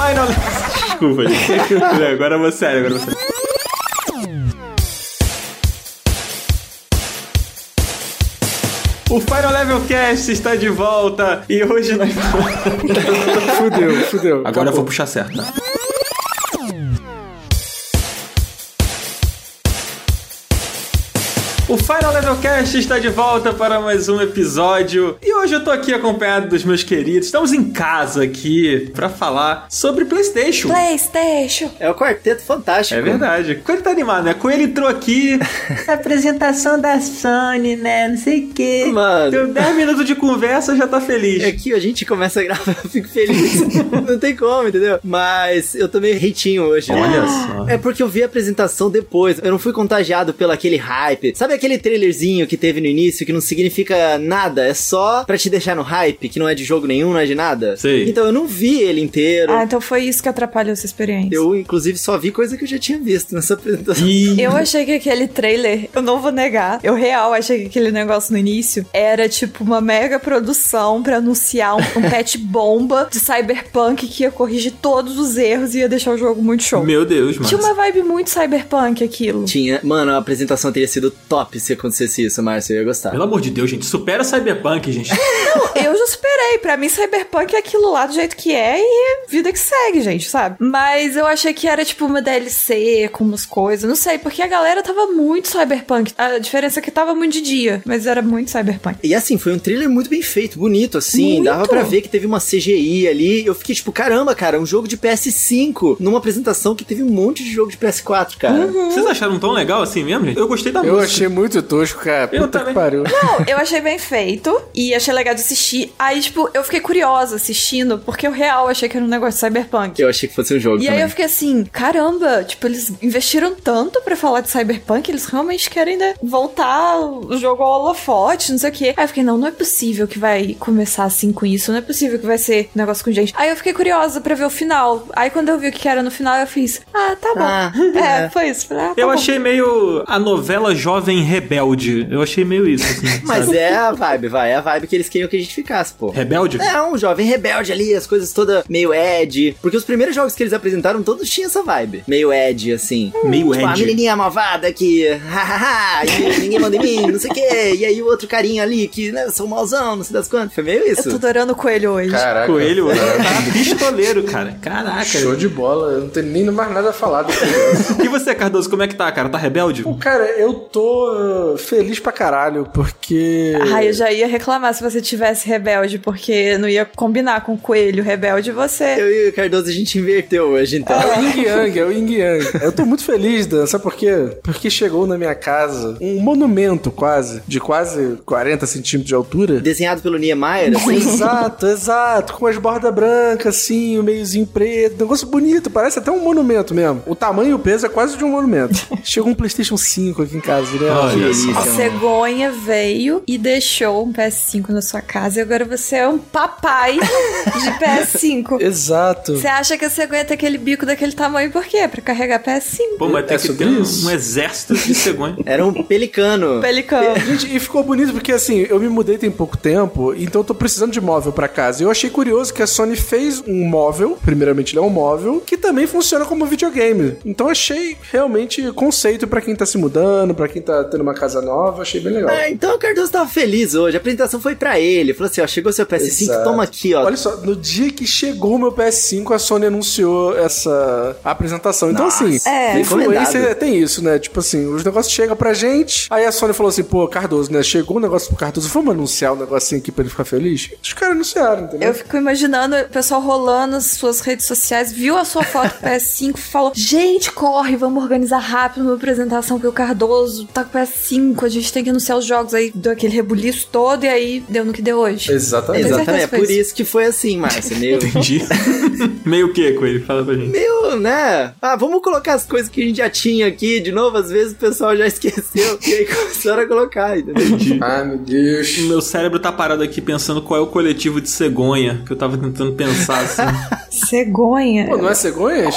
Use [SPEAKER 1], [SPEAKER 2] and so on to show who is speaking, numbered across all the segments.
[SPEAKER 1] Ai, não. Desculpa, gente. Agora você, agora você. O Final Level Cast está de volta e hoje nós.
[SPEAKER 2] Fudeu, fudeu.
[SPEAKER 1] Agora eu vou puxar certo. né? O Final Level Cast está de volta para mais um episódio. E hoje eu tô aqui acompanhado dos meus queridos. Estamos em casa aqui para falar sobre PlayStation.
[SPEAKER 3] PlayStation.
[SPEAKER 4] É o quarteto fantástico.
[SPEAKER 1] É verdade. Coelho tá animado, né? Coelho entrou aqui. Apresentação da Sony, né? Não sei o quê.
[SPEAKER 4] Mano.
[SPEAKER 1] Deu 10 minutos de conversa já tá feliz.
[SPEAKER 4] É que a gente começa a gravar, eu fico feliz. Não tem como, entendeu? Mas eu tô meio ritinho hoje.
[SPEAKER 1] Olha só.
[SPEAKER 4] É porque eu vi a apresentação depois. Eu não fui contagiado pelo aquele hype. Sabe aquele trailerzinho que teve no início que não significa nada? É só pra te deixar no hype, que não é de jogo nenhum, não é de nada?
[SPEAKER 1] Sei.
[SPEAKER 4] Então eu não vi ele inteiro.
[SPEAKER 3] Ah, então foi isso que atrapalhou essa experiência.
[SPEAKER 4] Eu, inclusive, só vi coisa que eu já tinha visto nessa apresentação.
[SPEAKER 1] E...
[SPEAKER 3] Eu achei que aquele trailer, eu não vou negar, eu real achei que aquele negócio no início era tipo uma mega produção pra anunciar um, um patch bomba de Cyberpunk que ia corrigir todos os erros e ia deixar o jogo muito show.
[SPEAKER 1] Meu Deus, mano.
[SPEAKER 3] Tinha uma vibe muito Cyberpunk aquilo.
[SPEAKER 4] Tinha. Mano, a apresentação teria sido top se acontecesse isso, Márcio. Eu ia gostar.
[SPEAKER 1] Pelo amor de Deus, gente. Supera Cyberpunk, gente.
[SPEAKER 3] Eu já superei. Pra mim, Cyberpunk é aquilo lá do jeito que é e vida que segue, gente, sabe? Mas eu achei que era tipo uma DLC com umas coisas. Não sei, porque a galera tava muito Cyberpunk. A diferença é que tava muito de dia, mas era muito Cyberpunk.
[SPEAKER 4] E assim, foi um trailer muito bem feito, bonito, assim.
[SPEAKER 3] Muito.
[SPEAKER 4] Dava pra ver que teve uma CGI ali. Eu fiquei tipo, caramba, cara, um jogo de PS5 numa apresentação que teve um monte de jogo de PS4, cara.
[SPEAKER 3] Uhum.
[SPEAKER 1] Vocês acharam tão legal assim mesmo, gente? Eu gostei da
[SPEAKER 2] Eu
[SPEAKER 1] música.
[SPEAKER 2] achei muito tosco, cara.
[SPEAKER 1] Eu
[SPEAKER 2] Puta
[SPEAKER 1] também. tipo,
[SPEAKER 2] que pariu.
[SPEAKER 3] Não, eu achei bem feito e achei legal de assistir. Aí, tipo, eu fiquei curiosa assistindo, porque eu real achei que era um negócio de Cyberpunk.
[SPEAKER 4] Eu achei que fosse um jogo.
[SPEAKER 3] E aí
[SPEAKER 4] também.
[SPEAKER 3] eu fiquei assim, caramba, tipo, eles investiram tanto pra falar de Cyberpunk, eles realmente querem, né, voltar o jogo ao holofote, não sei o quê. Aí eu fiquei, não, não é possível que vai começar assim com isso, não é possível que vai ser um negócio com gente. Aí eu fiquei curiosa pra ver o final. Aí quando eu vi o que era no final, eu fiz, ah, tá bom.
[SPEAKER 4] Ah,
[SPEAKER 3] é,
[SPEAKER 4] é.
[SPEAKER 3] foi isso. Falei, Ah, tá
[SPEAKER 1] Eu
[SPEAKER 3] bom.
[SPEAKER 1] achei meio a novela Jovem Rebelde. Eu achei meio isso, assim.
[SPEAKER 4] Mas
[SPEAKER 1] sabe?
[SPEAKER 4] é a vibe, vai. É a vibe que eles queriam que a gente ficasse, pô.
[SPEAKER 1] Rebelde?
[SPEAKER 4] É, um jovem rebelde ali, as coisas toda meio Ed. Porque os primeiros jogos que eles apresentaram, todos tinham essa vibe. Meio Ed, assim.
[SPEAKER 3] Hum,
[SPEAKER 1] Meio
[SPEAKER 4] Tipo, a
[SPEAKER 1] Ed.
[SPEAKER 4] menininha malvada que, hahaha, e ninguém manda em mim, não sei o quê. E aí o outro carinha ali que, né, sou mauzão, não sei das quantas. Foi meio
[SPEAKER 3] Eu tô
[SPEAKER 4] isso.
[SPEAKER 3] adorando o coelho hoje.
[SPEAKER 2] Caraca.
[SPEAKER 1] Coelho hoje
[SPEAKER 2] cara.
[SPEAKER 1] tá pistoleiro, cara. Caraca.
[SPEAKER 2] Show de bola. Eu não tenho nem mais nada a falar do filme.
[SPEAKER 1] E você, Cardoso, como é que tá, cara? Tá rebelde?
[SPEAKER 2] Pô, Cara, eu tô uh, feliz pra caralho, porque.
[SPEAKER 3] Ai, Ah, eu já ia reclamar se você tivesse rebelde, porque não ia combinar com o coelho rebelde e você.
[SPEAKER 4] Eu e o Cardoso, a gente inverteu hoje, então.
[SPEAKER 2] É o Ying Yang, é o Ying Yang. Eu tô muito feliz, Dan, sabe por quê? Porque chegou na minha casa um monumento quase, de quase 40 centímetros de altura.
[SPEAKER 4] Desenhado pelo Niemeyer, assim.
[SPEAKER 2] Exato, exato. Com as bordas brancas, assim, o meiozinho preto. Um Negócio bonito, parece até um monumento mesmo. O tamanho e o peso é quase de um monumento. Chegou um PlayStation 5 aqui em casa, né?
[SPEAKER 1] Olha
[SPEAKER 2] Que
[SPEAKER 1] só.
[SPEAKER 3] A
[SPEAKER 4] Então-
[SPEAKER 3] cegonha veio e deixou um PS5 na sua casa e agora você é um papai de PS5.
[SPEAKER 2] Exato.
[SPEAKER 3] Você acha que a cegonha tem aquele bico daquele tamanho por quê? Pra carregar PS5.
[SPEAKER 1] Pô, mas tem
[SPEAKER 2] É
[SPEAKER 1] que
[SPEAKER 2] sobre
[SPEAKER 1] ter um,
[SPEAKER 2] isso?
[SPEAKER 1] um exército de cegonha.
[SPEAKER 4] Era um pelicano.
[SPEAKER 3] Pelicão.
[SPEAKER 2] Gente, e ficou bonito porque assim, eu me mudei tem pouco tempo, então eu tô precisando de móvel pra casa. E Eu achei curioso que a Sony fez um móvel, primeiramente ele é um móvel, que também funciona como videogame. Então eu achei realmente conceito pra quem tá se mudando, pra quem tá tendo uma casa nova, achei bem legal.
[SPEAKER 4] Ah, então o Cardoso tava feliz hoje. A apresentação foi pra ele. Falou assim, ó, chegou seu PS5,
[SPEAKER 2] Exato.
[SPEAKER 4] toma aqui, ó.
[SPEAKER 2] Olha só, no dia que chegou o meu PS5, a Sony anunciou essa apresentação. Então,
[SPEAKER 4] Nossa,
[SPEAKER 2] assim,
[SPEAKER 3] é.
[SPEAKER 2] influência
[SPEAKER 4] recomendado.
[SPEAKER 2] tem isso, né? Tipo assim, os negócios chegam pra gente, aí a Sony falou assim, pô, Cardoso, né? Chegou um negócio pro Cardoso, vamos anunciar um negocinho aqui pra ele ficar feliz? Os caras anunciaram, entendeu?
[SPEAKER 3] Eu fico imaginando o pessoal rolando as suas redes sociais, viu a sua foto com PS5 e falou: Gente, corre, vamos organizar rápido uma apresentação, porque o Cardoso tá com PS5, a gente tem que anunciar os jogos. Aí deu aquele rebuliço todo e aí deu no que deu hoje.
[SPEAKER 2] Exatamente.
[SPEAKER 3] Exato.
[SPEAKER 4] Exatamente, é
[SPEAKER 3] certeza foi
[SPEAKER 4] por
[SPEAKER 3] isso.
[SPEAKER 4] isso que foi assim, Márcio, meu.
[SPEAKER 1] Entendi. meio o quê, Coelho? Fala pra gente.
[SPEAKER 4] Meu, né? Ah, vamos colocar as coisas que a gente já tinha aqui de novo. Às vezes o pessoal já esqueceu e aí começaram a colocar, entendeu?
[SPEAKER 1] Entendi.
[SPEAKER 2] Ai, meu Deus.
[SPEAKER 1] Meu cérebro tá parado aqui pensando qual é o coletivo de cegonha que eu tava tentando pensar assim.
[SPEAKER 3] Cegonha.
[SPEAKER 2] Pô, não é cegonhas?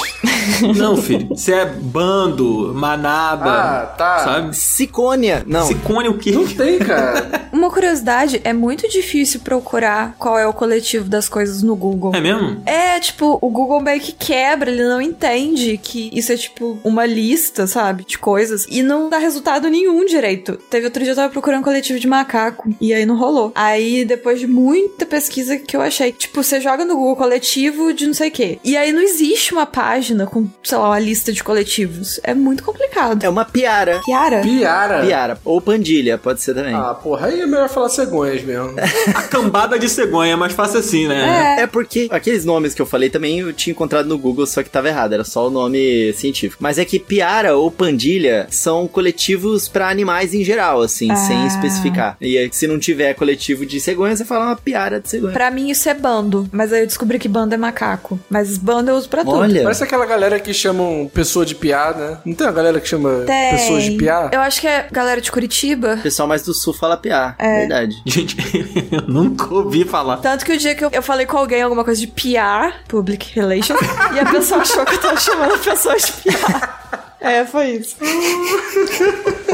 [SPEAKER 1] Não, filho. Você é bando, manada.
[SPEAKER 2] Ah, tá.
[SPEAKER 1] Sabe?
[SPEAKER 4] Se Sicônia. Não.
[SPEAKER 1] Sicone o quê?
[SPEAKER 2] Não tem, cara.
[SPEAKER 3] Uma curiosidade, é muito difícil procurar qual é o coletivo das coisas no Google.
[SPEAKER 1] É mesmo?
[SPEAKER 3] É, tipo, o Google meio que quebra, ele não entende que isso é, tipo, uma lista, sabe, de coisas. E não dá resultado nenhum direito. Teve outro dia eu tava procurando um coletivo de macaco, e aí não rolou. Aí, depois de muita pesquisa que eu achei, tipo, você joga no Google coletivo de não sei o quê. E aí não existe uma página com, sei lá, uma lista de coletivos. É muito complicado.
[SPEAKER 4] É uma piara.
[SPEAKER 3] Kiara?
[SPEAKER 2] Piara.
[SPEAKER 4] Piara. Ou pandilha, pode ser também.
[SPEAKER 2] É. Ah, porra, aí é melhor falar cegonhas mesmo.
[SPEAKER 1] A cambada de cegonha é mais fácil assim, né?
[SPEAKER 3] É.
[SPEAKER 4] É porque aqueles nomes que eu falei também eu tinha encontrado no Google, só que tava errado, era só o nome científico. Mas é que piara ou pandilha são coletivos pra animais em geral, assim,
[SPEAKER 3] Ah.
[SPEAKER 4] sem especificar. E aí, se não tiver coletivo de cegonha, você fala uma piara de cegonha.
[SPEAKER 3] Pra mim isso é bando, mas aí eu descobri que bando é macaco. Mas bando eu uso pra tudo.
[SPEAKER 4] Olha,
[SPEAKER 2] Parece aquela galera que chamam pessoa de piá, né? Não tem uma galera que chama
[SPEAKER 3] Tem.
[SPEAKER 2] pessoas de piá?
[SPEAKER 3] Eu acho que é galera de Curitiba.
[SPEAKER 4] o pessoal mais do sul fala piá, verdade.
[SPEAKER 1] Gente, eu nunca ouvi falar.
[SPEAKER 3] Tanto que o dia que eu, eu falei com alguém alguma coisa de PR, Public Relations, e a pessoa achou que eu tava chamando pessoas de PR. É, foi isso.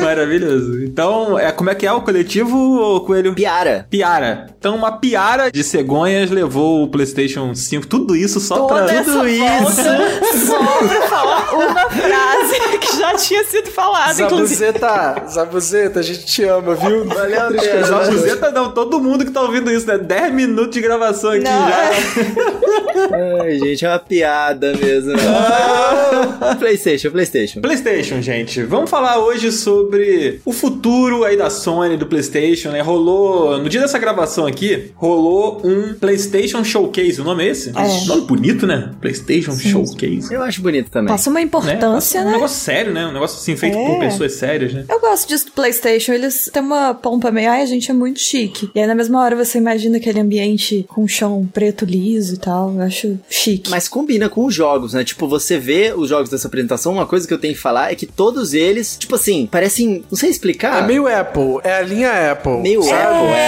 [SPEAKER 1] Maravilhoso. Então, é, como é que é o coletivo, ô Coelho?
[SPEAKER 4] Piara.
[SPEAKER 1] Piara. Então, uma piara de cegonhas levou o PlayStation 5. Tudo isso só
[SPEAKER 3] Toda
[SPEAKER 1] pra.
[SPEAKER 3] essa volta só pra falar uma frase que já tinha sido falada, Ah,
[SPEAKER 2] assim,
[SPEAKER 3] inclusive.
[SPEAKER 2] Zabuzeta, Zabuzeta, a gente te ama, viu? Valeu,
[SPEAKER 1] É,
[SPEAKER 3] né?
[SPEAKER 1] Zabuzeta não, todo mundo que tá ouvindo isso, né? 10 minutos de gravação aqui
[SPEAKER 3] Não, é.
[SPEAKER 1] já.
[SPEAKER 4] Ai, gente, é uma piada mesmo.
[SPEAKER 1] Ah.
[SPEAKER 4] né? PlayStation, PlayStation.
[SPEAKER 1] PlayStation, gente. Vamos falar hoje sobre o futuro aí da Sony, do PlayStation, né? Rolou, no dia dessa gravação aqui, rolou um PlayStation Showcase. O nome é esse?
[SPEAKER 3] É.
[SPEAKER 1] Nome bonito, né? PlayStation Showcase.
[SPEAKER 4] Eu acho bonito também.
[SPEAKER 3] Passa uma
[SPEAKER 1] Né?
[SPEAKER 3] importância,
[SPEAKER 1] Um
[SPEAKER 3] né?
[SPEAKER 1] negócio sério, né? Um negócio assim, feito
[SPEAKER 3] É.
[SPEAKER 1] por pessoas sérias, né?
[SPEAKER 3] Eu gosto disso do PlayStation, eles têm uma pompa meio, ai, a gente é muito chique. E aí, na mesma hora, você imagina aquele ambiente com um chão preto liso e tal. Eu acho chique.
[SPEAKER 4] Mas combina com os jogos, né? Tipo, você vê os jogos dessa apresentação, uma coisa que eu tenho que falar é que todos eles, tipo assim, parecem. Não sei explicar.
[SPEAKER 2] É meio Apple, é a linha Apple.
[SPEAKER 4] Meio Apple, é.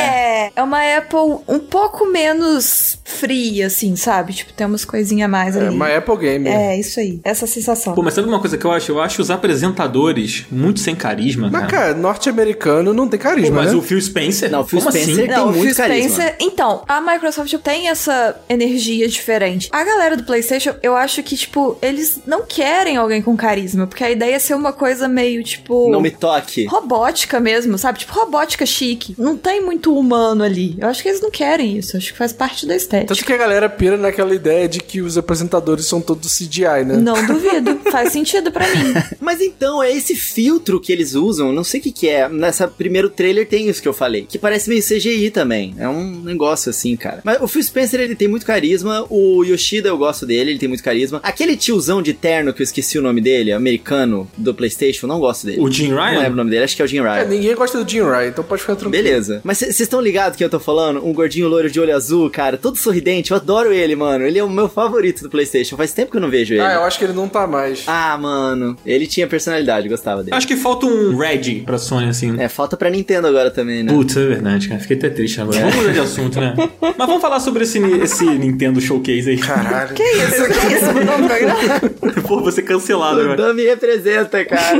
[SPEAKER 3] É, é uma Apple um pouco menos fria, assim, sabe? Tipo, tem umas coisinhas a mais
[SPEAKER 2] É
[SPEAKER 3] ali.
[SPEAKER 2] uma Apple Game.
[SPEAKER 3] É, isso aí. Essa sensação.
[SPEAKER 1] Pô, mas sabe uma coisa que eu acho? Eu acho os apresentadores muito sem carisma,
[SPEAKER 2] Mas,
[SPEAKER 1] cara.
[SPEAKER 2] cara, norte-americano não tem
[SPEAKER 1] Pô,
[SPEAKER 2] carisma,
[SPEAKER 1] mas
[SPEAKER 2] né?
[SPEAKER 1] o Phil Spencer?
[SPEAKER 4] Não, o Phil
[SPEAKER 1] Como
[SPEAKER 4] Spencer- é
[SPEAKER 1] assim?
[SPEAKER 4] tem
[SPEAKER 3] o
[SPEAKER 4] muito
[SPEAKER 3] Phil
[SPEAKER 4] carisma.
[SPEAKER 3] Spencer- Então, a Microsoft tem essa energia diferente. A galera do PlayStation, eu acho que, tipo, eles não querem alguém com carisma, porque a ideia é ser uma coisa meio, tipo.
[SPEAKER 4] Não me toque.
[SPEAKER 3] Robótica mesmo, sabe? Tipo, robótica chique. Não tem muito humano ali. Eu acho que eles não querem isso. Acho que faz parte da estética.
[SPEAKER 2] Tanto que a galera pira naquela ideia de que os apresentadores são todos CGI, né?
[SPEAKER 3] Não duvido. faz sentido pra mim.
[SPEAKER 4] Mas então, é esse filtro que eles usam, não sei o que que é. Nessa primeiro trailer tem isso que eu falei, que parece meio CGI também. É um negócio assim, cara. Mas o Phil Spencer, ele tem muito carisma, o Yoshida eu gosto dele, ele tem muito carisma. Aquele tiozão de terno que eu esqueci o nome dele, americano, do Playstation, não gosto dele.
[SPEAKER 1] O Jim
[SPEAKER 4] Não lembro o
[SPEAKER 1] Ryan?
[SPEAKER 4] nome dele, acho que é o Jim Ryan.
[SPEAKER 2] É, ninguém gosta do Jim Ryan, então pode ficar tranquilo.
[SPEAKER 4] Beleza. Mas vocês estão ligados que eu tô falando? Um gordinho loiro de olho azul, cara, todo sorridente. Eu adoro ele, mano. Ele é o meu favorito do PlayStation. Faz tempo que eu não vejo ele.
[SPEAKER 2] Ah, eu acho que ele não tá mais.
[SPEAKER 4] Ah, mano. Ele tinha personalidade, eu gostava dele.
[SPEAKER 1] Acho que falta um Reggie pra Sony, assim.
[SPEAKER 4] É, falta pra Nintendo agora também, né?
[SPEAKER 1] Putz, é verdade, cara. Fiquei até triste agora. Vamos mudar de assunto, né? Mas vamos falar sobre esse, esse Nintendo Showcase aí.
[SPEAKER 2] Caralho.
[SPEAKER 3] Que isso? Que isso? Mudou o programa?
[SPEAKER 1] Pô, vou ser cancelado né?
[SPEAKER 4] O
[SPEAKER 1] agora.
[SPEAKER 4] Dan me representa, cara.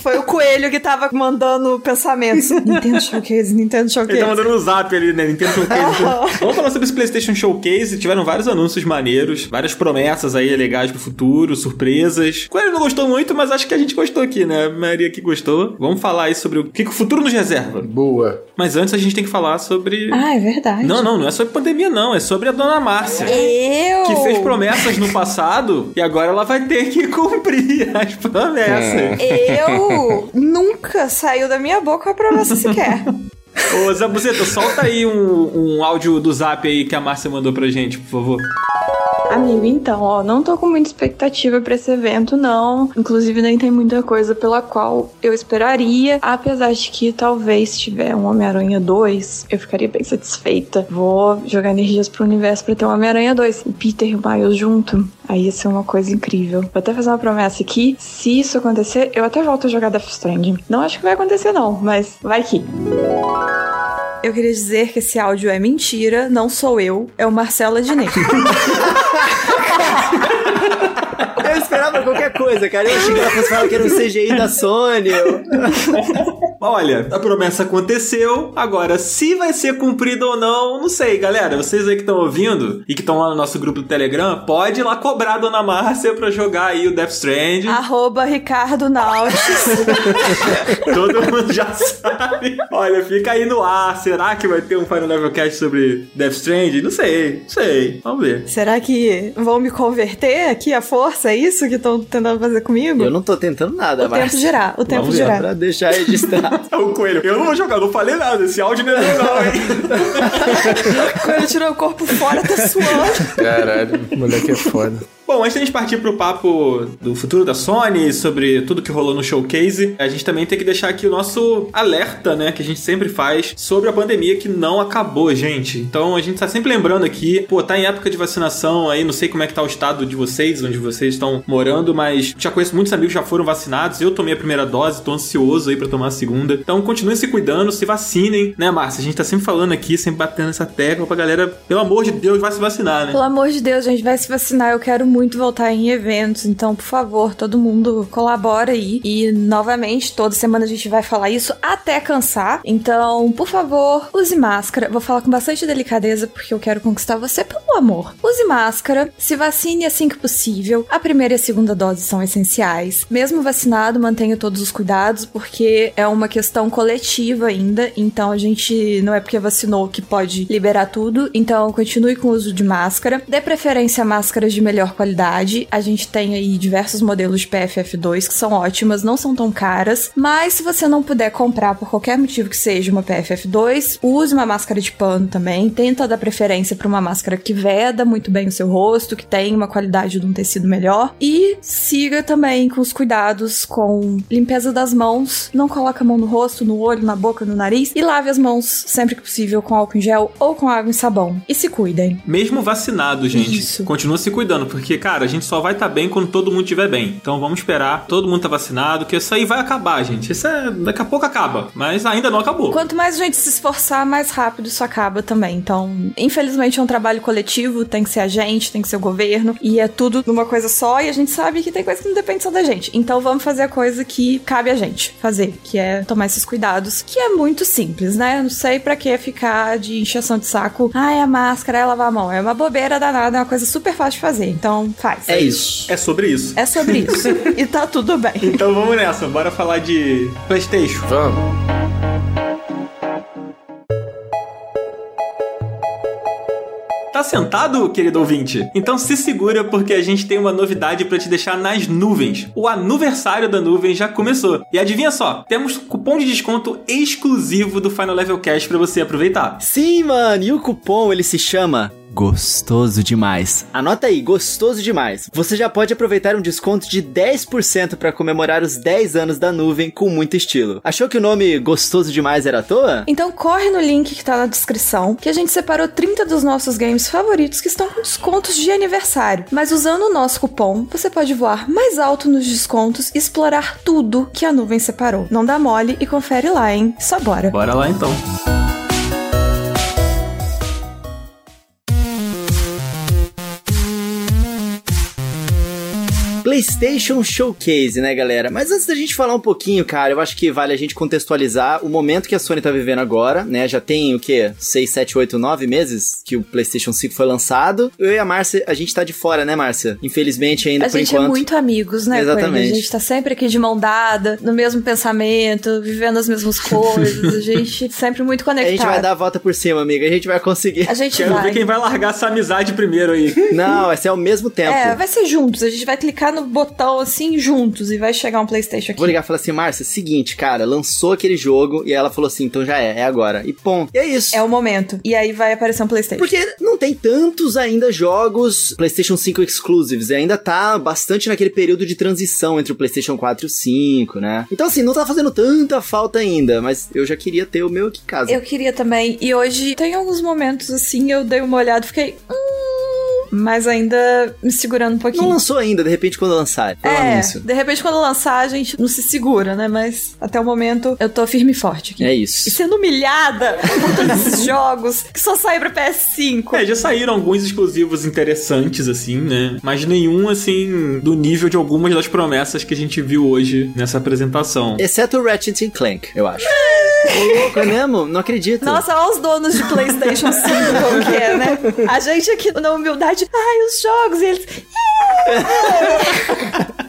[SPEAKER 3] Foi o coelho que tava mandando pensamentos. Nintendo Showcase, Nintendo
[SPEAKER 1] Ele tá
[SPEAKER 3] Showcase.
[SPEAKER 1] mandando um zap ali, né? Nintendo Showcase. Vamos falar sobre esse PlayStation Showcase. Tiveram vários anúncios maneiros, várias promessas aí legais pro futuro, surpresas. Coelho não gostou muito, mas acho que a gente gostou aqui, né? A maioria que gostou. Vamos falar aí sobre o que, que o futuro nos reserva.
[SPEAKER 2] Boa.
[SPEAKER 1] Mas antes a gente tem que falar sobre.
[SPEAKER 3] Ah, é verdade.
[SPEAKER 1] Não, não, não é sobre pandemia, não. É sobre a dona Márcia.
[SPEAKER 3] Eu!
[SPEAKER 1] Que fez promessas no passado e agora ela vai ter que cumprir as promessas.
[SPEAKER 3] Eu nunca saiu da minha boca a promessa sequer.
[SPEAKER 1] Ô, Zabuzeta, solta aí um, um áudio do zap aí que a Márcia mandou pra gente, por favor.
[SPEAKER 5] Amigo, então, ó, não tô com muita expectativa pra esse evento, não. Inclusive, nem tem muita coisa pela qual eu esperaria. Apesar de que talvez se tiver um Homem-Aranha 2, eu ficaria bem satisfeita. Vou jogar energias pro universo pra ter um Homem-Aranha 2. O Peter e o Miles junto. Aí ia ser uma coisa incrível. Vou até fazer uma promessa aqui. Se isso acontecer, eu até volto a jogar Death Stranding. Não acho que vai acontecer, não, mas vai que.
[SPEAKER 3] Eu queria dizer que esse áudio é mentira, não sou eu, é o Marcelo Adnet.
[SPEAKER 4] Eu esperava qualquer coisa, cara. Eu achei que ela fosse falar que era um CGI da Sony.
[SPEAKER 1] Olha, a promessa aconteceu. Agora, se vai ser cumprida ou não, não sei, galera. Vocês aí que estão ouvindo e que estão lá no nosso grupo do Telegram, pode ir lá cobrar a Dona Márcia pra jogar aí o Death Stranding.
[SPEAKER 3] Ah. Arroba Ricardo Nautis.
[SPEAKER 1] Todo mundo já sabe. Olha, fica aí no ar. Será que vai ter um Final Level Cast sobre Death Stranding? Não sei, não sei. Vamos ver.
[SPEAKER 3] Será que vão me converter aqui à força? É isso que estão tentando fazer comigo?
[SPEAKER 4] Eu não tô tentando nada,
[SPEAKER 3] O tempo girar, o tempo
[SPEAKER 1] Vamos
[SPEAKER 4] Só
[SPEAKER 3] girar.
[SPEAKER 4] pra deixar registrado.
[SPEAKER 1] É o coelho. Eu não vou jogar, não falei nada. Esse áudio não é legal, hein?
[SPEAKER 3] Quando ele tirou o corpo fora, tá suando.
[SPEAKER 2] Caralho, moleque é foda.
[SPEAKER 1] Bom, antes da gente partir pro papo do futuro da Sony, sobre tudo que rolou no showcase, a gente também tem que deixar aqui o nosso alerta, né, que a gente sempre faz sobre a pandemia que não acabou, gente. Então a gente tá sempre lembrando aqui, pô, tá em época de vacinação aí, não sei como é que tá o estado de vocês, onde vocês estão morando, mas já conheço muitos amigos que já foram vacinados, eu tomei a primeira dose, tô ansioso aí pra tomar a segunda. Então continuem se cuidando, se vacinem, né, Márcia? A gente tá sempre falando aqui, sempre batendo essa tecla pra galera, pelo amor de Deus, vai se vacinar, né?
[SPEAKER 3] Pelo amor de Deus, gente, vai se vacinar. Eu quero muito voltar em eventos. Então, por favor, todo mundo colabora aí. E, novamente, toda semana a gente vai falar isso até cansar. Então, por favor, use máscara. Vou falar com bastante delicadeza porque eu quero conquistar você pelo amor. Use máscara, se vacine assim que possível. A primeira e a segunda dose são essenciais. Mesmo vacinado, mantenha todos os cuidados porque é uma questão coletiva ainda. Então, a gente não é porque vacinou que pode liberar tudo. Então, continue com o uso de máscara. Dê preferência a máscaras de melhor qualidade. A gente tem aí diversos modelos de PFF2 que são ótimas, não são tão caras. Mas se você não puder comprar por qualquer motivo que seja uma PFF2, use uma máscara de pano também. Tenta dar preferência para uma máscara que veda muito bem o seu rosto, que tem uma qualidade de um tecido melhor. E siga também com os cuidados com limpeza das mãos. Não coloque a mão no rosto, no olho, na boca, no nariz. E lave as mãos sempre que possível com álcool em gel ou com água e sabão. E se cuidem.
[SPEAKER 1] Mesmo vacinado, gente,
[SPEAKER 3] Isso.
[SPEAKER 1] continua se cuidando, porque, cara, a gente só vai estar bem quando todo mundo estiver bem. Então vamos esperar todo mundo tá vacinado, que isso aí vai acabar, gente. Isso é. Daqui a pouco acaba, mas ainda não acabou.
[SPEAKER 3] Quanto mais a gente se esforçar, mais rápido isso acaba também. Então, infelizmente é um trabalho coletivo, tem que ser a gente, tem que ser o governo, e é tudo numa coisa só, e a gente sabe que tem coisa que não depende só da gente. Então vamos fazer a coisa que cabe a gente fazer, que é tomar esses cuidados, que é muito simples, né? Eu não sei pra que ficar de inchação de saco. Ai, a máscara, é lavar a mão. É uma bobeira danada, é uma coisa super fácil de fazer. Então, faz.
[SPEAKER 4] É isso.
[SPEAKER 1] É sobre isso.
[SPEAKER 3] É sobre isso. e tá tudo bem.
[SPEAKER 1] Então vamos nessa, bora falar de PlayStation.
[SPEAKER 2] Vamos.
[SPEAKER 1] Tá sentado, querido ouvinte? Então se segura porque a gente tem uma novidade pra te deixar nas nuvens. O aniversário da nuvem já começou. E adivinha só, temos cupom de desconto exclusivo do Final Level Cash pra você aproveitar.
[SPEAKER 4] Sim, mano, e o cupom ele se chama Gostoso Demais. Anota aí, Gostoso Demais. Você já pode aproveitar um desconto de 10% para comemorar os 10 anos da nuvem com muito estilo. Achou que o nome Gostoso Demais era à toa?
[SPEAKER 3] Então corre no link que tá na descrição, que a gente separou 30 dos nossos games favoritos que estão com descontos de aniversário. Mas usando o nosso cupom, você pode voar mais alto nos descontos e explorar tudo que a nuvem separou. Não dá mole e confere lá, hein? Só bora.
[SPEAKER 1] Bora lá então.
[SPEAKER 4] PlayStation Showcase, né, galera? Mas antes da gente falar um pouquinho, cara, eu acho que vale a gente contextualizar o momento que a Sony tá vivendo agora, né? Já tem o quê? 6, 7, 8, 9 meses que o PlayStation 5 foi lançado. Eu e a Márcia, a gente tá de fora, né, Márcia? Infelizmente ainda
[SPEAKER 3] A
[SPEAKER 4] por
[SPEAKER 3] gente
[SPEAKER 4] enquanto.
[SPEAKER 3] é muito amigos, né, Coelho?
[SPEAKER 4] Exatamente.
[SPEAKER 3] A gente tá sempre aqui de mão dada, no mesmo pensamento, vivendo as mesmas coisas. a gente sempre muito
[SPEAKER 4] A
[SPEAKER 3] conectado.
[SPEAKER 4] gente vai dar um a volta por cima, amiga. A gente vai conseguir.
[SPEAKER 3] Tá. A gente
[SPEAKER 1] Quero
[SPEAKER 3] vai.
[SPEAKER 1] ver quem vai largar essa amizade primeiro aí.
[SPEAKER 4] Não, vai ser ao mesmo tempo.
[SPEAKER 3] É, vai ser juntos. A gente vai clicar no botão assim juntos e vai chegar um PlayStation aqui.
[SPEAKER 4] Vou ligar e falar assim, Márcia, seguinte, cara, lançou aquele jogo e ela falou assim, então já é, é agora. E pom. E é isso.
[SPEAKER 3] É o momento. E aí vai aparecer um PlayStation.
[SPEAKER 4] Porque não tem tantos ainda jogos PlayStation 5 exclusives. E ainda tá bastante naquele período de transição entre o PlayStation 4 e o 5, né? Então, assim, não tá fazendo tanta falta ainda. Mas eu já queria ter o meu aqui em casa.
[SPEAKER 3] Eu queria também. E hoje tem alguns momentos assim, eu dei uma olhada e fiquei. Hum, mas ainda me segurando um
[SPEAKER 4] Não
[SPEAKER 3] pouquinho.
[SPEAKER 4] lançou ainda, de repente, quando lançar. É.
[SPEAKER 3] é,
[SPEAKER 4] anúncio.
[SPEAKER 3] de repente quando lançar a gente não se segura, né? Mas até o momento eu tô firme e forte aqui.
[SPEAKER 4] É
[SPEAKER 3] E
[SPEAKER 4] isso.
[SPEAKER 3] sendo humilhada por todos esses jogos que só saem pra PS5.
[SPEAKER 1] É, já saíram alguns exclusivos interessantes, assim, né? Mas nenhum, assim, do nível de algumas das promessas que a gente viu hoje nessa apresentação.
[SPEAKER 4] Exceto o Ratchet and Clank, eu acho. Ô, louco, é mesmo? Não acredito.
[SPEAKER 3] Nossa, olha os donos de PlayStation 5 como que é, né? A gente aqui na humildade, ai, os jogos, e eles.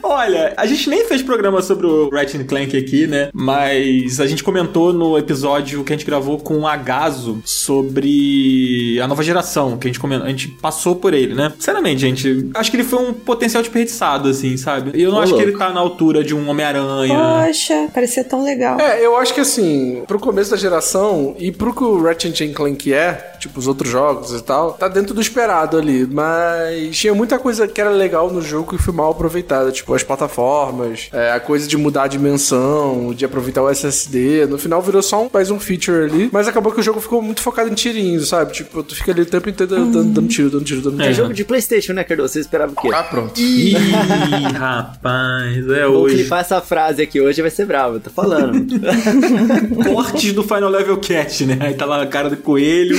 [SPEAKER 1] Olha, a gente nem fez programa sobre o Ratchet Clank aqui, né? Mas a gente comentou no episódio que a gente gravou com o Agaso sobre a nova geração, que a gente, comentou, a gente passou por ele, né? Sinceramente, gente, acho que ele foi um potencial desperdiçado, assim, sabe? E eu não
[SPEAKER 4] Ô,
[SPEAKER 1] acho que ele
[SPEAKER 4] louco.
[SPEAKER 1] tá na altura de um Homem-Aranha.
[SPEAKER 3] Poxa, parecia tão legal.
[SPEAKER 2] É, eu acho que assim, pro começo da geração e pro que o Ratchet and Clank é, tipo os outros jogos e tal, tá dentro do esperado ali, mas tinha muita coisa que era legal no jogo e foi mal aproveitada, tipo as plataformas, é, a coisa de mudar a dimensão, de aproveitar o SSD, no final virou só um, mais um feature ali, mas acabou que o jogo ficou muito focado em tirinhos, sabe? Tipo, tu fica ali o tempo inteiro dando, dando tiro, dando tiro, dando
[SPEAKER 1] É.
[SPEAKER 2] tiro.
[SPEAKER 4] É jogo de Playstation, né, Cardoso? Você esperava o quê?
[SPEAKER 2] Ah, pronto.
[SPEAKER 1] Ih, rapaz, é
[SPEAKER 4] Vou
[SPEAKER 1] hoje.
[SPEAKER 4] clipar essa frase aqui hoje, vai ser bravo, tô falando.
[SPEAKER 1] cortes do Final Level Cat, né? Aí tá lá a cara do coelho.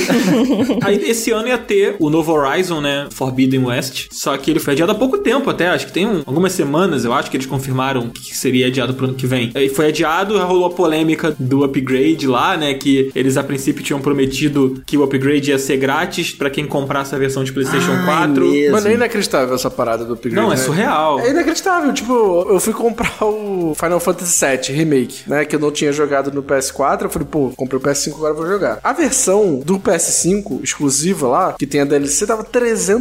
[SPEAKER 1] Aí esse ano ia ter o novo Horizon, né? Forbidden West. Só que ele foi adiado há pouco tempo até. Acho que tem um- algumas semanas, eu acho, que eles confirmaram que seria adiado pro ano que vem. Aí foi adiado, rolou a polêmica do upgrade lá, né? Que eles a princípio tinham prometido que o upgrade ia ser grátis pra quem comprasse a versão de PlayStation
[SPEAKER 4] Ai,
[SPEAKER 1] 4.
[SPEAKER 4] mesmo.
[SPEAKER 2] Mano, é inacreditável essa parada do upgrade.
[SPEAKER 1] Não, é
[SPEAKER 2] né?
[SPEAKER 1] surreal.
[SPEAKER 2] É inacreditável. Tipo, eu fui comprar o Final Fantasy VII Remake, né? Que eu não tinha jogado no PS4. Eu falei, pô, comprei o PS5, agora eu vou jogar. A versão do PS5 exclusiva lá, que tem a DLC, tava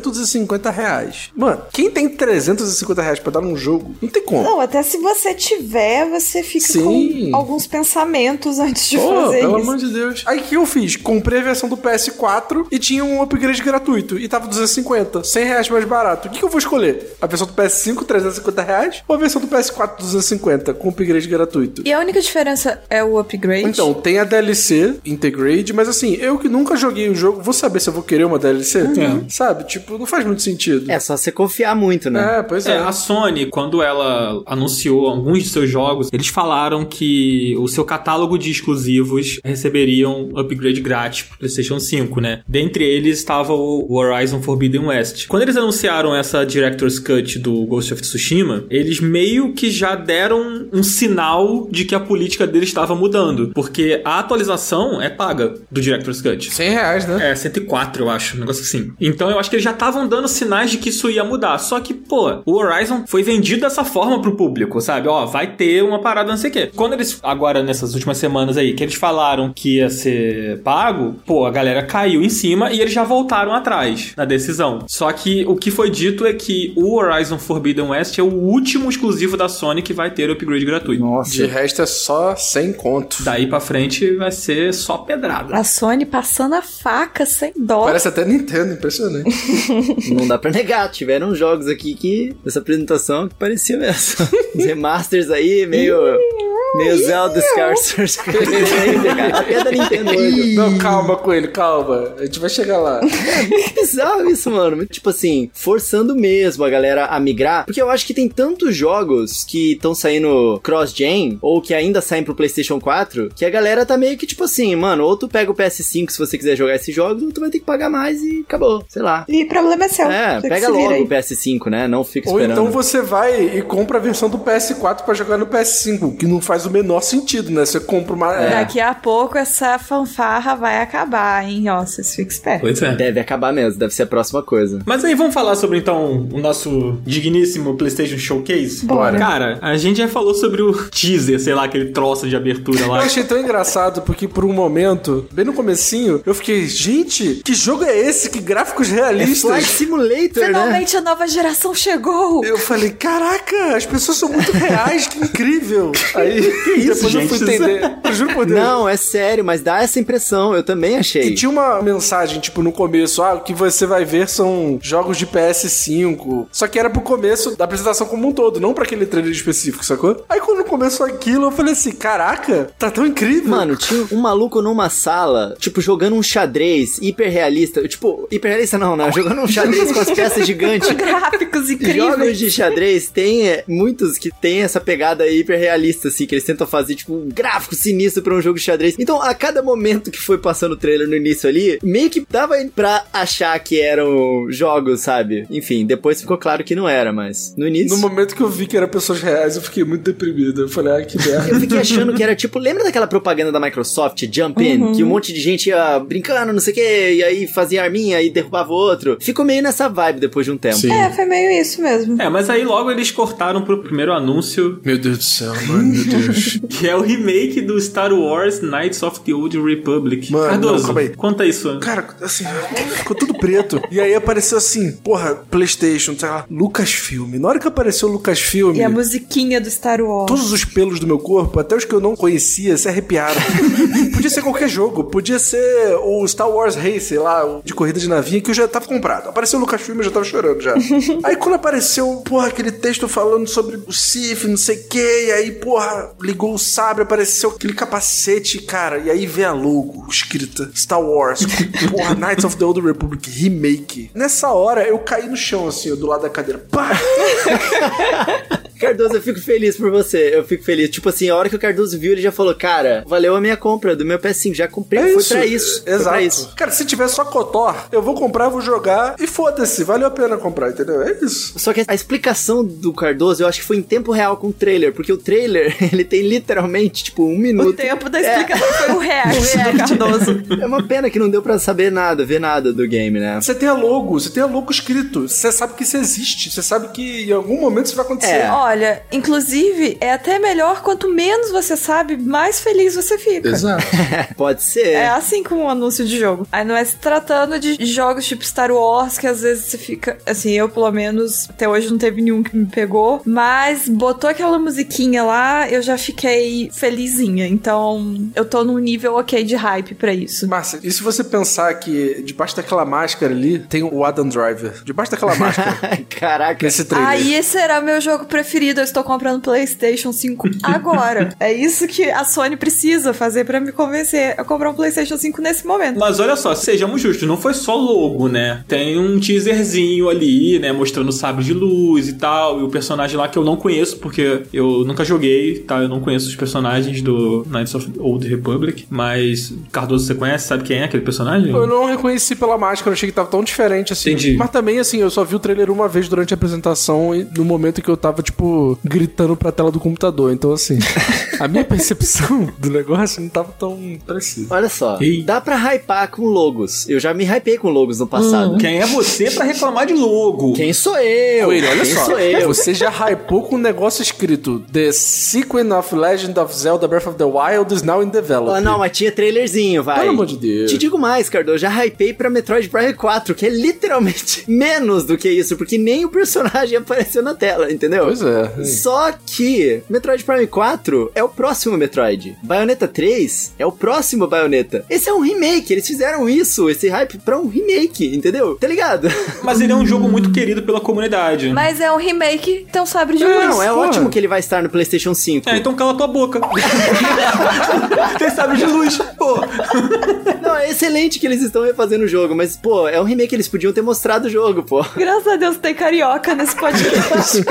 [SPEAKER 2] 350 reais. Mano, quem tem 350 reais pra dar num jogo, não tem como.
[SPEAKER 6] Não, até se você tiver, você fica
[SPEAKER 2] Sim.
[SPEAKER 6] com alguns pensamentos antes de
[SPEAKER 2] Pô,
[SPEAKER 6] fazer
[SPEAKER 2] pelo
[SPEAKER 6] isso.
[SPEAKER 2] amor de Deus. Aí o que eu fiz? Comprei a versão do PS4 e tinha um upgrade gratuito. E tava 250, 100 reais mais barato. O que, que eu vou escolher? A versão do PS5, 350 reais? Ou a versão do PS4, 250, com upgrade gratuito?
[SPEAKER 3] E a única diferença é o upgrade.
[SPEAKER 2] Então, tem a DLC, Integrate, mas assim, eu que nunca joguei o jogo, vou saber se eu vou querer uma DLC? Sabe? Tipo, não faz muito sentido.
[SPEAKER 4] É só você confiar muito, né?
[SPEAKER 2] É, pois é.
[SPEAKER 1] É, a Sony, quando ela anunciou alguns de seus jogos, eles falaram que o seu catálogo de exclusivos receberiam upgrade grátis pro PlayStation 5, né? Dentre eles estava o Horizon Forbidden West. Quando eles anunciaram essa Director's Cut do Ghost of Tsushima, eles meio que já deram um sinal de que a política deles estava mudando, porque a atualização é paga do Director's Cut.
[SPEAKER 2] 100 reais, né?
[SPEAKER 1] É, 104, eu acho, um negócio assim. Então eu acho que eles já estavam dando sinais de que isso ia mudar. Só que, pô, o Horizon foi vendido dessa forma pro público, sabe? Ó, vai ter uma parada, não sei o quê. Quando eles, agora nessas últimas semanas aí, que eles falaram que ia ser pago, pô, a galera caiu em cima e eles já voltaram atrás na decisão. Só que o que foi dito é que o Horizon Forbidden West é o último exclusivo da Sony que vai ter upgrade gratuito.
[SPEAKER 2] De
[SPEAKER 4] Nossa.
[SPEAKER 2] resto é só 100 conto.
[SPEAKER 1] Daí pra frente vai ser só pedrada.
[SPEAKER 3] A Sony passando a faca sem dó.
[SPEAKER 2] Parece até Nintendo, impressionante.
[SPEAKER 4] Não dá pra negar, tiveram jogos aqui que, nessa apresentação, que parecia mesmo. Os remasters aí, meio. meio Zelda Scarsers. Até da Nintendo. hoje.
[SPEAKER 2] Não, calma, Coelho, calma. A gente vai chegar lá.
[SPEAKER 4] bizarro isso, mano. Tipo assim, forçando mesmo a galera a migrar. Porque eu acho que tem tantos jogos que estão saindo cross-gen, ou que ainda saem pro PlayStation 4, que a galera tá meio que tipo assim, mano, ou tu pega o PS5 se você quiser jogar esses jogos, ou tu vai ter que pagar mais e acabou, sei lá.
[SPEAKER 6] E problema é seu.
[SPEAKER 4] É,
[SPEAKER 6] Você que
[SPEAKER 4] pega
[SPEAKER 6] se vira
[SPEAKER 4] logo
[SPEAKER 6] aí.
[SPEAKER 4] o PS5, né? Não fica
[SPEAKER 2] Ou
[SPEAKER 4] esperando.
[SPEAKER 2] então você vai e compra a versão do PS4 pra jogar no PS5, que não faz o menor sentido, né? Você compra uma. É.
[SPEAKER 3] Daqui a pouco essa fanfarra vai acabar, hein? Ó, vocês ficam espertos.
[SPEAKER 1] Pois é.
[SPEAKER 4] Deve acabar mesmo, deve ser a próxima coisa.
[SPEAKER 1] Mas aí vamos falar sobre então o nosso digníssimo PlayStation Showcase?
[SPEAKER 2] Bora.
[SPEAKER 1] Cara, a gente já falou sobre o teaser, sei lá, aquele troço de abertura
[SPEAKER 2] Eu
[SPEAKER 1] lá.
[SPEAKER 2] achei tão engraçado porque por um momento, bem no comecinho, eu fiquei, gente, que jogo é esse? Que gráficos
[SPEAKER 4] É Flight
[SPEAKER 2] realistas? é,
[SPEAKER 4] Simulator, né?
[SPEAKER 3] Finalmente a nova geração chegou!
[SPEAKER 2] eu falei, caraca, as pessoas são muito reais, que incrível. Aí
[SPEAKER 1] isso,
[SPEAKER 2] depois eu fui
[SPEAKER 1] gente?
[SPEAKER 2] entender. Eu juro por Deus.
[SPEAKER 4] Não, é sério, mas dá essa impressão, eu também achei.
[SPEAKER 2] E tinha uma mensagem, tipo, no começo, ah, o que você vai ver são jogos de PS5. Só que era pro começo da apresentação como um todo, não pra aquele trailer específico, sacou? Aí quando começou aquilo, eu falei assim, caraca, tá tão incrível.
[SPEAKER 4] Mano, tinha um maluco numa sala, tipo, jogando um xadrez hiperrealista. Tipo, hiperrealista não, né? Jogando um xadrez com as peças gigantes.
[SPEAKER 3] Gráficos
[SPEAKER 4] Jogos
[SPEAKER 3] incríveis.
[SPEAKER 4] de xadrez tem é, muitos que tem essa pegada hiperrealista, assim, que eles tentam fazer, tipo, um gráfico sinistro pra um jogo de xadrez. Então, a cada momento que foi passando o trailer no início ali, meio que dava pra achar que eram jogos, sabe? Enfim, depois ficou claro que não era, mas no início.
[SPEAKER 2] No momento que eu vi que eram pessoas reais, eu fiquei muito deprimido. Eu falei, ah, que merda.
[SPEAKER 4] Eu fiquei achando que era tipo, lembra daquela propaganda da Microsoft, Jump In?
[SPEAKER 3] Uhum.
[SPEAKER 4] Que um monte de gente ia brincando, não sei o que, e aí fazia arminha e derrubava o outro. Ficou meio nessa vibe depois de um tempo.
[SPEAKER 6] É, foi meio isso mesmo.
[SPEAKER 1] É, mas aí logo eles cortaram pro primeiro anúncio,
[SPEAKER 2] Meu Deus do céu, mano, meu Deus.
[SPEAKER 1] que é o remake do Star Wars Knights of the Old Republic.
[SPEAKER 2] Mano,
[SPEAKER 1] Cardoso,
[SPEAKER 2] não, calma aí.
[SPEAKER 1] conta isso.
[SPEAKER 2] Cara, assim, ficou tudo preto. E aí apareceu assim, porra, Playstation, sei lá, Lucasfilm. Na hora que apareceu o Lucasfilm,
[SPEAKER 3] E a musiquinha do Star Wars.
[SPEAKER 2] todos os pelos do meu corpo, até os que eu não conhecia, se arrepiaram. podia ser qualquer jogo, podia ser o Star Wars Race, lá, o de corrida de navinha, que eu já tava comprado. Apareceu o Lucasfilm, eu já tava chorando já. aí quando apareceu, porra, aquele texto falando sobre o Sif, não sei o que, e aí, porra, ligou o sabre, apareceu aquele capacete, cara, e aí vem a logo escrita Star Wars, porra, Knights of the Old Republic, remake. Nessa hora, eu caí no chão, assim, do lado da cadeira. Pá!
[SPEAKER 4] Cardoso, eu fico feliz por você. Eu fico feliz. Tipo assim, a hora que o Cardoso viu, ele já falou: Cara, valeu a minha compra do meu PS5. Já comprei, foi pra É isso. Foi
[SPEAKER 2] É Exato.
[SPEAKER 4] pra isso.
[SPEAKER 2] Cara, se tiver só Cotor, eu vou comprar, vou jogar e foda-se, valeu a pena comprar, entendeu? É isso.
[SPEAKER 4] Só que a explicação do Cardoso, eu acho que foi em tempo real com o trailer, porque o trailer, ele tem literalmente, tipo, um minuto.
[SPEAKER 3] O tempo
[SPEAKER 2] É.
[SPEAKER 3] da explicação foi o react do
[SPEAKER 2] né?
[SPEAKER 3] Cardoso.
[SPEAKER 4] É uma pena que não deu pra saber nada, ver nada do game, né?
[SPEAKER 2] Você tem a logo, você tem a logo escrito, você sabe que isso existe, você sabe que em algum momento isso vai acontecer.
[SPEAKER 4] É.
[SPEAKER 3] Olha, inclusive, é até melhor quanto menos você sabe, mais feliz você fica.
[SPEAKER 2] Exato.
[SPEAKER 4] Pode ser.
[SPEAKER 3] É assim com um anúncio de jogo. Aí não é se tratando de jogos tipo Star Wars, que às vezes você fica. Assim, eu pelo menos até hoje não teve nenhum que me pegou. Mas botou aquela musiquinha lá, eu já fiquei felizinha. Então eu tô num nível ok de hype pra isso.
[SPEAKER 2] Márcia, e se você pensar que debaixo daquela máscara ali tem o Adam Driver? Debaixo daquela máscara,
[SPEAKER 4] Caraca.
[SPEAKER 2] nesse trailer.
[SPEAKER 3] Aí esse será meu jogo preferido. Eu estou comprando PlayStation 5 agora. é isso que a Sony precisa fazer pra me convencer a comprar um PlayStation 5 nesse momento.
[SPEAKER 1] Mas olha só, sejamos justos, não foi só logo, né? Tem um teaserzinho ali, né? Mostrando o sabre de luz e tal. E o personagem lá que eu não conheço, porque eu nunca joguei, tá? Eu não conheço os personagens do Knights of the Old Republic. Mas, Cardoso, você conhece? Sabe quem é aquele personagem?
[SPEAKER 2] Eu não reconheci pela máscara, eu achei que tava tão diferente assim.
[SPEAKER 1] Entendi.
[SPEAKER 2] Mas também, assim, eu só vi o trailer uma vez durante a apresentação e no momento que eu tava, tipo, gritando pra tela do computador. Então, assim, a minha percepção do negócio não tava tão parecida.
[SPEAKER 4] Olha só,
[SPEAKER 1] Ih.
[SPEAKER 4] dá pra hypar com logos. Eu já me hypei com logos no passado.
[SPEAKER 1] Quem é você pra reclamar de logo?
[SPEAKER 4] Quem sou eu?
[SPEAKER 2] Coelho, olha
[SPEAKER 4] Quem
[SPEAKER 2] só.
[SPEAKER 4] sou eu?
[SPEAKER 2] Você já hypou com um negócio escrito: The Sequel of Legend of Zelda Breath of the Wild is now in development.
[SPEAKER 4] Ah, não, mas tinha trailerzinho, vai.
[SPEAKER 2] Pelo amor de Deus.
[SPEAKER 4] Te digo mais, Cardo, já hypei pra Metroid Prime 4, que é literalmente menos do que isso, porque nem o personagem apareceu na tela, entendeu?
[SPEAKER 2] Pois é.
[SPEAKER 4] Só que Metroid Prime 4 é o próximo Metroid. Bayonetta 3 é o próximo Bayonetta. Esse é um remake, eles fizeram isso, esse hype pra um remake, entendeu? Tá ligado?
[SPEAKER 1] Mas ele é um jogo muito querido pela comunidade.
[SPEAKER 3] Mas é um remake, então sabre de luz.
[SPEAKER 4] Não, é
[SPEAKER 2] pô.
[SPEAKER 4] ótimo que ele vai estar no PlayStation 5.
[SPEAKER 1] É, então cala tua boca. Tem sabre de luz, pô.
[SPEAKER 4] Não, é excelente que eles estão refazendo o jogo, mas, pô, é um remake, eles podiam ter mostrado o jogo, pô.
[SPEAKER 3] Graças a Deus tem carioca nesse podcast.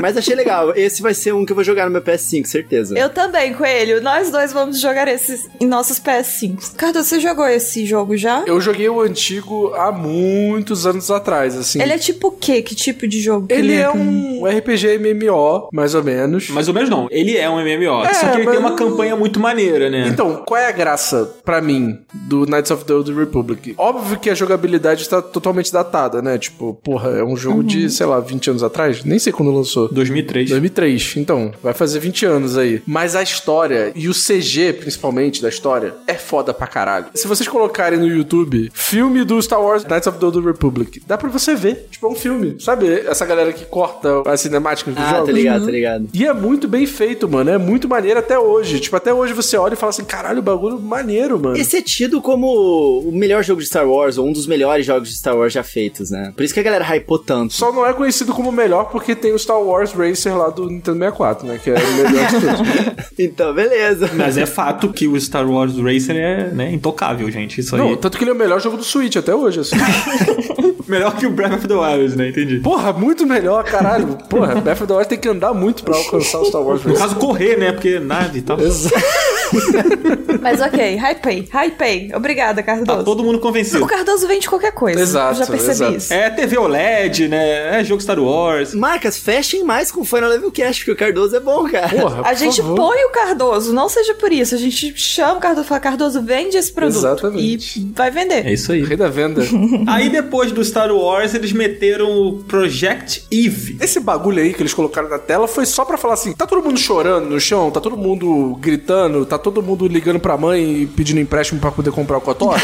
[SPEAKER 4] Mas achei legal. Esse vai ser um que eu vou jogar no meu PS5, certeza.
[SPEAKER 3] Eu também, Coelho. Nós dois vamos jogar esses em nossos PS5. Cardoso, você jogou esse jogo já?
[SPEAKER 2] Eu joguei o antigo há muitos anos atrás, assim.
[SPEAKER 3] Ele é tipo o quê? Que tipo de jogo? que
[SPEAKER 2] Ele é
[SPEAKER 3] com-
[SPEAKER 2] um RPG MMO, mais ou menos.
[SPEAKER 1] Mais ou menos não, ele é um MMO.
[SPEAKER 2] É,
[SPEAKER 1] só que ele
[SPEAKER 2] mas
[SPEAKER 1] tem uma
[SPEAKER 2] não-
[SPEAKER 1] campanha muito maneira, né?
[SPEAKER 2] Então, qual é a graça, pra mim, do Knights of the Old Republic? Óbvio que a jogabilidade está totalmente datada, né? Tipo, porra, é um jogo
[SPEAKER 4] Uhum.
[SPEAKER 2] de, sei lá, 20 anos atrás? Nem sei quando lançou.
[SPEAKER 1] 2003.
[SPEAKER 2] 2003, então, vai fazer 20 anos aí. Mas a história e o CG, principalmente, da história, é foda pra caralho. Se vocês colocarem no YouTube, filme do Star Wars Knights of the Old Republic, dá pra você ver. Tipo, é um filme. Sabe essa galera que corta as cinemáticas dos
[SPEAKER 4] Ah,
[SPEAKER 2] jogos?
[SPEAKER 4] tá ligado, tá ligado.
[SPEAKER 2] E é muito bem feito, mano. É muito maneiro até hoje. Tipo, até hoje você olha e fala assim: caralho, o bagulho maneiro, mano. mano.
[SPEAKER 4] Esse é tido como o melhor jogo de Star Wars, ou um dos melhores jogos de Star Wars já feitos, né? Por isso que a galera hypou tanto.
[SPEAKER 2] Só não é conhecido como o melhor porque tem o Star Wars Racer lá do Nintendo 64, né? Que é o melhor de todos.
[SPEAKER 4] Então, beleza.
[SPEAKER 1] Mas é fato que o Star Wars Racer é né, intocável, gente. Isso aí.
[SPEAKER 2] Não, tanto que ele é o melhor jogo do Switch até hoje, assim.
[SPEAKER 1] Melhor que o Breath of the Wild, né? Entendi.
[SPEAKER 2] Porra, muito melhor, caralho. Porra, Breath of the Wild tem que andar muito pra alcançar o Star Wars
[SPEAKER 1] No
[SPEAKER 2] Racer.
[SPEAKER 1] caso, correr, né? Porque nave e tal.
[SPEAKER 2] Exato.
[SPEAKER 3] Mas ok, hypei, hypei. Obrigada,
[SPEAKER 1] Tá
[SPEAKER 3] Cardoso.
[SPEAKER 1] todo mundo
[SPEAKER 3] O
[SPEAKER 1] convencido.
[SPEAKER 3] Cardoso vende qualquer coisa.
[SPEAKER 2] Exato,
[SPEAKER 3] Já percebi
[SPEAKER 2] exato.
[SPEAKER 3] isso.
[SPEAKER 1] É TV OLED, né? É jogo Star Wars.
[SPEAKER 4] Marcas, fechem mais com o Final Level Cash, porque o Cardoso é bom, cara.
[SPEAKER 2] Porra,
[SPEAKER 3] A
[SPEAKER 2] por
[SPEAKER 3] gente
[SPEAKER 2] favor.
[SPEAKER 3] põe o Cardoso, não seja por isso. A gente chama o Cardoso e fala: Cardoso, vende esse produto.
[SPEAKER 2] Exatamente.
[SPEAKER 3] E vai vender.
[SPEAKER 1] É isso aí.
[SPEAKER 2] Rei da venda.
[SPEAKER 1] Aí depois do Star Wars, eles meteram o Project Eve.
[SPEAKER 2] Esse bagulho aí que eles colocaram na tela foi só pra falar assim: tá todo mundo chorando no chão, tá todo mundo gritando, tá todo mundo ligando pra mãe e pedindo empréstimo pra poder comprar o cotó?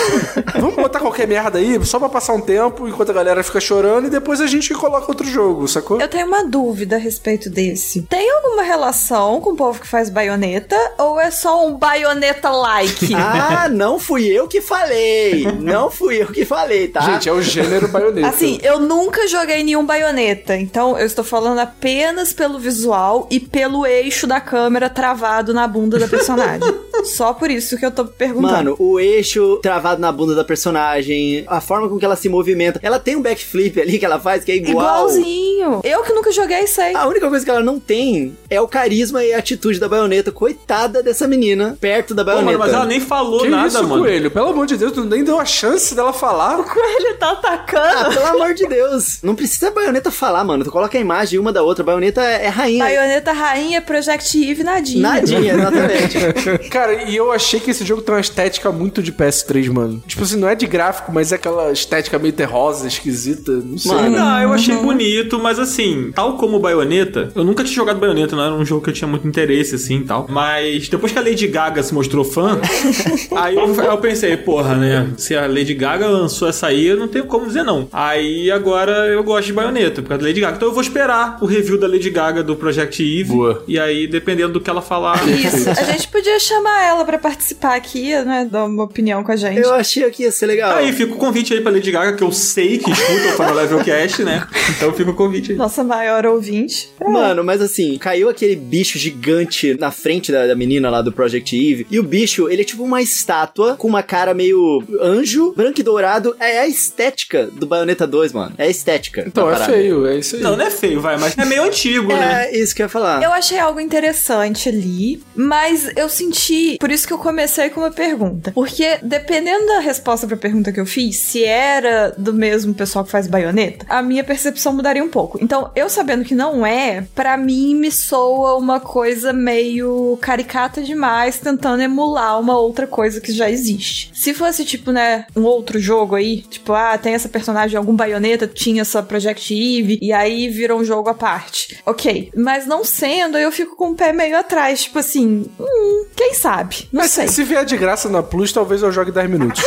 [SPEAKER 2] Vamos botar qualquer merda aí só pra passar um tempo enquanto a galera fica chorando e depois a gente coloca outro jogo, sacou?
[SPEAKER 3] Eu tenho uma dúvida a respeito desse. Tem alguma relação com o povo que faz baioneta? Ou é só um baioneta-like?
[SPEAKER 4] Ah, não fui eu que falei. Não fui eu que falei, tá?
[SPEAKER 2] Gente, é o gênero baioneta.
[SPEAKER 3] Assim, eu nunca joguei nenhum baioneta, então eu estou falando apenas pelo visual e pelo eixo da câmera travado na bunda da personagem. Só por isso que eu tô perguntando.
[SPEAKER 4] Mano, o eixo travado na bunda da personagem, a forma com que ela se movimenta. Ela tem um backflip ali que ela faz que é igual.
[SPEAKER 3] Igualzinho. Eu que nunca joguei sei.
[SPEAKER 4] A única coisa que ela não tem é o carisma e a atitude da baioneta. Coitada dessa menina, perto da
[SPEAKER 1] Pô,
[SPEAKER 4] baioneta.
[SPEAKER 1] mano, mas ela nem falou
[SPEAKER 2] que
[SPEAKER 1] nada,
[SPEAKER 2] isso,
[SPEAKER 1] mano.
[SPEAKER 2] coelho? Pelo amor de Deus, tu nem deu a chance dela falar.
[SPEAKER 3] Ele tá
[SPEAKER 4] Ah,
[SPEAKER 3] atacando.
[SPEAKER 4] pelo amor de Deus. Não precisa a baioneta falar, mano. Tu coloca a imagem uma da outra. A baioneta é é rainha.
[SPEAKER 3] Baioneta Rainha, Project Eve, nadinha.
[SPEAKER 4] Nadinha, exatamente.
[SPEAKER 2] Cara, e eu achei que esse jogo tem uma estética muito de PS3, mano. Tipo assim, não é de gráfico, mas é aquela estética meio terrosa, esquisita, não sei. né?
[SPEAKER 4] Mano,
[SPEAKER 1] Não, eu achei bonito, mas assim, tal como Bayonetta, eu nunca tinha jogado Bayonetta, não era um jogo que eu tinha muito interesse, assim, e tal. Mas depois que a Lady Gaga se mostrou fã, aí eu, eu pensei, porra, né, se a Lady Gaga lançou essa aí, eu não tenho como dizer não. Aí agora eu gosto de Bayonetta, por causa da Lady Gaga. Então eu vou esperar o review da Lady Gaga do Project Eve.
[SPEAKER 2] Boa.
[SPEAKER 1] E aí, dependendo do que ela falar...
[SPEAKER 3] Isso. A gente podia chamar ela pra participar aqui, né? Dar uma opinião com a gente.
[SPEAKER 4] Eu achei que ia ser legal.
[SPEAKER 1] Tá Aí fica o convite aí pra Lady Gaga, que eu sei que escuta o Final Level Cast, né? Então fica o convite aí.
[SPEAKER 3] Nossa maior ouvinte.
[SPEAKER 2] É.
[SPEAKER 4] Mano, mas assim, caiu aquele bicho gigante na frente da, da menina lá do Project Eve. E o bicho, ele é tipo uma estátua com uma cara meio anjo, branco e dourado. É a estética do Bayonetta 2, mano. É a estética.
[SPEAKER 2] Então,
[SPEAKER 1] tá
[SPEAKER 4] da
[SPEAKER 2] é
[SPEAKER 4] parada.
[SPEAKER 2] feio, é isso aí.
[SPEAKER 1] Não, não é feio, vai, mas é meio antigo, né?
[SPEAKER 4] É isso que eu ia falar.
[SPEAKER 3] Eu achei algo interessante ali, mas eu senti. Por isso que eu comecei com uma pergunta. Porque dependendo da resposta pra pergunta que eu fiz, se era do mesmo pessoal que faz baioneta, a minha percepção mudaria um pouco. Então, eu sabendo que não é, pra mim me soa uma coisa meio caricata é demais, tentando emular uma outra coisa que já existe. Se fosse, tipo, né, um outro jogo aí, tipo, ah, tem essa personagem, algum baioneta, tinha essa Project Eve, e aí virou um jogo à parte. Ok. Mas não sendo, eu fico com o pé meio atrás, tipo assim, hum, quem sabe? Não
[SPEAKER 2] Mas
[SPEAKER 3] sei.
[SPEAKER 2] se, se vier de graça na Plus, talvez eu jogue 10 minutos.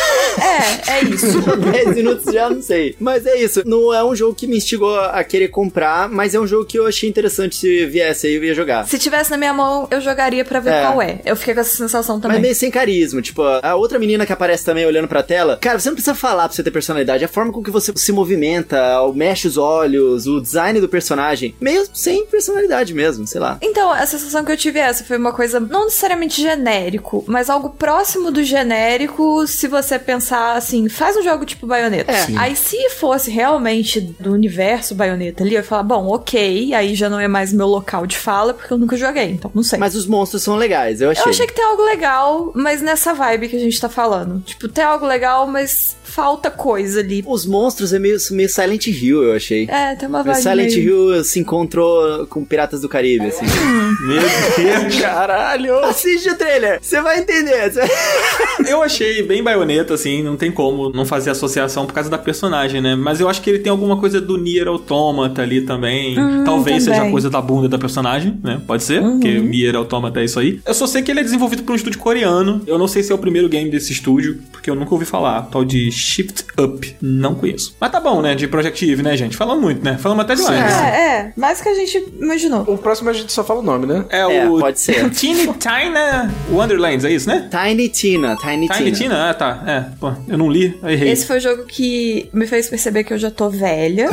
[SPEAKER 3] É, é isso.
[SPEAKER 4] 10 minutos já não sei. Mas é isso. Não é um jogo que me instigou a a querer comprar, mas é um jogo que eu achei interessante se viesse aí eu ia jogar.
[SPEAKER 3] se tivesse na minha mão, eu jogaria pra ver
[SPEAKER 4] É.
[SPEAKER 3] qual é. Eu fiquei com essa sensação também.
[SPEAKER 4] Mas meio sem carisma. Tipo, a outra menina que aparece também olhando pra tela. Cara, você não precisa falar pra você ter personalidade. A forma com que você se movimenta, o- mexe os olhos, o design do personagem. Meio sem personalidade mesmo, sei lá.
[SPEAKER 3] Então, a sensação que eu tive é essa foi uma coisa não necessariamente genérico, mas algo próximo do genérico, se você pensar assim, faz um jogo tipo baioneta.
[SPEAKER 4] É.
[SPEAKER 3] Aí se fosse realmente do universo baioneta ali, eu ia falar, bom, ok, aí já não é mais meu local de fala, porque eu nunca joguei, então não sei.
[SPEAKER 4] Mas os monstros são legais, eu achei.
[SPEAKER 3] Eu achei que tem algo legal, mas nessa vibe que a gente tá falando. Tipo, tem algo legal, mas falta coisa ali.
[SPEAKER 4] Os monstros é meio, meio Silent Hill, eu achei.
[SPEAKER 3] É, tem uma
[SPEAKER 4] Meio
[SPEAKER 3] vibe.
[SPEAKER 4] Silent
[SPEAKER 3] meio...
[SPEAKER 4] Hill se encontrou com Piratas do Caribe, assim.
[SPEAKER 1] Meu Deus,
[SPEAKER 2] Caralho!
[SPEAKER 4] Assiste o trailer, você vai entender. Você vai...
[SPEAKER 1] Eu achei bem baioneta, assim, não tem como não fazer associação por causa da personagem, né? Mas eu acho que ele tem alguma coisa do Nier Automa, Automata ali também.
[SPEAKER 4] Ah,
[SPEAKER 1] Talvez seja
[SPEAKER 6] também.
[SPEAKER 1] coisa da bunda da personagem, né? Pode ser, porque
[SPEAKER 4] Uhum.
[SPEAKER 1] Nier Automata é isso aí. Eu só sei que ele é desenvolvido por um estúdio coreano. Eu não sei se é o primeiro game desse estúdio, porque eu nunca ouvi falar. Tal de Shift Up. Não conheço. Mas tá bom, né? De Project Eve, né, gente? Falamos muito, né? Falamos até demais. né?
[SPEAKER 6] É, é, mais que a gente imaginou.
[SPEAKER 2] O próximo a gente só fala o nome, né?
[SPEAKER 1] É,
[SPEAKER 4] É,
[SPEAKER 1] o
[SPEAKER 4] pode ser.
[SPEAKER 1] Teeny Tina Wonderlands, é isso, né?
[SPEAKER 4] Tiny Tina, Tiny,
[SPEAKER 1] Tiny
[SPEAKER 4] Tina.
[SPEAKER 1] Tina? Ah, tá. É, pô, eu não li, eu errei.
[SPEAKER 3] Esse foi o jogo que me fez perceber que eu já tô velha.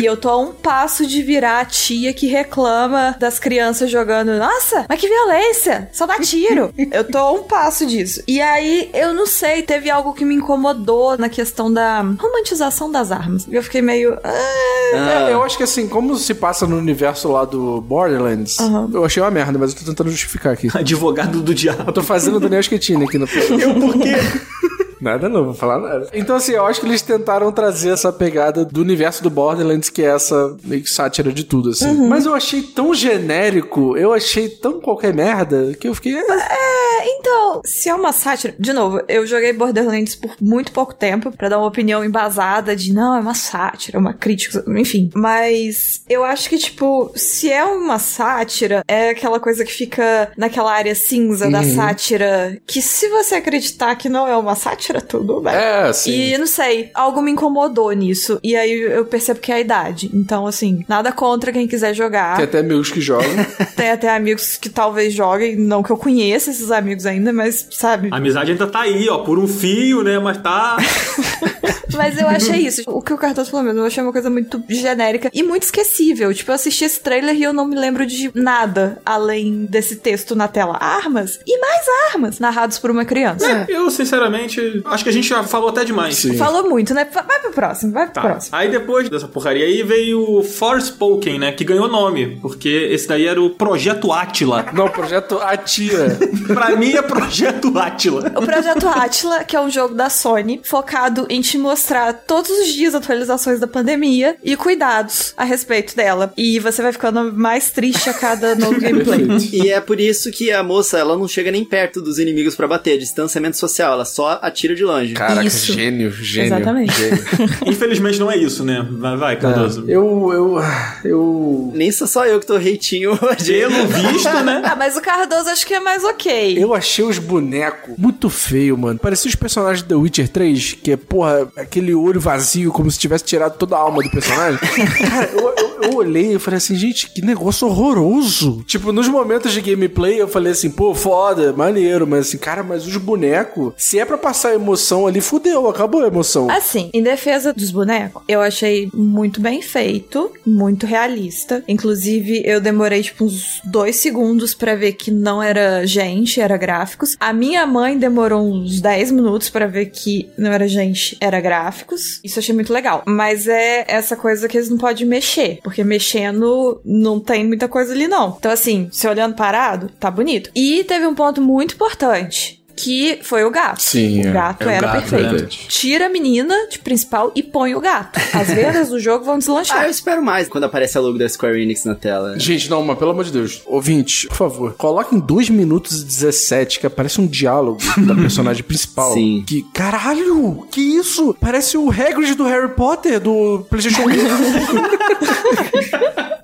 [SPEAKER 3] e eu tô a um passo de virar a tia que reclama das crianças jogando. Nossa, mas que violência! Só dá tiro. eu tô a um passo disso. E aí, eu não sei, teve algo que me incomodou na questão da romantização das armas. Eu fiquei meio. "Ah,
[SPEAKER 4] Ah,
[SPEAKER 2] É, eu acho que assim, como se passa no universo lá do Borderlands,
[SPEAKER 3] Aham.
[SPEAKER 2] eu achei uma merda, mas eu tô tentando justificar aqui.
[SPEAKER 1] Advogado do
[SPEAKER 2] Eu
[SPEAKER 1] diabo.
[SPEAKER 2] tô fazendo o Daniel Schettini aqui no programa. Eu por quê? Nada não, vou falar nada. Então, assim, eu acho que eles tentaram trazer essa pegada do universo do Borderlands, que é essa meio que sátira de tudo, assim. Mas eu achei tão genérico, eu achei tão qualquer merda, que eu fiquei. "Ah,
[SPEAKER 3] Então, se é uma sátira. De novo, eu joguei Borderlands por muito pouco tempo pra dar uma opinião embasada de não, é uma sátira, é uma crítica, enfim. Mas eu acho que, tipo, se é uma sátira, é aquela coisa que fica naquela área cinza da sátira. Que se você acreditar que não é uma sátira, tudo bem.
[SPEAKER 2] É, assim.
[SPEAKER 3] E eu não sei, algo me incomodou nisso. E aí eu percebo que é a idade. Então, assim, nada contra quem quiser jogar.
[SPEAKER 2] Tem até meus que jogam.
[SPEAKER 3] Tem até amigos que talvez joguem, não que eu conheça esses amigos ainda, mas sabe.
[SPEAKER 1] A amizade ainda tá aí, ó, por um fio, né? Mas tá.
[SPEAKER 3] Mas eu achei isso. O que o Cartoso falou mesmo, eu achei uma coisa muito genérica e muito esquecível. Tipo, eu assisti esse trailer e eu não me lembro de nada além desse texto na tela. Armas e mais armas, narrados por uma criança.
[SPEAKER 1] É, Eu, sinceramente, acho que a gente já falou até demais.
[SPEAKER 2] Sim.
[SPEAKER 3] Falou muito, né? Fa- Vai pro próximo, vai pro
[SPEAKER 1] É. Tá.
[SPEAKER 3] próximo.
[SPEAKER 1] Aí depois dessa porcaria aí veio o Forspoken, né? Que ganhou nome, porque esse daí era o Projeto Átila.
[SPEAKER 2] Não, projeto Atia.
[SPEAKER 1] pra mim é Projeto Átila.
[SPEAKER 3] O Projeto Atila, que é um jogo da Sony, focado em te mostrar todos os dias atualizações da pandemia e cuidados a respeito dela. E você vai ficando mais triste a cada novo gameplay.
[SPEAKER 2] Perfeito.
[SPEAKER 4] E é por isso que a moça, ela não chega nem perto dos inimigos pra bater, distanciamento social, ela só atira de longe.
[SPEAKER 2] Caraca,
[SPEAKER 3] Isso.
[SPEAKER 2] gênio, gênio.
[SPEAKER 3] Exatamente.
[SPEAKER 2] gênio.
[SPEAKER 1] Infelizmente não é isso, né? Vai, vai, Cardoso.
[SPEAKER 3] É.
[SPEAKER 2] Eu, eu, eu.
[SPEAKER 4] Nem só só eu que tô reitinho hoje.
[SPEAKER 1] Pelo visto, né?
[SPEAKER 3] Ah, mas o Cardoso acho que é mais ok.
[SPEAKER 2] Eu achei os bonecos muito feio, mano. Parecia os personagens do The Witcher 3, que é, porra, aquele olho vazio, como se tivesse tirado toda a alma do personagem. Cara, eu, eu, eu olhei e falei assim, gente, que negócio horroroso. Tipo, nos momentos de gameplay, eu falei assim, pô, foda, maneiro, mas assim, cara, mas os bonecos, se é pra passar emoção ali, fudeu, acabou a emoção.
[SPEAKER 3] Assim, em defesa dos bonecos, eu achei muito bem feito, muito realista. Inclusive, eu demorei, tipo, uns dois segundos pra ver que não era gente, era gráficos. A minha mãe demorou uns 10 minutos pra ver que não era gente, era gráficos. Isso eu achei muito legal. Mas é essa coisa que eles não podem mexer, porque mexendo não tem muita coisa ali, não. Então, assim, se olhando parado, tá bonito. E teve um ponto muito importante. Que foi o gato.
[SPEAKER 2] Sim, é.
[SPEAKER 3] o gato
[SPEAKER 2] É o
[SPEAKER 3] era
[SPEAKER 2] gato,
[SPEAKER 3] perfeito.
[SPEAKER 2] verdade.
[SPEAKER 3] Tira a menina de principal e põe o gato. As vendas do jogo vão
[SPEAKER 4] Ah, eu
[SPEAKER 3] deslanchar.
[SPEAKER 4] espero mais quando aparece a logo da Square Enix na tela.
[SPEAKER 2] Gente, não, mas pelo amor de Deus. Ouvinte, por favor, coloquem 2 minutos e 17, que aparece um diálogo da personagem principal.
[SPEAKER 4] Sim.
[SPEAKER 2] Que, caralho, que isso? Parece o Hagrid do Harry Potter, do PlayStation 1.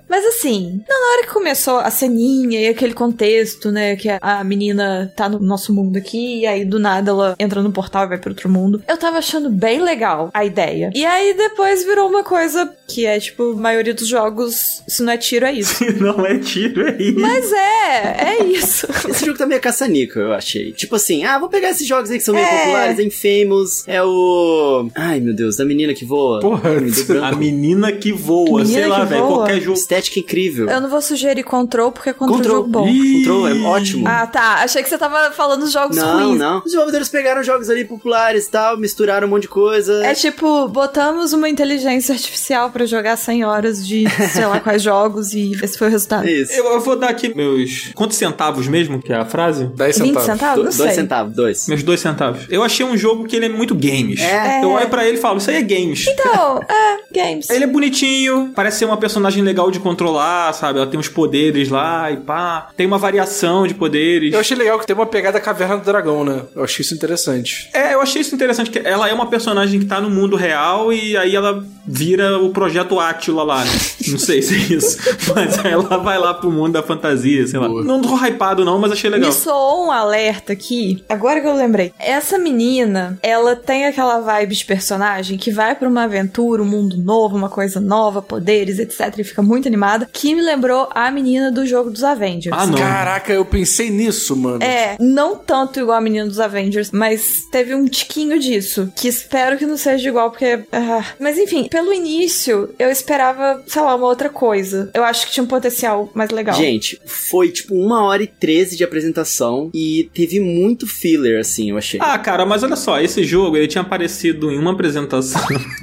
[SPEAKER 3] Mas assim, não, na hora que começou a ceninha e aquele contexto, né? Que a menina tá no nosso mundo aqui e aí do nada ela entra no portal e vai pro outro mundo. Eu tava achando bem legal a ideia. E aí depois virou uma coisa que é tipo, a maioria dos jogos, se não é tiro, é isso.
[SPEAKER 1] Se não é tiro, é isso.
[SPEAKER 3] Mas é, é isso.
[SPEAKER 4] Esse jogo tá meio caça-níquel, eu achei. Tipo assim, ah, vou pegar esses jogos aí que são meio
[SPEAKER 6] É.
[SPEAKER 4] populares, é Infamous, é o... Ai, meu Deus, da menina que voa.
[SPEAKER 2] Porra,
[SPEAKER 4] Ai, me deu branco.
[SPEAKER 1] A menina que voa,
[SPEAKER 3] Menina
[SPEAKER 1] sei lá,
[SPEAKER 3] que
[SPEAKER 1] velho,
[SPEAKER 3] voa.
[SPEAKER 1] qualquer jogo.
[SPEAKER 4] Estética incrível.
[SPEAKER 3] Eu não vou sugerir control porque é control,
[SPEAKER 4] Control.
[SPEAKER 3] jogo bom.
[SPEAKER 1] Ih.
[SPEAKER 4] Control é ótimo.
[SPEAKER 3] Ah, tá. Achei que você tava falando dos jogos
[SPEAKER 4] não,
[SPEAKER 3] ruins.
[SPEAKER 4] não. Os desenvolvedores pegaram jogos ali populares e tal, misturaram um monte de coisa.
[SPEAKER 3] É tipo, botamos uma inteligência artificial pra jogar 100 horas de sei lá quais jogos e esse foi o resultado.
[SPEAKER 4] É Isso.
[SPEAKER 1] Eu, eu vou dar aqui meus. Quantos centavos mesmo, que é a frase?
[SPEAKER 2] 10
[SPEAKER 3] 20
[SPEAKER 4] Do-
[SPEAKER 2] centavos.
[SPEAKER 3] centavos? Não
[SPEAKER 4] dois
[SPEAKER 3] sei.
[SPEAKER 4] centavos, dois.
[SPEAKER 1] Meus dois centavos. Eu achei um jogo que ele é muito games.
[SPEAKER 4] É.
[SPEAKER 1] Eu olho pra ele e falo, isso aí é games.
[SPEAKER 3] Então, é, games.
[SPEAKER 1] Ele é bonitinho, parece ser uma personagem legal de controlar, sabe? Ela tem uns poderes lá e pá. Tem uma variação de poderes.
[SPEAKER 2] Eu achei legal que tem uma pegada caverna do dragão, né? Eu achei isso interessante.
[SPEAKER 1] É, eu achei isso interessante, que ela é uma personagem que tá no mundo real e aí ela vira o projeto Átila lá, né? Não sei se é isso. Mas aí ela vai lá pro mundo da fantasia, sei lá.
[SPEAKER 2] Boa.
[SPEAKER 1] Não tô hypado, não, mas achei legal.
[SPEAKER 3] Me soou um alerta aqui, agora que eu lembrei. Essa menina, ela tem aquela vibe de personagem que vai pra uma aventura, um mundo novo, uma coisa nova, poderes, etc. E fica muito animada. Que me lembrou a menina do jogo dos Avengers.
[SPEAKER 1] Ah, não.
[SPEAKER 2] Caraca, eu pensei nisso, mano.
[SPEAKER 3] É, não tanto igual a menina dos Avengers, mas teve um tiquinho disso. Que espero que não seja igual, porque. ah. Mas enfim, pelo início, eu esperava, sei lá, uma outra coisa. Eu acho que tinha um potencial mais legal.
[SPEAKER 4] Gente, foi tipo uma hora e 13 de apresentação e teve muito filler, assim, eu achei.
[SPEAKER 1] Ah, cara, mas olha só, esse jogo ele tinha aparecido em uma apresentação.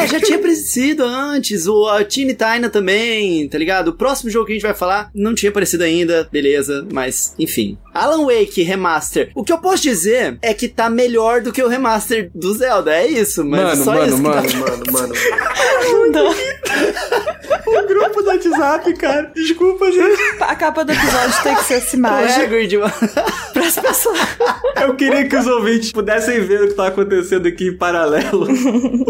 [SPEAKER 4] É, já tinha aparecido antes, o a Tiny Tina também, tá ligado? O próximo jogo que a gente vai falar não tinha aparecido ainda, beleza, mas enfim. Alan Wake Remaster. O que eu posso dizer é que tá melhor do que o remaster do Zelda, é isso, mas
[SPEAKER 2] mano,
[SPEAKER 4] só
[SPEAKER 2] mano,
[SPEAKER 4] isso que tá
[SPEAKER 2] mano,
[SPEAKER 4] dá-
[SPEAKER 2] mano, mano.
[SPEAKER 1] o grupo do WhatsApp, cara. Desculpa, gente.
[SPEAKER 3] A capa do episódio tem que ser essa
[SPEAKER 4] tá
[SPEAKER 1] É.
[SPEAKER 3] imagem
[SPEAKER 4] Hagrid, mano.
[SPEAKER 3] para as pessoas.
[SPEAKER 1] Eu queria que os ouvintes pudessem ver o que tá acontecendo aqui em paralelo.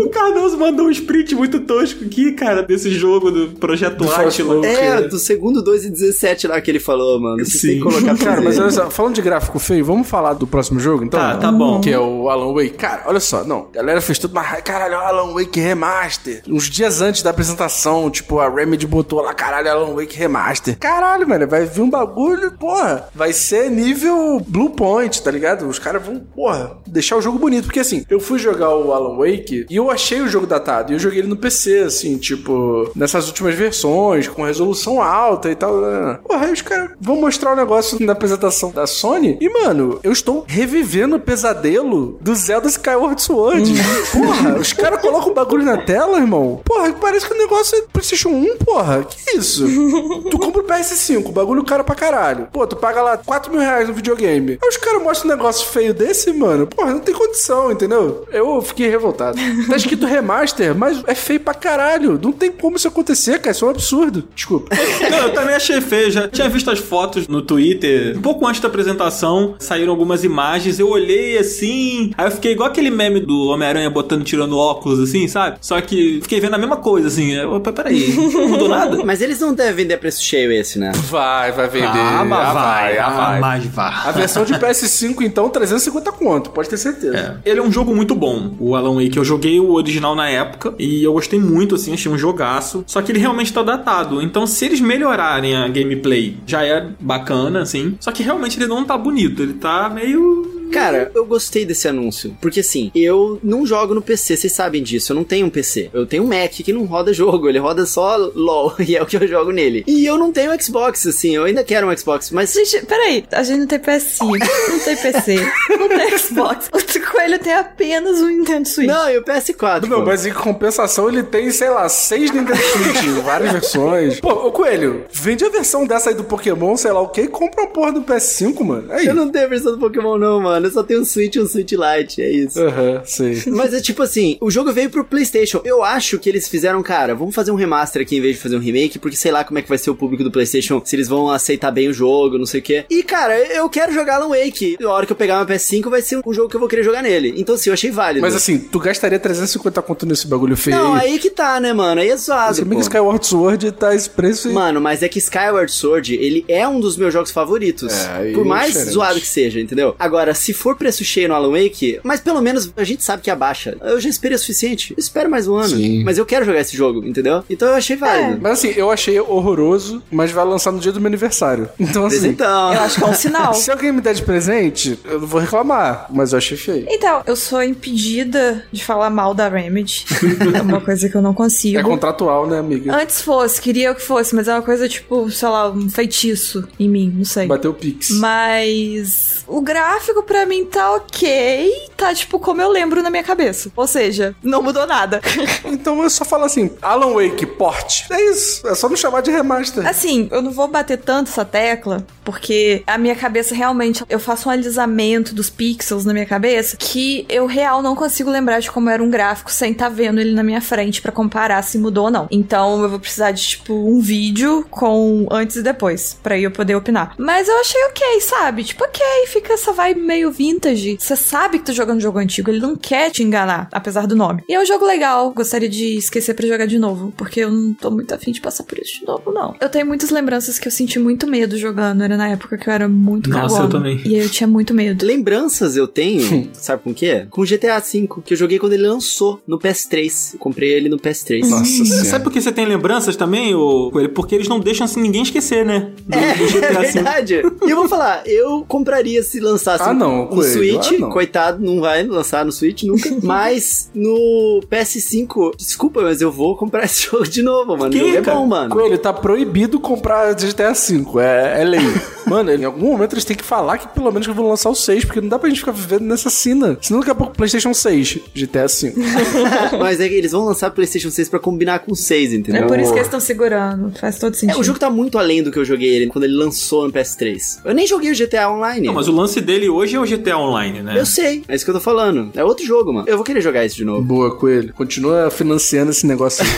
[SPEAKER 1] o Cardoso mandou um sprint muito tosco aqui, cara, desse jogo do Projeto
[SPEAKER 2] Do
[SPEAKER 1] Átila.
[SPEAKER 2] Frostpunk.
[SPEAKER 4] É,
[SPEAKER 2] quê?
[SPEAKER 4] do segundo 2 e 17 lá que ele falou, mano. Vocês têm que
[SPEAKER 1] Sim.
[SPEAKER 4] colocar pra
[SPEAKER 2] Cara, mas
[SPEAKER 4] ver.
[SPEAKER 2] olha só, falando de gráfico feio, vamos falar do próximo jogo, então?
[SPEAKER 1] Tá, tá bom.
[SPEAKER 2] Que é o Alan Wake. Cara, olha só, não. A galera fez tudo, mas caralho, Alan Wake Remaster. Uns dias antes da apresentação, tipo, a Remedy botou lá, caralho, Alan Wake Remaster. Caralho, mano, vai vir um bagulho, porra. Vai ser nível Blue Point, tá ligado? Os caras vão, porra, deixar o jogo bonito. Porque assim, eu fui jogar o Alan Wake e eu achei o jogo datado. E eu joguei ele no PC, assim, tipo, nessas últimas versões, com resolução alta e tal. né? Porra, aí os caras vão mostrar o negócio na apresentação da Sony. E, mano, eu estou revivendo o pesadelo do Zelda Skyward Sword. porra, os caras colocam o bagulho na tela, irmão. Porra, parece que o negócio é PlayStation 1, porra. Que isso? tu compra o PS5, o bagulho cara pra caralho. Pô, tu paga lá 4 mil reais no videogame. Aí os caras mostram um negócio feio desse, mano. Porra, não tem condição, entendeu? Eu fiquei revoltado. Tá escrito remaster, mas é feio pra caralho. Não tem como isso acontecer, cara. Isso é um absurdo. Desculpa.
[SPEAKER 1] Não, eu também achei feio. Já tinha visto as fotos no Twitter. Um pouco antes da apresentação, saíram algumas imagens. Eu olhei assim. Aí eu fiquei igual aquele meme do Homem-Aranha botando, tirando óculos, assim, sabe? Só que fiquei vendo a mesma coisa, assim. Eu, opa, peraí, não mudou nada?
[SPEAKER 4] Mas eles não devem vender a preço cheio esse, né?
[SPEAKER 2] Vai, vai vender.
[SPEAKER 1] Ah,
[SPEAKER 2] Ah,
[SPEAKER 1] mas vai.
[SPEAKER 2] A versão de PS5, então, 350 conto, pode ter certeza.
[SPEAKER 1] Ele é um jogo muito bom, o Alan Wake. Eu joguei o original na época e eu gostei muito, assim, achei um jogaço. Só que ele realmente tá datado. Então, se eles melhorarem a gameplay, já é bacana, assim. Só que realmente ele não tá bonito, ele tá meio.
[SPEAKER 4] Cara, eu gostei desse anúncio. Porque assim, eu não jogo no PC, vocês sabem disso. Eu não tenho um PC. Eu tenho um Mac que não roda jogo, ele roda só LOL, e é o que eu jogo nele. E eu não tenho Xbox, assim, eu ainda quero um Xbox, mas.
[SPEAKER 3] Gente, peraí, a gente não tem PS5, não tem PC, não tem Xbox. O Coelho tem apenas um Nintendo Switch.
[SPEAKER 4] Não, e o PS4.
[SPEAKER 2] Não,
[SPEAKER 4] pô.
[SPEAKER 2] mas em compensação ele tem, sei lá, seis Nintendo Switch, várias versões. Pô, ô Coelho, vende a versão dessa aí do Pokémon, sei lá o que, e compra a porra do PS5, mano. É Aí.
[SPEAKER 4] Eu não tenho a versão do Pokémon, não, mano. Eu só tenho um Switch e um Switch Lite, é isso.
[SPEAKER 2] Aham, sei.
[SPEAKER 4] Mas é tipo assim, o jogo veio pro PlayStation. Eu acho que eles fizeram, cara, vamos fazer um remaster aqui em vez de fazer um remake, porque sei lá como é que vai ser o público do PlayStation, se eles vão aceitar bem o jogo, não sei o quê. E cara, eu quero jogar Alan Wake. A hora que eu pegar uma PS5 vai ser um jogo que eu vou querer jogar nele. Então sim, eu achei válido.
[SPEAKER 2] Mas assim, tu gastaria 350 conto nesse bagulho feio
[SPEAKER 4] não,
[SPEAKER 2] aí?
[SPEAKER 4] aí que tá, né, mano? Aí é zoado.
[SPEAKER 2] Se bem que
[SPEAKER 4] pô.
[SPEAKER 2] Skyward Sword tá esse preço e...
[SPEAKER 4] Mano, mas é que Skyward Sword, ele é um dos meus jogos favoritos.
[SPEAKER 2] É, aí
[SPEAKER 4] por
[SPEAKER 2] é
[SPEAKER 4] mais
[SPEAKER 2] diferente.
[SPEAKER 4] zoado que seja, entendeu? Agora, se for preço cheio no Alan Wake, mas pelo menos a gente sabe que abaixa. Eu já esperei o suficiente. Eu espero mais um ano.
[SPEAKER 2] Sim.
[SPEAKER 4] Mas eu quero jogar esse jogo, entendeu? Então eu achei
[SPEAKER 3] É,
[SPEAKER 4] válido.
[SPEAKER 2] Mas assim, eu achei horroroso, mas vai lançar no dia do meu aniversário. Então
[SPEAKER 4] Mas
[SPEAKER 2] assim,
[SPEAKER 4] então.
[SPEAKER 3] Eu acho que é um sinal.
[SPEAKER 2] se alguém me der de presente, eu não vou reclamar, mas eu achei feio.
[SPEAKER 3] Então, eu sou impedida de falar mal da Remedy. É uma coisa que eu não consigo.
[SPEAKER 2] É contratual, né, amiga?
[SPEAKER 3] Antes fosse, queria eu que fosse, mas é uma coisa tipo, sei lá, um feitiço em mim, não sei.
[SPEAKER 2] Bateu o pix.
[SPEAKER 3] Mas o gráfico pra mim tá ok, tá tipo como eu lembro na minha cabeça. Ou seja, não mudou nada.
[SPEAKER 2] Então eu só falo assim, Alan Wake, porte. É isso, é só não chamar de remaster.
[SPEAKER 3] Assim, eu não vou bater tanto essa tecla, porque a minha cabeça realmente, eu faço um alisamento dos pixels na minha cabeça, que eu real não consigo lembrar de como era um gráfico sem tá vendo ele na minha frente pra comparar se mudou ou não. Então eu vou precisar de, tipo, um vídeo com antes e depois, pra eu poder opinar. Mas eu achei ok, sabe? Tipo, ok, fica essa vibe meio meio vintage. Você sabe que tá jogando um jogo antigo, ele não quer te enganar, apesar do nome. E é um jogo legal, gostaria de esquecer pra jogar de novo, porque eu não tô muito afim de passar por isso de novo, não. Eu tenho muitas lembranças que eu senti muito medo jogando, era na época que eu era muito
[SPEAKER 1] Nossa,
[SPEAKER 3] cagona.
[SPEAKER 1] eu também.
[SPEAKER 3] E aí eu tinha muito medo.
[SPEAKER 4] Lembranças eu tenho, sabe com o quê? Com GTA V, que eu joguei quando ele lançou no PS3. Eu comprei ele no PS3.
[SPEAKER 2] Nossa
[SPEAKER 1] Sabe
[SPEAKER 2] senhora.
[SPEAKER 1] por que você tem lembranças também, ô Coelho? Porque eles não deixam assim, ninguém esquecer, né? Do, do
[SPEAKER 4] É
[SPEAKER 1] GTA V.
[SPEAKER 4] verdade. E eu vou falar, eu compraria se lançasse
[SPEAKER 2] assim, Ah, não,
[SPEAKER 4] no
[SPEAKER 2] Coelho,
[SPEAKER 4] Switch.
[SPEAKER 2] ah, não.
[SPEAKER 4] Coitado, não vai lançar no Switch nunca. mas no PS5, desculpa, mas eu vou comprar esse jogo de novo, mano. O
[SPEAKER 1] quê,
[SPEAKER 4] jogo é
[SPEAKER 1] cara?
[SPEAKER 4] bom, mano.
[SPEAKER 2] Coelho, tá proibido comprar GTA V. É, é lei. Mano, em algum momento eles têm que falar que pelo menos que vão lançar o 6, porque não dá pra gente ficar vivendo nessa cena. Senão daqui a pouco PlayStation 6, GTA V.
[SPEAKER 4] mas é que eles vão lançar PlayStation 6 pra combinar com o 6, entendeu?
[SPEAKER 3] É por isso que eles estão segurando, faz todo
[SPEAKER 4] É,
[SPEAKER 3] sentido.
[SPEAKER 4] o jogo tá muito além do que eu joguei ele quando ele lançou no PS3. Eu nem joguei o GTA Online.
[SPEAKER 1] Não, mas o lance dele hoje é o GTA Online, né?
[SPEAKER 4] Eu sei, é isso que eu tô falando. É outro jogo, mano. Eu vou querer jogar isso de novo.
[SPEAKER 2] Boa, Coelho. Continua financiando esse negócio aí.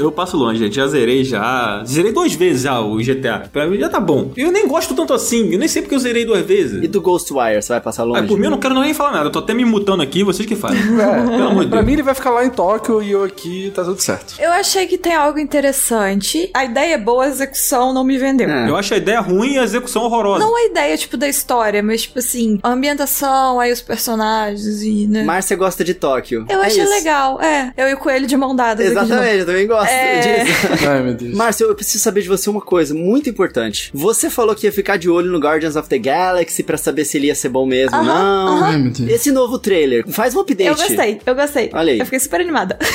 [SPEAKER 1] Eu passo longe, gente. Já zerei já. Zerei duas vezes já o GTA. Pra mim já tá bom. Eu nem gosto tanto assim. Eu nem sei porque eu zerei duas vezes.
[SPEAKER 4] E do Ghostwire, você vai passar longe?
[SPEAKER 1] Ah, por mim eu não quero nem falar nada. Eu tô até me mutando aqui, vocês que fazem. Pelo amor
[SPEAKER 2] É,
[SPEAKER 1] de
[SPEAKER 2] pra
[SPEAKER 1] Deus.
[SPEAKER 2] mim ele vai ficar lá em Tóquio e eu aqui, tá tudo certo.
[SPEAKER 3] Eu achei que tem algo interessante. A ideia é boa, a execução não me vendeu.
[SPEAKER 4] É.
[SPEAKER 1] Eu acho a ideia ruim e a execução horrorosa.
[SPEAKER 3] Não a ideia, tipo, da história, mas, tipo assim, a ambientação, aí os personagens e,
[SPEAKER 1] é
[SPEAKER 3] né?
[SPEAKER 4] Márcia gosta de Tóquio.
[SPEAKER 3] Eu
[SPEAKER 4] é
[SPEAKER 3] achei
[SPEAKER 4] isso.
[SPEAKER 3] legal. É, eu e o coelho de mão dada. aqui de novo.
[SPEAKER 4] Exatamente, eu também gosto
[SPEAKER 3] É.
[SPEAKER 4] disso.
[SPEAKER 2] Ai, meu Deus.
[SPEAKER 4] Márcio, eu preciso saber de você uma coisa muito importante. Você falou que ia ficar de olho no Guardians of the Galaxy pra saber se ele ia ser bom mesmo ou
[SPEAKER 3] Aham,
[SPEAKER 4] não.
[SPEAKER 2] Ai, meu Deus.
[SPEAKER 4] Esse novo trailer, faz um update.
[SPEAKER 3] Eu gostei, eu gostei.
[SPEAKER 4] Olha aí.
[SPEAKER 3] Eu fiquei super animada.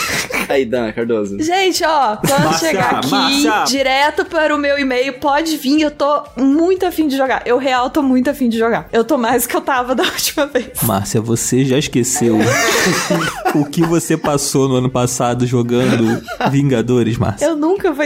[SPEAKER 4] Aí, Dan Cardoso.
[SPEAKER 3] Gente, ó, quando
[SPEAKER 1] Márcia,
[SPEAKER 3] chegar aqui,
[SPEAKER 1] Márcia.
[SPEAKER 3] direto para o meu e-mail, pode vir, eu tô muito afim de jogar. Eu, real, tô muito afim de jogar. Eu tô mais que eu tava da última vez.
[SPEAKER 7] Márcia, você já esqueceu o que você passou no ano passado jogando Vingadores, Márcia?
[SPEAKER 3] Eu nunca vou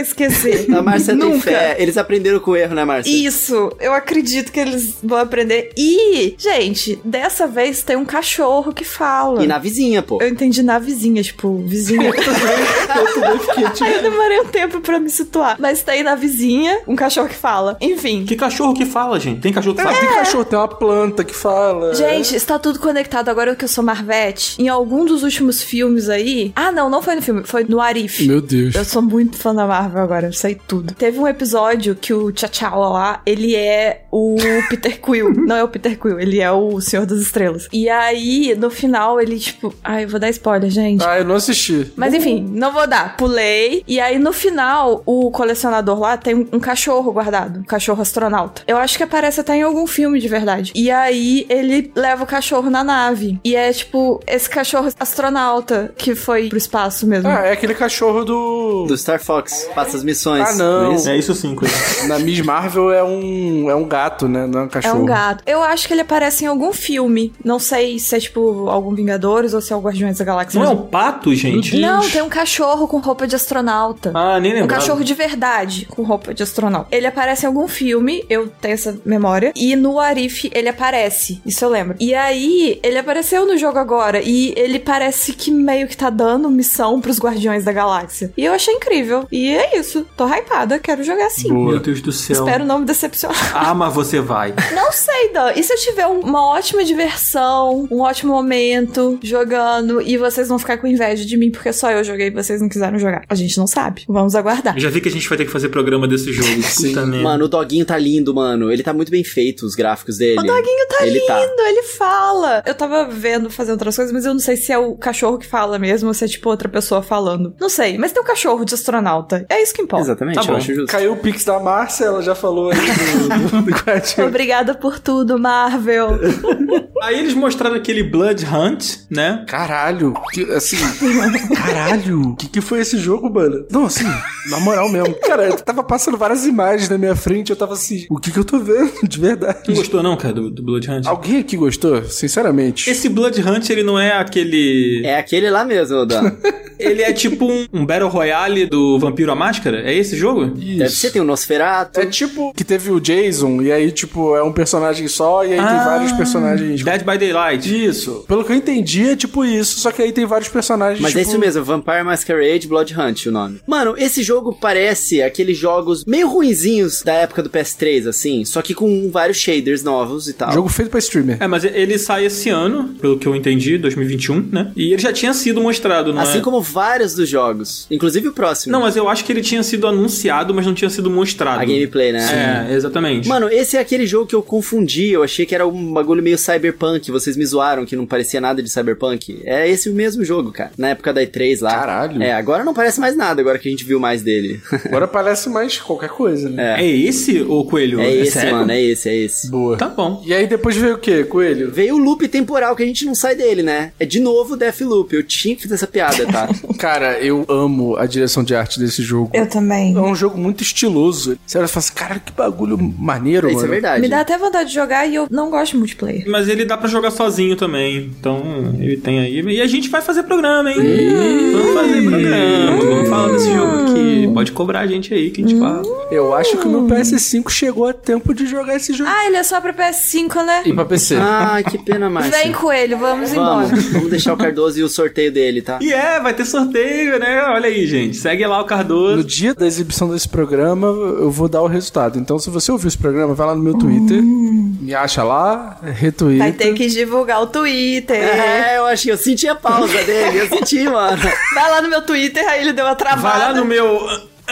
[SPEAKER 3] esquecer.
[SPEAKER 4] A Márcia tem
[SPEAKER 3] nunca.
[SPEAKER 4] fé. Eles aprenderam com o erro, né, Márcia?
[SPEAKER 3] Isso, eu acredito que eles vão aprender. E, gente, dessa vez tem um cachorro que fala.
[SPEAKER 4] E na vizinha, pô.
[SPEAKER 3] Eu entendi na vizinha, tipo, vizinha.
[SPEAKER 2] Eu também fiquei, tipo,
[SPEAKER 3] Aí eu demorei um tempo pra me situar. Mas tem na vizinha um cachorro que fala. Enfim.
[SPEAKER 1] Que cachorro que fala, gente? Tem cachorro que
[SPEAKER 2] ah,
[SPEAKER 3] É.
[SPEAKER 1] fala?
[SPEAKER 2] tem cachorro, tem uma planta que fala.
[SPEAKER 3] Gente, está tudo conectado agora que eu sou Marvete. Em algum dos últimos filmes aí. Ah, não, não foi no filme, foi no Arif.
[SPEAKER 2] Meu Deus.
[SPEAKER 3] Eu sou muito fã da Marvel agora, eu sei tudo. Teve um episódio que o T'Challa lá, ele é o Peter Quill. Não é o Peter Quill, ele é o Senhor das Estrelas. E aí, no final, ele tipo... Ai, eu vou dar spoiler, gente.
[SPEAKER 2] Ah, eu não assisti.
[SPEAKER 3] Mas enfim, não vou dar. Pulei. E aí, no final, o colecionador lá tem um um cachorro guardado. Um cachorro astronauta. Eu acho que aparece até em algum filme de verdade. E aí, ele leva o cachorro na nave. E é tipo, esse cachorro astronauta que foi pro espaço mesmo.
[SPEAKER 2] Ah, é aquele cachorro do.
[SPEAKER 4] Do Star Fox. Passa as missões.
[SPEAKER 2] Ah, não.
[SPEAKER 4] é isso?
[SPEAKER 1] É isso sim, coisa.
[SPEAKER 2] Na Miss Marvel é um. É um gato, né? Não é um
[SPEAKER 3] É
[SPEAKER 2] cachorro.
[SPEAKER 3] um gato. Eu acho que ele aparece em algum filme. Não sei se é, tipo, algum Vingadores ou se é o Guardiões da Galáxia.
[SPEAKER 1] Não é
[SPEAKER 3] mesmo.
[SPEAKER 1] um pato, gente?
[SPEAKER 3] Não, tem um cachorro com roupa de astronauta.
[SPEAKER 1] Ah, nem
[SPEAKER 3] Um
[SPEAKER 1] lembro.
[SPEAKER 3] cachorro de verdade, com roupa de astronauta. Ele aparece em algum filme, eu tenho essa memória. E no Arif ele aparece, isso eu lembro. E aí, ele apareceu no jogo agora. E ele parece que meio que tá dando missão pros Guardiões da Galáxia. E eu achei incrível. E é isso. Tô hypada, quero jogar sim.
[SPEAKER 1] Meu Deus do céu.
[SPEAKER 3] Espero não me decepcionar.
[SPEAKER 1] Ah, mas você vai.
[SPEAKER 3] Não sei, Dan. E se eu tiver um- uma ótima diversão, um ótimo momento jogando e vocês vão ficar com inveja de mim porque só eu joguei e vocês não quiseram jogar? A gente não sabe. Vamos aguardar.
[SPEAKER 1] Eu já vi que a gente vai ter que fazer programa desse jogo. Puta merda.
[SPEAKER 4] Mano, o doguinho tá lindo, mano. Ele tá muito bem feito, os gráficos dele. O doguinho
[SPEAKER 3] tá
[SPEAKER 4] ele Tá.
[SPEAKER 3] Lindo, ele fala. Eu tava vendo fazendo outras coisas, mas eu não sei se é o cachorro que fala mesmo ou se é tipo outra pessoa falando. Não sei, mas tem um cachorro de astronauta. É isso que importa.
[SPEAKER 4] Exatamente,
[SPEAKER 1] Tá
[SPEAKER 4] eu
[SPEAKER 1] bom.
[SPEAKER 4] acho justo.
[SPEAKER 2] Caiu o Pix da Márcia, ela já falou aí do, do, do Guardião.
[SPEAKER 3] Obrigada por tudo, Marvel.
[SPEAKER 1] Aí eles mostraram aquele Blood Hunt, né?
[SPEAKER 2] Caralho, que, assim, caralho, o que, que foi esse jogo, mano? Não, assim, na moral mesmo. Cara, eu tava passando várias imagens na minha frente, eu tava assim, o que que eu tô vendo, de
[SPEAKER 1] Não
[SPEAKER 2] verdade?
[SPEAKER 1] gostou não, cara, do, do Blood Hunt?
[SPEAKER 2] Alguém aqui gostou? Sinceramente.
[SPEAKER 1] Esse Blood Hunt, ele não é aquele...
[SPEAKER 4] É aquele lá mesmo, Dan.
[SPEAKER 1] Ele é tipo um, um Battle Royale do Vampiro à Máscara? É esse jogo?
[SPEAKER 4] Deve ser, tem o Nosferatu.
[SPEAKER 2] É tipo que teve o Jason, e aí, tipo, é um personagem só, e aí tem
[SPEAKER 1] Ah,
[SPEAKER 2] vários personagens.
[SPEAKER 1] Dead by Daylight.
[SPEAKER 2] Isso. Pelo que eu entendi, é tipo isso, só que aí tem vários personagens.
[SPEAKER 4] Mas é
[SPEAKER 2] tipo,
[SPEAKER 4] isso mesmo, Vampire Masquerade Blood Hunt, o nome. Mano, esse jogo parece aqueles jogos meio ruinzinhos da época do PS3, assim, só que com vários shaders novos e tal.
[SPEAKER 2] Jogo feito pra streamer.
[SPEAKER 1] É, mas ele sai esse ano, pelo que eu entendi, 2021, né? E ele já tinha sido mostrado, não
[SPEAKER 4] assim
[SPEAKER 1] é?
[SPEAKER 4] como vários dos jogos, inclusive o próximo.
[SPEAKER 1] Não, é. mas eu acho que ele tinha sido anunciado, mas não tinha sido mostrado.
[SPEAKER 4] a gameplay, né?
[SPEAKER 1] É, exatamente.
[SPEAKER 4] Mano, esse é aquele jogo que eu confundi, eu achei que era um bagulho meio cyberpunk, vocês me zoaram que não parecia nada de cyberpunk. É esse o mesmo jogo, cara, na época da E3 lá.
[SPEAKER 2] Caralho.
[SPEAKER 4] É, agora não parece mais nada, agora que a gente viu mais dele.
[SPEAKER 2] Agora parece mais qualquer coisa, né?
[SPEAKER 1] é esse o coelho?
[SPEAKER 4] é esse,
[SPEAKER 1] sério?
[SPEAKER 4] mano, é esse, é esse.
[SPEAKER 2] Boa.
[SPEAKER 1] Tá bom.
[SPEAKER 2] E aí depois veio o quê, Coelho?
[SPEAKER 4] Veio o loop temporal que a gente não sai dele, né? É de novo o Deathloop. Eu tinha que fazer essa piada, tá?
[SPEAKER 2] Cara, eu amo a direção de arte desse jogo.
[SPEAKER 6] Eu também.
[SPEAKER 2] É um jogo muito estiloso. Você olha e fala assim, cara, que bagulho maneiro,
[SPEAKER 4] Isso é
[SPEAKER 2] mano.
[SPEAKER 4] verdade.
[SPEAKER 3] Me dá até vontade de jogar e eu não gosto de multiplayer.
[SPEAKER 1] Mas ele dá pra jogar sozinho também. Então, ele tem aí. E a gente vai fazer programa, hein? Vamos fazer programa. Vamos falar desse jogo aqui. Pode cobrar a gente aí, que a gente fala.
[SPEAKER 2] Eu acho que o
[SPEAKER 4] Hum.
[SPEAKER 2] meu PS5 chegou a tempo de jogar esse jogo.
[SPEAKER 3] Ah, ele é só pra PS5, né?
[SPEAKER 2] E pra PC.
[SPEAKER 4] Ah, que pena, Márcio.
[SPEAKER 3] Vem, coelho, vamos,
[SPEAKER 4] Vamos,
[SPEAKER 3] embora.
[SPEAKER 4] vamos deixar o Cardoso e o sorteio dele, tá?
[SPEAKER 1] E é, vai ter sorteio, né? Olha aí, gente. Segue lá o
[SPEAKER 2] No
[SPEAKER 1] Cardoso.
[SPEAKER 2] dia da exibição desse programa, eu vou dar o resultado. Então, se você ouviu esse programa, vai lá no meu Twitter,
[SPEAKER 4] Hum.
[SPEAKER 2] me acha lá,
[SPEAKER 3] Vai
[SPEAKER 2] retweet.
[SPEAKER 3] ter que divulgar o Twitter.
[SPEAKER 4] É, eu achei, eu senti a pausa dele, eu senti, mano.
[SPEAKER 3] Vai lá no meu Twitter, aí ele deu uma travada.
[SPEAKER 1] Vai lá no meu.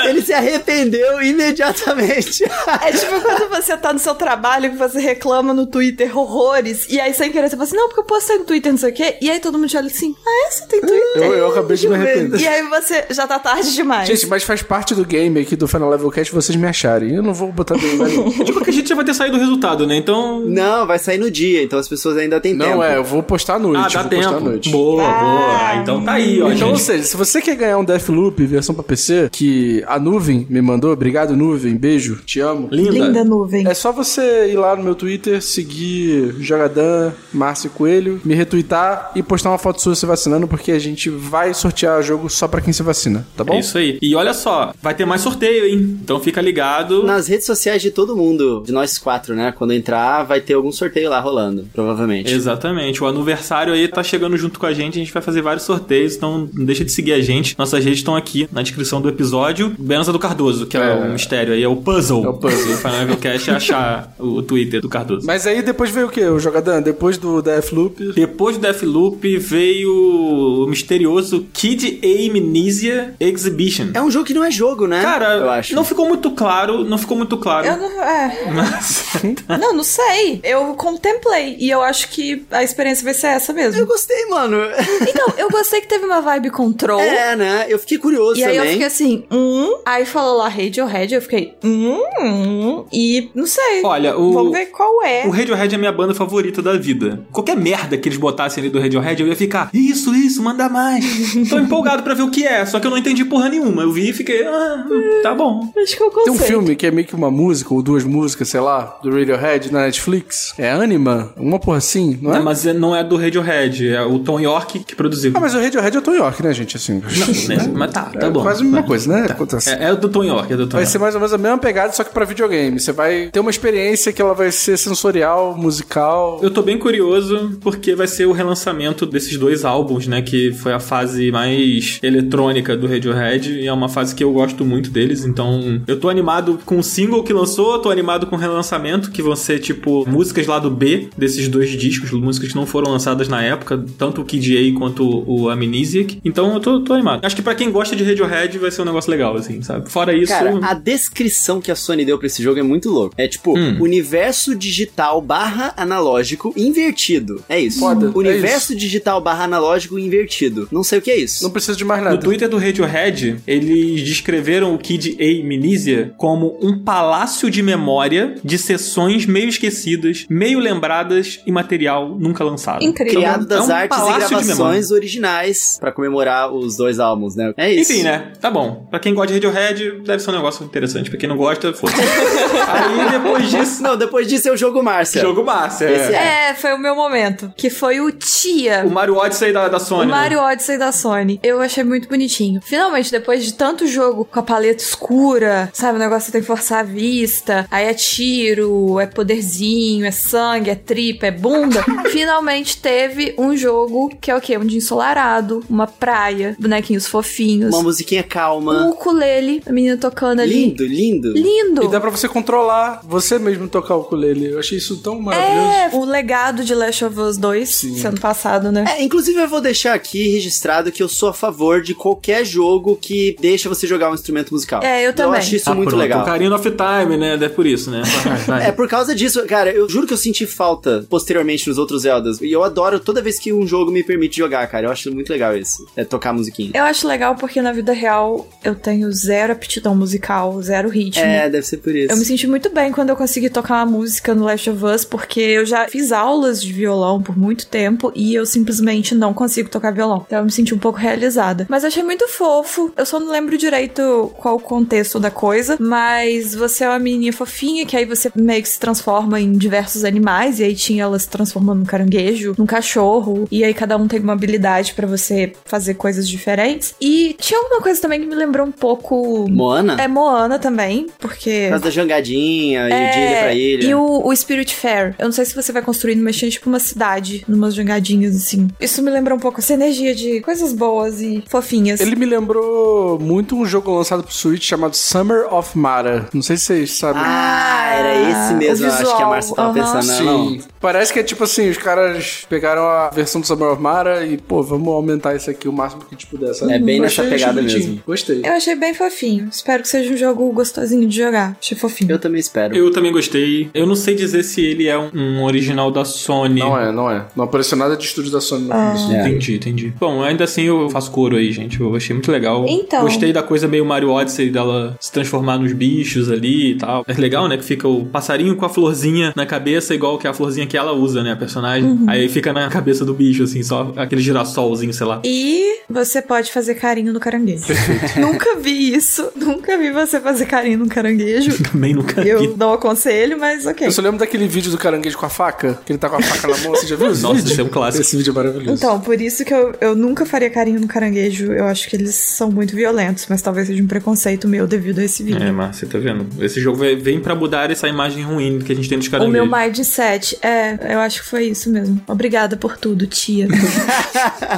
[SPEAKER 4] Ele se arrependeu imediatamente.
[SPEAKER 3] É tipo quando você tá no seu trabalho que você reclama no Twitter horrores, e aí sem querer você fala assim, não, porque eu postei no Twitter, não sei o quê, e aí todo mundo te olha assim, ah, é? Você tem Twitter?
[SPEAKER 2] Eu, eu acabei de me arrepender.
[SPEAKER 3] E aí você já tá tarde demais.
[SPEAKER 2] Gente, mas faz parte do game aqui do Final Level Cast vocês me acharem. Eu não vou botar bem
[SPEAKER 1] Eu digo que a gente já vai ter saído o resultado, né? Então.
[SPEAKER 4] Não, vai sair no dia, então as pessoas ainda têm tempo.
[SPEAKER 2] Não, é, eu vou postar à noite.
[SPEAKER 1] Ah, dá
[SPEAKER 2] vou postar à
[SPEAKER 1] tempo.
[SPEAKER 2] noite.
[SPEAKER 1] Boa, boa. Ah, Então tá aí, ó.
[SPEAKER 2] Então, ou
[SPEAKER 1] gente.
[SPEAKER 2] seja, se você quer ganhar um Deathloop versão pra PC, que a nuvem me mandou, obrigado nuvem, beijo, te amo.
[SPEAKER 1] Linda.
[SPEAKER 6] Linda
[SPEAKER 3] né?
[SPEAKER 6] nuvem.
[SPEAKER 2] É só você ir lá no meu Twitter, seguir Jogadan, Márcio Coelho, me retweetar e postar uma foto sua se vacinando, porque a gente vai sortear o jogo só pra quem se vacina, tá bom?
[SPEAKER 1] É isso aí. E olha só, vai ter mais sorteio, hein? Então fica ligado.
[SPEAKER 4] Nas redes sociais de todo mundo, de nós quatro, né? Quando entrar, vai ter algum sorteio lá rolando, provavelmente.
[SPEAKER 1] Exatamente. O aniversário aí tá chegando junto com a gente. A gente vai fazer vários sorteios, então não deixa de seguir a gente. Nossas redes estão aqui na descrição do episódio. Benza do Cardoso, que é,
[SPEAKER 2] É.
[SPEAKER 1] o mistério aí, é o puzzle.
[SPEAKER 2] É o puzzle.
[SPEAKER 1] O Final Level Cast é achar o Twitter do Cardoso.
[SPEAKER 2] Mas aí depois veio o quê, o Jogadan? Depois do Deathloop...
[SPEAKER 1] Depois do Deathloop veio o misterioso Kid Amnesia Exhibition.
[SPEAKER 4] É um jogo que não é jogo, né?
[SPEAKER 1] Cara,
[SPEAKER 4] eu acho.
[SPEAKER 1] não ficou muito claro, não ficou muito claro.
[SPEAKER 6] Eu não. É.
[SPEAKER 1] Mas
[SPEAKER 3] Não, não sei. Eu contemplei. E eu acho que a experiência vai ser essa
[SPEAKER 4] Eu
[SPEAKER 3] mesmo.
[SPEAKER 4] gostei, mano.
[SPEAKER 3] Então, eu gostei que teve uma vibe control.
[SPEAKER 4] É, né? Eu fiquei curioso
[SPEAKER 3] E aí
[SPEAKER 4] também.
[SPEAKER 3] eu fiquei assim, hum. Aí falou lá Radiohead, eu fiquei, hum, hum. E não sei.
[SPEAKER 1] Olha, o-
[SPEAKER 6] Vamos ver qual é.
[SPEAKER 1] O Radiohead é a minha banda favorita da vida. Qualquer merda que eles botassem ali do Radiohead, eu ia ficar, isso, isso, manda mais. Tô empolgado pra ver o que é, só que eu não entendi porra nenhuma. Eu vi e fiquei, ah, tá bom.
[SPEAKER 3] Acho que eu
[SPEAKER 2] Tem um
[SPEAKER 3] consigo.
[SPEAKER 2] filme que é meio que uma música, ou duas músicas, sei lá, do Radiohead na Netflix. É Anima? Uma porra assim, não é?
[SPEAKER 1] Não, mas não é do Radiohead, é o Tom York que produziu.
[SPEAKER 2] Ah, mas o Radiohead é o Tom York, né, gente? Assim,
[SPEAKER 1] Né? Mas tá, tá
[SPEAKER 2] é
[SPEAKER 1] bom.
[SPEAKER 2] quase a mesma coisa, né? Acontece.
[SPEAKER 1] É, é o do Tom York, é do Tom
[SPEAKER 2] Vai
[SPEAKER 1] York.
[SPEAKER 2] ser mais ou menos a mesma pegada, só que pra videogame. Você vai ter uma experiência que ela vai ser sensorial, musical.
[SPEAKER 1] Eu tô bem curioso porque vai ser o relançamento desses dois álbuns, né? Que foi a fase mais eletrônica do Radiohead e é uma fase que eu gosto muito deles. Então eu tô animado com o single que lançou, tô animado com o relançamento, que vão ser tipo músicas lá do B desses dois discos, músicas que não foram lançadas na época, tanto o Kid A quanto o Amnesiac. Então eu tô, tô animado. Acho que pra quem gosta de Radiohead vai ser um negócio legal, assim, sabe? Fora isso.
[SPEAKER 4] Cara, a descrição que a Sony deu pra esse jogo é muito louco. É tipo,
[SPEAKER 1] Hum.
[SPEAKER 4] universo digital barra analógico invertido. É isso.
[SPEAKER 2] Foda, é
[SPEAKER 4] Universo digital barra analógico invertido. Não sei o que é isso.
[SPEAKER 2] Não precisa de mais
[SPEAKER 1] No
[SPEAKER 2] nada.
[SPEAKER 1] Twitter do Radiohead, eles descreveram o Kid A. Minisia como um palácio de memória de sessões meio esquecidas, meio lembradas e material nunca lançado.
[SPEAKER 3] Incrível.
[SPEAKER 4] Criado das
[SPEAKER 1] É um
[SPEAKER 4] artes e
[SPEAKER 1] palácio de
[SPEAKER 4] gravações originais pra comemorar os dois álbuns, né? É isso.
[SPEAKER 1] Enfim, né? Tá bom. Pra quem gosta de Radiohead, deve ser um negócio interessante. Pra quem não gosta, foda Aí depois disso,
[SPEAKER 4] Não, depois disso é o jogo Márcia.
[SPEAKER 1] jogo massa.
[SPEAKER 4] Esse é.
[SPEAKER 1] É.
[SPEAKER 3] É, foi o meu momento. Que foi o Tia.
[SPEAKER 1] O Mario Odyssey da, da Sony.
[SPEAKER 3] O
[SPEAKER 1] né?
[SPEAKER 3] Mario Odyssey da Sony. Eu achei muito bonitinho. Finalmente, depois de tanto jogo com a paleta escura, sabe? O negócio tem que forçar a vista. Aí é tiro, é poderzinho, é sangue, é tripa, é bunda. Finalmente teve um jogo que é o quê? Um dia ensolarado, uma praia, bonequinhos fofinhos.
[SPEAKER 4] Uma musiquinha calma.
[SPEAKER 3] Um ukulele, a menina tocando ali.
[SPEAKER 4] Lindo, lindo.
[SPEAKER 3] Lindo!
[SPEAKER 2] E dá pra você controlar você mesmo tocar o ukulele. Eu achei isso tão maravilhoso.
[SPEAKER 3] É, o legado de Last of Us 2 sendo passado, né?
[SPEAKER 4] É, inclusive eu vou deixar aqui registrado que eu sou a favor de qualquer jogo que deixa você jogar um instrumento musical.
[SPEAKER 3] É, eu
[SPEAKER 4] Eu
[SPEAKER 3] também.
[SPEAKER 4] acho isso
[SPEAKER 7] Ah,
[SPEAKER 4] muito
[SPEAKER 7] pronto.
[SPEAKER 4] legal.
[SPEAKER 1] Carinho of Time, né? É por isso, né? Vai, vai.
[SPEAKER 4] É por causa disso, cara, eu juro que eu senti falta posteriormente nos outros Zeldas. E eu adoro toda vez que um jogo me permite jogar, cara. Eu acho muito legal isso. É tocar musiquinha.
[SPEAKER 3] Eu acho legal porque na vida real eu tenho zero aptidão musical, zero ritmo.
[SPEAKER 4] É, deve ser por isso.
[SPEAKER 3] Eu me senti muito bem quando eu consegui tocar uma música no Last of Us, porque eu já fiz aulas de violão por muito tempo e eu simplesmente não consigo tocar violão. Então eu me senti um pouco realizada. Mas eu achei muito fofo. Eu só não lembro direito qual o contexto da coisa, mas você é uma menininha fofinha que aí você meio que se transforma em diversos animais e aí tinha ela se transformando num caranguejo, num cachorro, e aí cada um tem uma habilidade pra você fazer coisas diferentes. E tinha alguma coisa também que me lembrou um pouco
[SPEAKER 4] Moana?
[SPEAKER 3] é Moana também, porque
[SPEAKER 4] Por causa da jangadinha, e de ilha pra né? ilha.
[SPEAKER 3] É, e o, o Spirit Fair. Eu não sei se você vai construindo, mas tinha tipo uma cidade, numas jangadinhas assim. Isso me lembra um pouco essa energia de coisas boas e fofinhas.
[SPEAKER 2] Ele me lembrou muito um jogo lançado pro Switch chamado Summer of Mara. Não sei se vocês sabem.
[SPEAKER 4] Ah, era esse
[SPEAKER 3] Ah,
[SPEAKER 4] mesmo,
[SPEAKER 3] o
[SPEAKER 4] eu acho que a Márcia tava
[SPEAKER 3] visual,
[SPEAKER 4] pensando.
[SPEAKER 2] Sim.
[SPEAKER 4] Tá, né? Não,
[SPEAKER 2] Assim, Parece que é tipo assim, os caras pegaram a versão do Summer of Mara e, pô, vamos aumentar isso aqui o máximo que a gente puder, sabe?
[SPEAKER 4] É bem
[SPEAKER 2] Eu
[SPEAKER 4] nessa
[SPEAKER 2] achei- achei
[SPEAKER 4] pegada
[SPEAKER 2] bonitinho.
[SPEAKER 4] mesmo.
[SPEAKER 2] Gostei.
[SPEAKER 3] Eu achei bem fofinho. Espero que seja um jogo gostosinho de jogar. Achei fofinho.
[SPEAKER 4] Eu também espero.
[SPEAKER 1] Eu também gostei. Eu não sei dizer se ele é um, um original da Sony.
[SPEAKER 2] Não é, não é. Não apareceu nada de estúdio da Sony. Não.
[SPEAKER 3] Ah.
[SPEAKER 2] Isso.
[SPEAKER 4] É.
[SPEAKER 1] Entendi, entendi. Bom, ainda assim eu faço coro aí, gente. Eu achei muito legal.
[SPEAKER 3] Então.
[SPEAKER 1] Gostei da coisa meio Mario Odyssey dela se transformar nos bichos ali e tal. É legal, né? Que fica o passarinho com a florzinha na cabeça, igual que a florzinha que ela usa, né? A personagem.
[SPEAKER 3] Uhum.
[SPEAKER 1] Aí fica na cabeça do bicho, assim, só aquele girassolzinho, sei lá.
[SPEAKER 3] E você pode fazer carinho no caranguejo. nunca vi isso. Nunca vi você fazer carinho no caranguejo.
[SPEAKER 1] Também nunca vi.
[SPEAKER 3] Eu não aconselho, mas ok.
[SPEAKER 2] Eu só lembro daquele vídeo do caranguejo com a faca, que ele tá com a faca na mão, você já viu esse
[SPEAKER 1] Nossa,
[SPEAKER 2] vídeo?
[SPEAKER 1] isso é um clássico.
[SPEAKER 2] Esse vídeo é maravilhoso.
[SPEAKER 3] Então, por isso que eu, eu nunca faria carinho no caranguejo. Eu acho que eles são muito violentos, mas talvez seja um preconceito meu devido a esse vídeo.
[SPEAKER 1] É, mas você tá vendo? Esse jogo vem- vem pra mudar essa imagem ruim que a gente tem dos
[SPEAKER 3] O meu
[SPEAKER 1] caranguejos.
[SPEAKER 3] mindset, é, eu acho que foi isso mesmo. Obrigada por tudo, tia.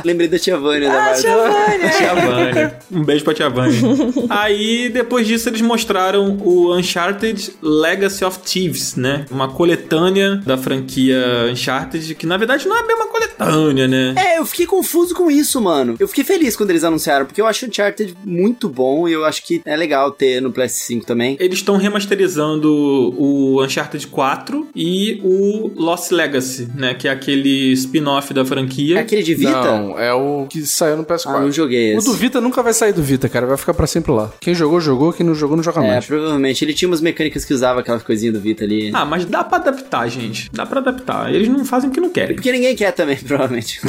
[SPEAKER 4] Lembrei da Tia Vânia, né, da
[SPEAKER 3] ah,
[SPEAKER 4] Márcia.
[SPEAKER 3] tia Vânia!
[SPEAKER 1] Tia Vânia. Um beijo pra Tia Vânia. Aí, depois disso, eles mostraram o Uncharted Legacy of Thieves, né? Uma coletânea da franquia Uncharted, que na verdade não é bem uma coletânea, né?
[SPEAKER 4] É, eu fiquei confuso com isso, mano. Eu fiquei feliz quando eles anunciaram, porque eu acho o Uncharted muito bom e eu acho que é legal ter no PS5 também.
[SPEAKER 1] Eles estão remasterizando o Uncharted 4 e o Lost Legacy, né? Que é aquele spin-off da
[SPEAKER 4] É
[SPEAKER 1] franquia.
[SPEAKER 4] aquele de Vita?
[SPEAKER 2] Não, é o que saiu no PS4.
[SPEAKER 4] Ah, não joguei
[SPEAKER 2] O
[SPEAKER 4] esse.
[SPEAKER 2] do Vita nunca vai sair do Vita, cara. Vai ficar pra sempre lá. Quem jogou, jogou. Quem não jogou, não joga
[SPEAKER 4] É,
[SPEAKER 2] mais.
[SPEAKER 4] provavelmente. Ele tinha umas mecânicas que usava aquelas coisinhas do Vita ali.
[SPEAKER 1] Ah, mas dá pra adaptar, gente. Dá pra adaptar. Eles não fazem o que não querem.
[SPEAKER 4] Porque ninguém quer também, provavelmente.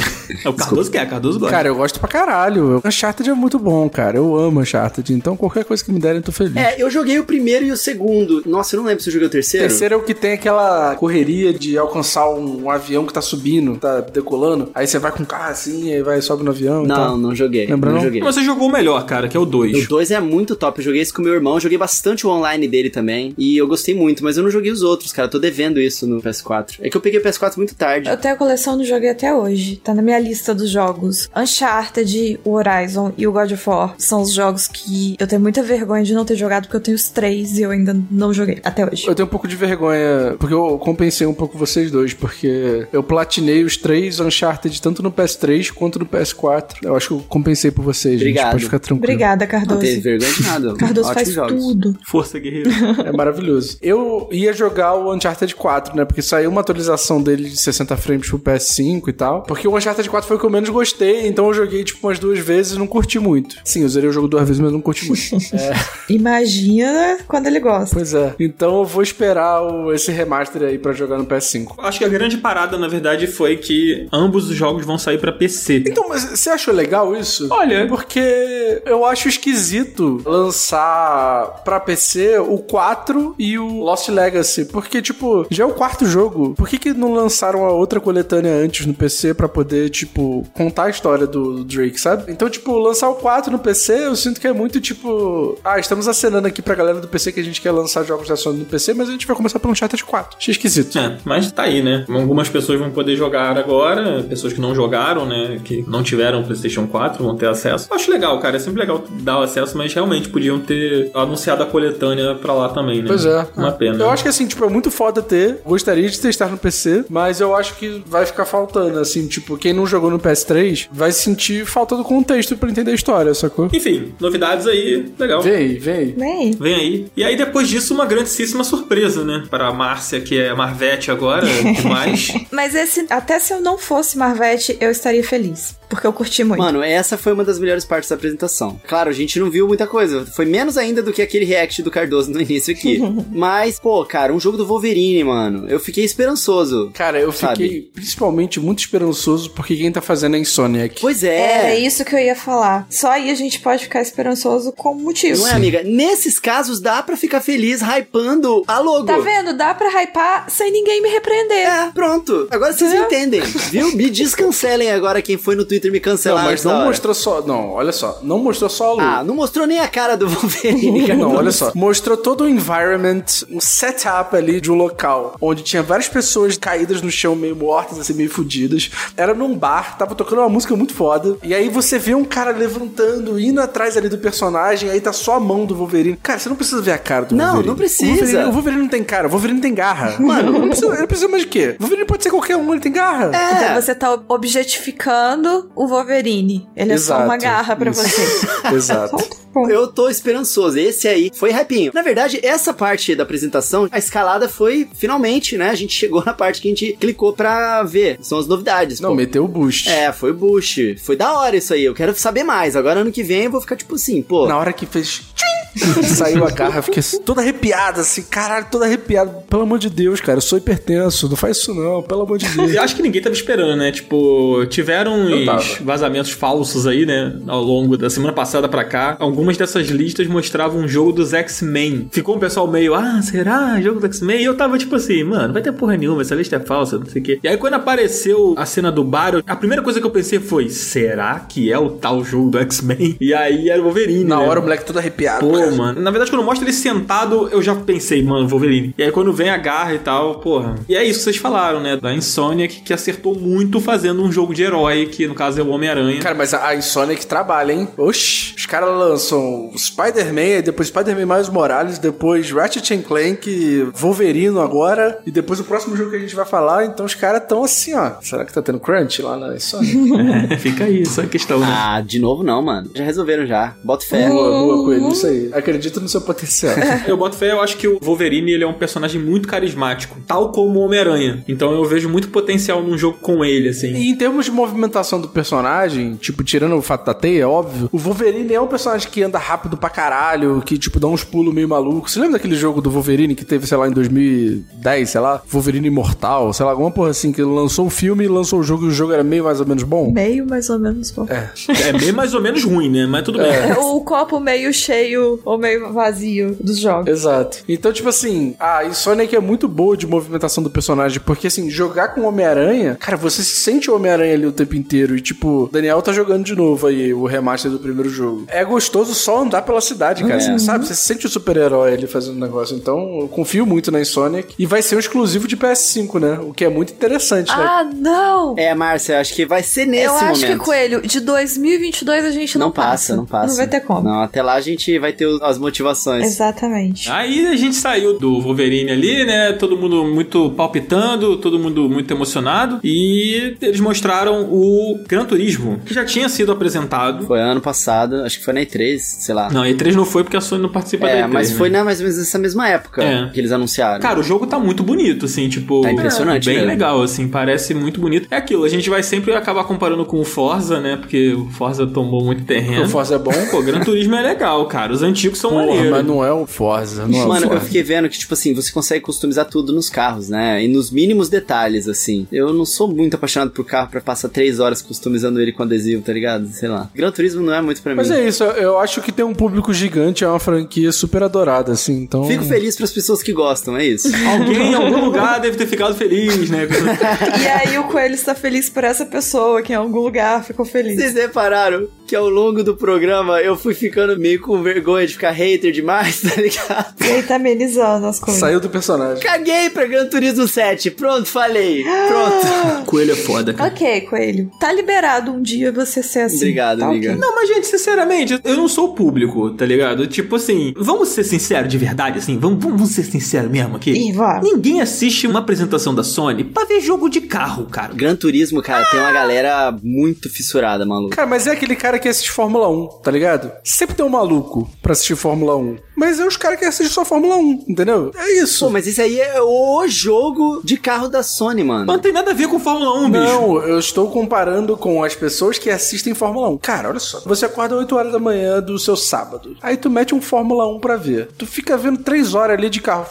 [SPEAKER 1] É, o Cardoso quer, Cardoso gosta.
[SPEAKER 2] Cara, eu gosto pra caralho. Uncharted é muito bom, cara. Eu amo Uncharted. Então, qualquer coisa que me derem, eu tô feliz.
[SPEAKER 4] é, eu joguei o primeiro e o segundo. Nossa, eu não lembro se eu joguei o
[SPEAKER 2] O
[SPEAKER 4] terceiro.
[SPEAKER 2] terceiro é o que tem aquela correria de alcançar um, um avião que tá subindo, tá decolando. Aí você vai com o carro assim, aí vai sobe no avião. e
[SPEAKER 4] Não,
[SPEAKER 2] tal.
[SPEAKER 4] não joguei.
[SPEAKER 2] então. Lembra
[SPEAKER 4] não
[SPEAKER 2] não?
[SPEAKER 4] joguei.
[SPEAKER 1] Mas você jogou o melhor, cara, que é o 2.
[SPEAKER 4] O 2 é muito top. Eu joguei esse com meu irmão, joguei bastante o online dele também. E eu gostei muito, mas eu não joguei os outros, cara. Eu tô devendo isso no PS4. É que eu peguei o PS4 muito tarde.
[SPEAKER 3] Eu tenho a coleção do jogo até hoje. Tá na minha lista dos jogos. Uncharted, o Horizon e o God of War são os jogos que eu tenho muita vergonha de não ter jogado, porque eu tenho os três e eu ainda não joguei até hoje.
[SPEAKER 2] Eu tenho um pouco de vergonha, porque eu compensei um pouco vocês dois, porque eu platinei os três Uncharted, tanto no PS3 quanto no PS4. Eu acho que eu compensei por vocês,
[SPEAKER 4] Obrigado.
[SPEAKER 2] gente. Pode ficar tranquilo.
[SPEAKER 3] Obrigada,
[SPEAKER 4] Não teve
[SPEAKER 3] Cardoso.
[SPEAKER 4] vergonha de nada.
[SPEAKER 3] Cardoso
[SPEAKER 4] Ótimos
[SPEAKER 3] faz
[SPEAKER 4] jogos.
[SPEAKER 3] tudo.
[SPEAKER 1] Força, guerreiro.
[SPEAKER 2] É maravilhoso. Eu ia jogar o Uncharted 4, né? Porque saiu uma atualização dele de 60 frames pro PS5 e tal. Porque o Uncharted 4 foi o que eu menos gostei, então eu joguei tipo umas duas vezes e não curti muito. Sim, eu zerei o jogo duas vezes, mas não curti muito.
[SPEAKER 3] Imagina quando ele gosta.
[SPEAKER 2] pois é. Então eu vou esperar o- esse remaster aí pra jogar no PS5.
[SPEAKER 1] Acho que a grande parada, na verdade, foi que ambos os jogos vão sair pra PC.
[SPEAKER 2] Então, mas você achou legal isso?
[SPEAKER 1] Olha,
[SPEAKER 2] Porque eu acho esquisito lançar pra PC o 4 e o Lost Legacy, porque, tipo, já é o quarto jogo. Por que, que não lançaram a outra coletânea antes no PC pra poder, tipo, contar a história do, do Drake, sabe? Então, tipo, lançar o 4 no PC, eu sinto que é muito, tipo... Ah, estamos acenando aqui pra galera do PC que a gente quer lançar jogos da Sony no PC, mas a gente vai começar pelo Uncharted 4. Achei esquisito.
[SPEAKER 1] É, mas tá aí, né? Algumas pessoas vão poder jogar agora, pessoas que não jogaram, né? Que não tiveram PlayStation 4 vão ter acesso. Acho legal, cara. É sempre legal dar o acesso, mas realmente podiam ter anunciado a coletânea pra lá também, né?
[SPEAKER 2] Pois é.
[SPEAKER 1] Uma pena.
[SPEAKER 2] Eu acho que assim, tipo, é muito foda ter. Gostaria de testar no PC, mas eu acho que vai ficar faltando, assim, tipo, quem não jogou no PS3 vai sentir falta do contexto pra entender a história, sacou?
[SPEAKER 1] Enfim, novidades aí. Legal.
[SPEAKER 2] Vem aí, vem aí.
[SPEAKER 3] Bem,
[SPEAKER 1] Vem aí. E aí, depois disso, uma grandíssima surpresa, né? Para a Márcia, que é Marvete agora, demais.
[SPEAKER 3] mas esse, até se eu não fosse Marvete, eu estaria feliz. Porque eu curti muito.
[SPEAKER 4] Mano, essa foi uma das melhores partes da apresentação. Claro, a gente não viu muita coisa. Foi menos ainda do que aquele react do Cardoso no início aqui. Mas, pô, cara, um jogo do Wolverine, mano. Eu fiquei esperançoso.
[SPEAKER 2] Cara, eu fiquei
[SPEAKER 4] Sabe?
[SPEAKER 2] principalmente muito esperançoso porque quem tá fazendo é a Insomniac.
[SPEAKER 4] Pois
[SPEAKER 3] Era
[SPEAKER 4] é.
[SPEAKER 3] isso que eu ia falar. Só aí a gente pode ficar esperançoso com motivo.
[SPEAKER 4] Não é, amiga? Nesses casos dá pra ficar feliz hypando a logo.
[SPEAKER 3] Tá vendo? Dá pra hypar sem ninguém me repreender.
[SPEAKER 4] É, pronto. Agora vocês
[SPEAKER 3] Entendeu?
[SPEAKER 4] entendem, viu? Me descancelem agora quem foi no Twitter me
[SPEAKER 2] Não,
[SPEAKER 4] cancelar.
[SPEAKER 2] mas
[SPEAKER 4] essa
[SPEAKER 2] não
[SPEAKER 4] hora.
[SPEAKER 2] mostrou só. Não, olha só. Não mostrou só a Lu.
[SPEAKER 4] é Ah, não mostrou nem a cara do Wolverine, cara.
[SPEAKER 2] Não, olha só. Mostrou todo o environment, um setup ali de um local, onde tinha várias pessoas caídas no chão, meio mortas, assim, meio fudidas. Era num bar, tava tocando uma música muito foda. E aí você vê um cara levantando, indo atrás ali do personagem, aí tá só a mão do Wolverine. Cara, você não precisa ver a cara do
[SPEAKER 4] Não,
[SPEAKER 2] Wolverine.
[SPEAKER 4] não precisa.
[SPEAKER 2] O Wolverine, o Wolverine não tem cara, o Wolverine tem garra. Mano, não precisa, ele precisa mais de quê? O Wolverine pode ser qualquer um, ele tem garra. É.
[SPEAKER 3] Então você tá objetificando o Wolverine. Ele é só uma garra pra você.
[SPEAKER 4] É.
[SPEAKER 2] Exato.
[SPEAKER 4] Eu tô esperançoso. Esse aí foi rapinho. Na verdade, essa parte da apresentação, a escalada foi finalmente, né? A gente chegou na parte que a gente clicou pra ver. São as novidades.
[SPEAKER 2] Não,
[SPEAKER 4] pô.
[SPEAKER 2] meteu o boost.
[SPEAKER 4] É, foi Bush. Foi da hora isso aí. Eu quero saber mais. Agora ano que vem eu vou ficar tipo assim, pô.
[SPEAKER 2] Na hora que fez. tchim, Saiu a garra, eu fiquei toda arrepiada, assim, caralho, toda arrepiada. Pelo amor de Deus, cara, eu sou hipertenso, não faz isso não, pelo amor de Deus.
[SPEAKER 1] Eu acho que ninguém tava esperando, né? Tipo, tiveram
[SPEAKER 2] Eu tava.
[SPEAKER 1] uns vazamentos falsos aí, né? Ao longo da semana passada pra cá. Algumas dessas listas mostravam um jogo dos X-Men. Ficou um pessoal meio, ah, será? Jogo dos X-Men? E eu tava tipo assim, mano, vai ter porra nenhuma, essa lista é falsa, não sei o quê. E aí quando apareceu a cena do bar, eu- a primeira coisa que eu pensei foi, será que é o tal jogo do X-Men? E aí era o Wolverine.
[SPEAKER 2] Na
[SPEAKER 1] né?
[SPEAKER 2] hora o moleque todo arrepiado.
[SPEAKER 1] Pô,
[SPEAKER 2] cara.
[SPEAKER 1] mano. Na verdade, quando mostra ele sentado, eu já pensei, mano, Wolverine. E aí, quando vem a garra e tal, porra. E é isso que vocês falaram, né? Da Insomniac, que acertou muito fazendo um jogo de herói, que no caso é o Homem-Aranha.
[SPEAKER 2] Cara, mas a a Insomniac trabalha, hein? Oxi, os caras lançam Spider-Man, aí depois Spider-Man mais Morales, depois Ratchet and Clank, Wolverino agora, e depois o próximo jogo que a gente vai falar, então os caras tão assim, ó. Será que tá tendo crunch lá na Insomniac?
[SPEAKER 1] É, fica aí, essa questão, né?
[SPEAKER 4] Ah, de novo não, mano. Já resolveram já. Bota fé.
[SPEAKER 2] É, boa, boa, Coelho, isso aí. Acredita no seu potencial.
[SPEAKER 1] Eu boto fé, eu acho que o Wolverine ele é um personagem muito carismático, tal como o Homem-Aranha. Então eu vejo muito potencial num jogo com ele, assim.
[SPEAKER 2] E em termos de movimentação do personagem, tipo, tirando o fato da teia, é óbvio, o Wolverine é um personagem que anda rápido pra caralho, que, tipo, dá uns pulos meio malucos. Você lembra daquele jogo do Wolverine que teve, sei lá, em 2010, sei lá, Wolverine Imortal, sei lá, alguma porra assim, que lançou o filme, lançou o jogo e o jogo era meio mais ou menos bom?
[SPEAKER 3] Meio mais ou menos bom.
[SPEAKER 1] É bem mais ou menos ruim, né? Mas tudo bem.
[SPEAKER 3] É O copo meio cheio ou meio vazio dos jogos.
[SPEAKER 2] Exato. Então, tipo assim, a Sonic é muito boa de movimentação do personagem, porque assim, jogar com o Homem-Aranha, cara, você se sente o Homem-Aranha ali o tempo inteiro. E tipo, o Daniel tá jogando de novo aí o remaster do primeiro jogo. É gostoso só andar pela cidade, cara. Você sabe? Você se sente o super-herói ali fazendo o negócio. Então, eu confio muito na Sonic. E vai ser um exclusivo de PS5, né? O que é muito interessante, né?
[SPEAKER 3] Ah, não!
[SPEAKER 4] É, Márcia, acho que vai ser nesse
[SPEAKER 3] eu acho
[SPEAKER 4] É momento.
[SPEAKER 3] que, Coelho, de 2022 a gente não,
[SPEAKER 4] não passa, não passa.
[SPEAKER 3] Não vai ter como.
[SPEAKER 4] Não, até lá a gente vai ter o- as motivações.
[SPEAKER 3] Exatamente.
[SPEAKER 4] Ah.
[SPEAKER 1] Aí a gente saiu do Wolverine ali, né? Todo mundo muito palpitando, todo mundo muito emocionado. E eles mostraram o Gran Turismo, que já tinha sido apresentado.
[SPEAKER 4] Foi ano passado, acho que foi na E3, sei lá.
[SPEAKER 1] Não, E3 não foi porque a Sony não participa da
[SPEAKER 4] é,
[SPEAKER 1] E3.
[SPEAKER 4] mas
[SPEAKER 1] né?
[SPEAKER 4] foi na, mais ou menos nessa mesma época
[SPEAKER 1] É.
[SPEAKER 4] que eles anunciaram.
[SPEAKER 1] Cara, o jogo tá muito bonito, assim, tipo.
[SPEAKER 4] Tá impressionante
[SPEAKER 1] é, Bem
[SPEAKER 4] mesmo.
[SPEAKER 1] legal, assim, parece muito bonito. É aquilo, a gente vai sempre acabar comparando com o Forza, né? Porque o Forza tomou muito terreno.
[SPEAKER 2] O Forza é bom.
[SPEAKER 1] Pô, Gran Turismo é legal, cara. Os antigos são
[SPEAKER 2] Porra,
[SPEAKER 1] maneiros.
[SPEAKER 2] mas não é o Forza, não é o
[SPEAKER 4] Mano, eu
[SPEAKER 2] Forza.
[SPEAKER 4] fiquei vendo que, tipo assim, você consegue customizar tudo nos carros, né? E nos mínimos detalhes, assim. Eu não sou muito apaixonado por carro pra passar três horas customizando ele com adesivo, tá ligado? Sei lá. Gran Turismo não é muito pra
[SPEAKER 2] Mas
[SPEAKER 4] mim.
[SPEAKER 2] é é isso. Eu, eu acho que tem um público gigante, é uma franquia super adorada, assim. Então.
[SPEAKER 4] Fico feliz pras pessoas que gostam, é isso.
[SPEAKER 1] Alguém em algum lugar deve ter ficado feliz, né?
[SPEAKER 6] E aí o coelho está feliz por essa pessoa que em algum lugar ficou feliz.
[SPEAKER 4] Vocês repararam que ao longo do programa eu fui ficando meio com vergonha de ficar hater demais, tá ligado?
[SPEAKER 6] E aí tá amenizando as coisas.
[SPEAKER 2] Saiu do personagem.
[SPEAKER 4] Caguei pra Gran Turismo 7. Pronto, falei.
[SPEAKER 2] Ah,
[SPEAKER 4] Pronto.
[SPEAKER 7] Coelho é foda, cara.
[SPEAKER 6] Ok, coelho. Tá liberado um dia você ser assim.
[SPEAKER 4] Obrigado,
[SPEAKER 6] tá ok.
[SPEAKER 4] obrigado.
[SPEAKER 1] Não, mas, gente, sinceramente, eu não sou o público, tá ligado? Tipo assim, vamos ser sinceros de verdade, assim? Vamos, vamos vamos ser sinceros mesmo aqui?
[SPEAKER 6] Ih, vá.
[SPEAKER 1] Ninguém assiste uma apresentação da Sony pra ver jogo de carro, cara.
[SPEAKER 4] Gran Turismo, cara, tem uma galera muito fissurada, maluco.
[SPEAKER 2] Cara, mas é aquele cara que assiste Fórmula 1, tá ligado? Sempre tem um maluco pra assistir Fórmula 1. Mas é os caras que assistem só Fórmula 1, entendeu? É isso.
[SPEAKER 4] Pô, mas isso aí é o jogo de carro da Sony, mano.
[SPEAKER 1] Mas não tem nada a ver com Fórmula 1, bicho.
[SPEAKER 2] Não, eu estou comparando com as pessoas que assistem Fórmula 1. Cara, olha só. Você acorda 8 horas da manhã do seu sábado. Aí tu mete um Fórmula 1 pra ver. Tu fica vendo 3 horas ali de carro.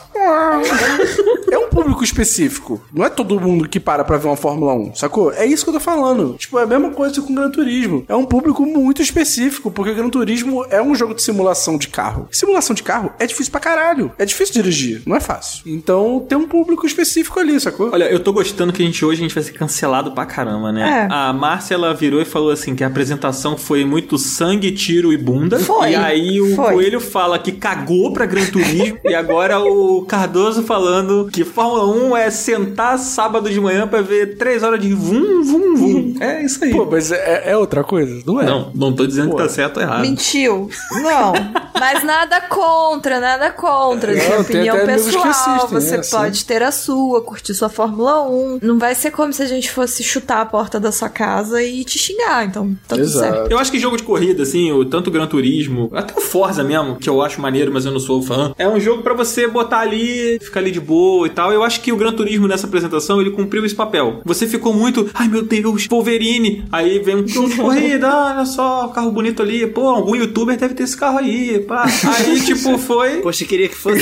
[SPEAKER 2] É um público específico. Não é todo mundo que para pra ver uma Fórmula 1, sacou? É isso que eu tô falando. Tipo, é a mesma coisa com o Gran Turismo. É um público muito específico, porque o Gran Turismo é um jogo de simulação de carro. Simulação de carro é difícil pra caralho. É difícil dirigir, não é fácil. Então tem um público específico ali, sacou?
[SPEAKER 1] Olha, eu tô gostando que a gente hoje a gente vai ser cancelado pra caramba, né?
[SPEAKER 6] É.
[SPEAKER 1] A Márcia, ela virou e falou assim que a apresentação foi muito sangue, tiro e bunda.
[SPEAKER 6] Foi.
[SPEAKER 1] E aí o
[SPEAKER 6] Foi.
[SPEAKER 1] Coelho fala que cagou pra Gran Turismo. e agora o Cardoso falando que Fórmula 1 é sentar sábado de manhã pra ver três horas de vum, vum, vum. É isso aí.
[SPEAKER 2] Pô, mas é, é outra coisa, não é?
[SPEAKER 1] não, não tô dizendo
[SPEAKER 2] Pô.
[SPEAKER 1] que tá certo ou
[SPEAKER 2] Ah.
[SPEAKER 1] errado.
[SPEAKER 6] Mentiu. Não.
[SPEAKER 3] Mas nada contra, nada contra.
[SPEAKER 2] É,
[SPEAKER 3] Tem
[SPEAKER 2] tem
[SPEAKER 3] opinião
[SPEAKER 2] até amigos que
[SPEAKER 3] pessoal,
[SPEAKER 2] assistem, né,
[SPEAKER 3] você
[SPEAKER 2] assim.
[SPEAKER 3] pode ter a sua, curtir sua Fórmula 1. Não vai ser como se a gente fosse chutar a porta da sua casa e te xingar, então tá tudo
[SPEAKER 2] Exato.
[SPEAKER 3] certo.
[SPEAKER 1] Eu acho que jogo de corrida, assim, o tanto Gran Turismo, até o Forza mesmo, que eu acho maneiro, mas eu não sou fã, é um jogo pra você botar ali, ficar ali de boa e tal. Eu acho que o Gran Turismo nessa apresentação, ele cumpriu esse papel. Você ficou muito, ai meu Deus, Wolverine. Aí vem um jogo de corrida, ah, olha só, carro bonito ali. Pô, algum youtuber deve ter esse carro aí, pá. Aí, tipo, foi.
[SPEAKER 4] Poxa, eu queria que fosse.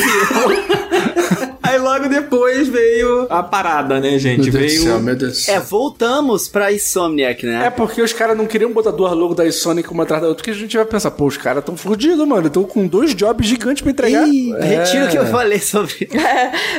[SPEAKER 1] Aí logo depois veio a parada, né, gente? veio.
[SPEAKER 2] meu Deus do
[SPEAKER 4] é, voltamos pra Insomniac, né?
[SPEAKER 2] É porque os caras não queriam botar duas logo da Sonic uma atrás da outra, que a gente vai pensar, pô, os caras tão fodidos, mano. Estão com dois jobs gigantes pra entregar.
[SPEAKER 4] Ih,
[SPEAKER 2] É.
[SPEAKER 4] Retiro o que eu falei sobre.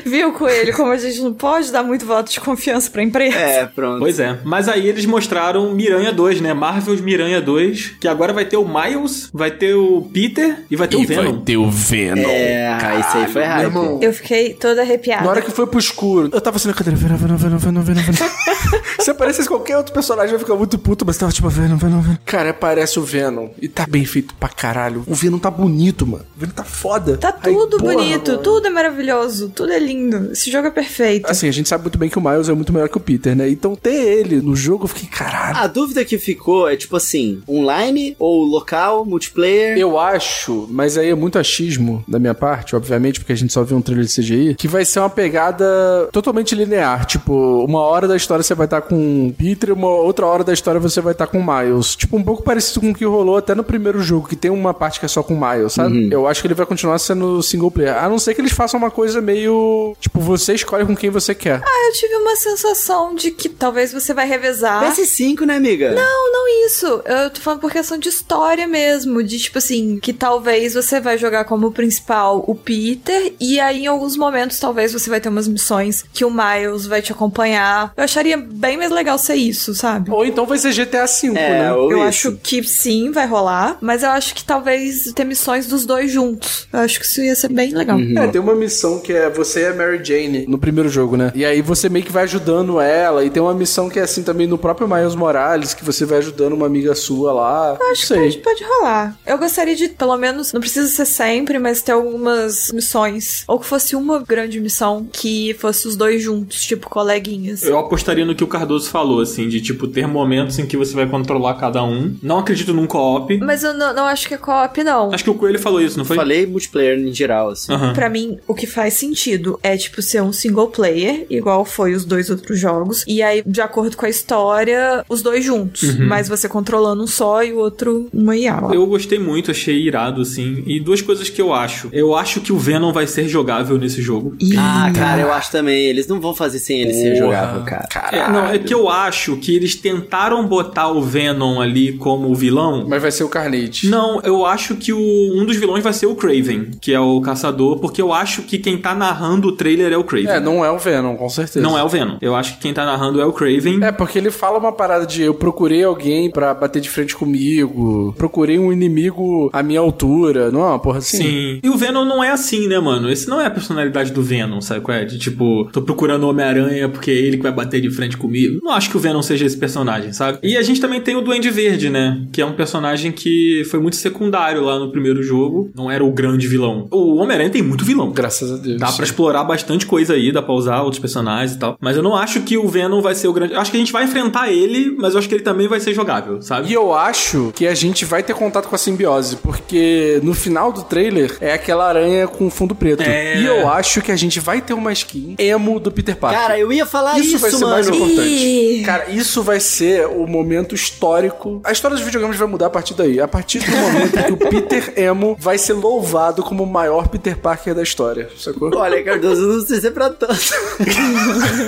[SPEAKER 6] Viu, coelho? Como a gente não pode dar muito voto de confiança pra empresa.
[SPEAKER 4] É, pronto.
[SPEAKER 1] Pois é. Mas aí eles mostraram Miranha 2, né? Marvel's Miranha 2, que agora vai ter o Miles, vai ter o Peter e vai ter o Venom.
[SPEAKER 2] ter o Venom.
[SPEAKER 4] É, isso aí foi hype.
[SPEAKER 6] Eu fiquei toda arrepiada.
[SPEAKER 2] Na hora que foi pro escuro, eu tava assim na cadeira, Venom, Venom, Venom, Venom, Venom, Venom. Se aparecesse qualquer outro personagem, eu ia ficar muito puto, mas tava tipo, Venom, Venom, Venom. Cara, aparece o Venom. E tá bem feito pra caralho. O Venom tá bonito, mano. O Venom tá foda.
[SPEAKER 6] Tá
[SPEAKER 2] Aí,
[SPEAKER 6] tudo
[SPEAKER 2] porra,
[SPEAKER 6] bonito,
[SPEAKER 2] mano.
[SPEAKER 6] tudo é maravilhoso, tudo é lindo. Esse jogo é perfeito.
[SPEAKER 2] Assim, a gente sabe muito bem que o Miles é muito melhor que o Peter, né? Então ter ele no jogo, eu fiquei, caralho.
[SPEAKER 4] A dúvida que ficou é tipo assim, online ou local, multiplayer?
[SPEAKER 2] Eu acho, mas aí é muito achismo da minha parte, obviamente, porque a gente só viu um trailer de CGI, que vai ser uma pegada totalmente linear. Tipo, uma hora da história você vai estar com o Peter, uma outra hora da história você vai estar com o Miles. Tipo, um pouco parecido com o que rolou até no primeiro jogo, que tem uma parte que é só com o Miles, sabe? Eu acho que ele vai continuar sendo single player. A não ser que eles façam uma coisa meio. Tipo, você escolhe com quem você quer.
[SPEAKER 4] Ah.
[SPEAKER 3] Eu tive uma sensação de que talvez você vai revezar.
[SPEAKER 4] PS5, né, amiga? Não.
[SPEAKER 3] Não, não isso. Eu tô falando por questão de história mesmo. De tipo assim, que talvez você vai jogar como principal o Peter. E aí, em alguns momentos, talvez você vai ter umas missões que o Miles vai te acompanhar. Eu acharia bem mais legal ser isso, sabe?
[SPEAKER 2] Ou então vai ser GTA V,
[SPEAKER 4] É,
[SPEAKER 2] né?
[SPEAKER 4] ou
[SPEAKER 6] eu
[SPEAKER 4] isso.
[SPEAKER 6] acho
[SPEAKER 3] Que sim, vai rolar. Mas eu acho que talvez ter missões dos dois juntos. Eu acho que isso ia ser bem legal.
[SPEAKER 2] É, tem uma missão que é você é Mary Jane no primeiro jogo, né? E aí você meio que vai ajudando ela. E tem uma missão que é assim também no próprio Miles Morales, que você vai ajudando uma amiga sua lá. Não
[SPEAKER 3] Então,
[SPEAKER 6] Pode,
[SPEAKER 2] sei.
[SPEAKER 6] pode rolar.
[SPEAKER 3] Eu gostaria de, pelo menos, não precisa ser sempre, mas ter algumas missões. Ou que fosse uma grande missão que fosse os dois juntos, tipo coleguinhas.
[SPEAKER 1] Eu apostaria no que o Cardoso falou, assim, de tipo, ter momentos em que você vai controlar cada um. Não acredito num co-op.
[SPEAKER 3] Mas eu não, não acho que é co-op, não.
[SPEAKER 1] Acho que o Coelho falou isso, não foi?
[SPEAKER 4] Falei multiplayer em geral, assim.
[SPEAKER 1] Aham.
[SPEAKER 3] Pra mim, o que faz sentido é, tipo, ser um single player, igual foi os dois outros jogos. E aí, de acordo com a história, os dois juntos. Mas você controlando um só e o outro uma IA. lá.
[SPEAKER 1] Uhum. Eu gostei muito, achei irado, assim. E duas coisas que eu acho. Eu acho que o Venom vai ser jogável nesse jogo.
[SPEAKER 4] Tá. Ah, cara, eu acho também. Eles não vão fazer sem ele ser jogável, cara.
[SPEAKER 1] É, É, não, é que eu acho que eles tentaram botar o Venom ali como vilão.
[SPEAKER 2] Mas vai ser o Carnage.
[SPEAKER 1] Não, eu acho que o- um dos vilões vai ser o Craven, que é o caçador, porque eu acho que quem tá narrando o trailer é o Craven.
[SPEAKER 2] É, não é o Venom, com certeza.
[SPEAKER 1] Não é o Venom. Eu acho que quem tá narrando é o Craven.
[SPEAKER 2] É, porque ele fala uma parada de eu procurei alguém pra bater de frente comigo, procurei um inimigo à minha altura, não é uma porra assim?
[SPEAKER 1] Sim. E o Venom não é assim, né, mano? Esse não é a personalidade do Venom, sabe qual é? De tipo, tô procurando o Homem-Aranha porque é ele que vai bater de frente comigo. Não acho que o Venom seja esse personagem, sabe? E a gente também tem o Duende Verde, né? Que é um personagem que foi muito secundário lá no primeiro jogo. Não era o grande vilão. O Homem-Aranha tem muito vilão.
[SPEAKER 2] Graças a Deus.
[SPEAKER 1] Dá pra explorar bastante coisa aí, dá pra usar outros personagens e tal. Mas eu não acho que o Venom vai ser o grande. Eu acho que a gente vai enfrentar ele, mas eu acho que ele também vai ser jogável, sabe?
[SPEAKER 2] E eu acho que a gente vai ter contato com a simbiose, porque no final do trailer é aquela aranha com fundo preto.
[SPEAKER 1] É.
[SPEAKER 2] E eu acho que a gente vai ter uma skin emo do Peter Parker.
[SPEAKER 4] Cara, eu ia falar
[SPEAKER 2] isso,
[SPEAKER 4] isso,
[SPEAKER 2] vai ser
[SPEAKER 4] mano.
[SPEAKER 2] mais importante.
[SPEAKER 3] Ih.
[SPEAKER 2] Cara, isso vai ser o momento histórico. A história dos videogames vai mudar a partir daí. A partir do momento que o Peter Emo vai ser louvado como o maior Peter Parker da história. Sacou?
[SPEAKER 4] Olha, Cardoso, não sei se é pra tanto.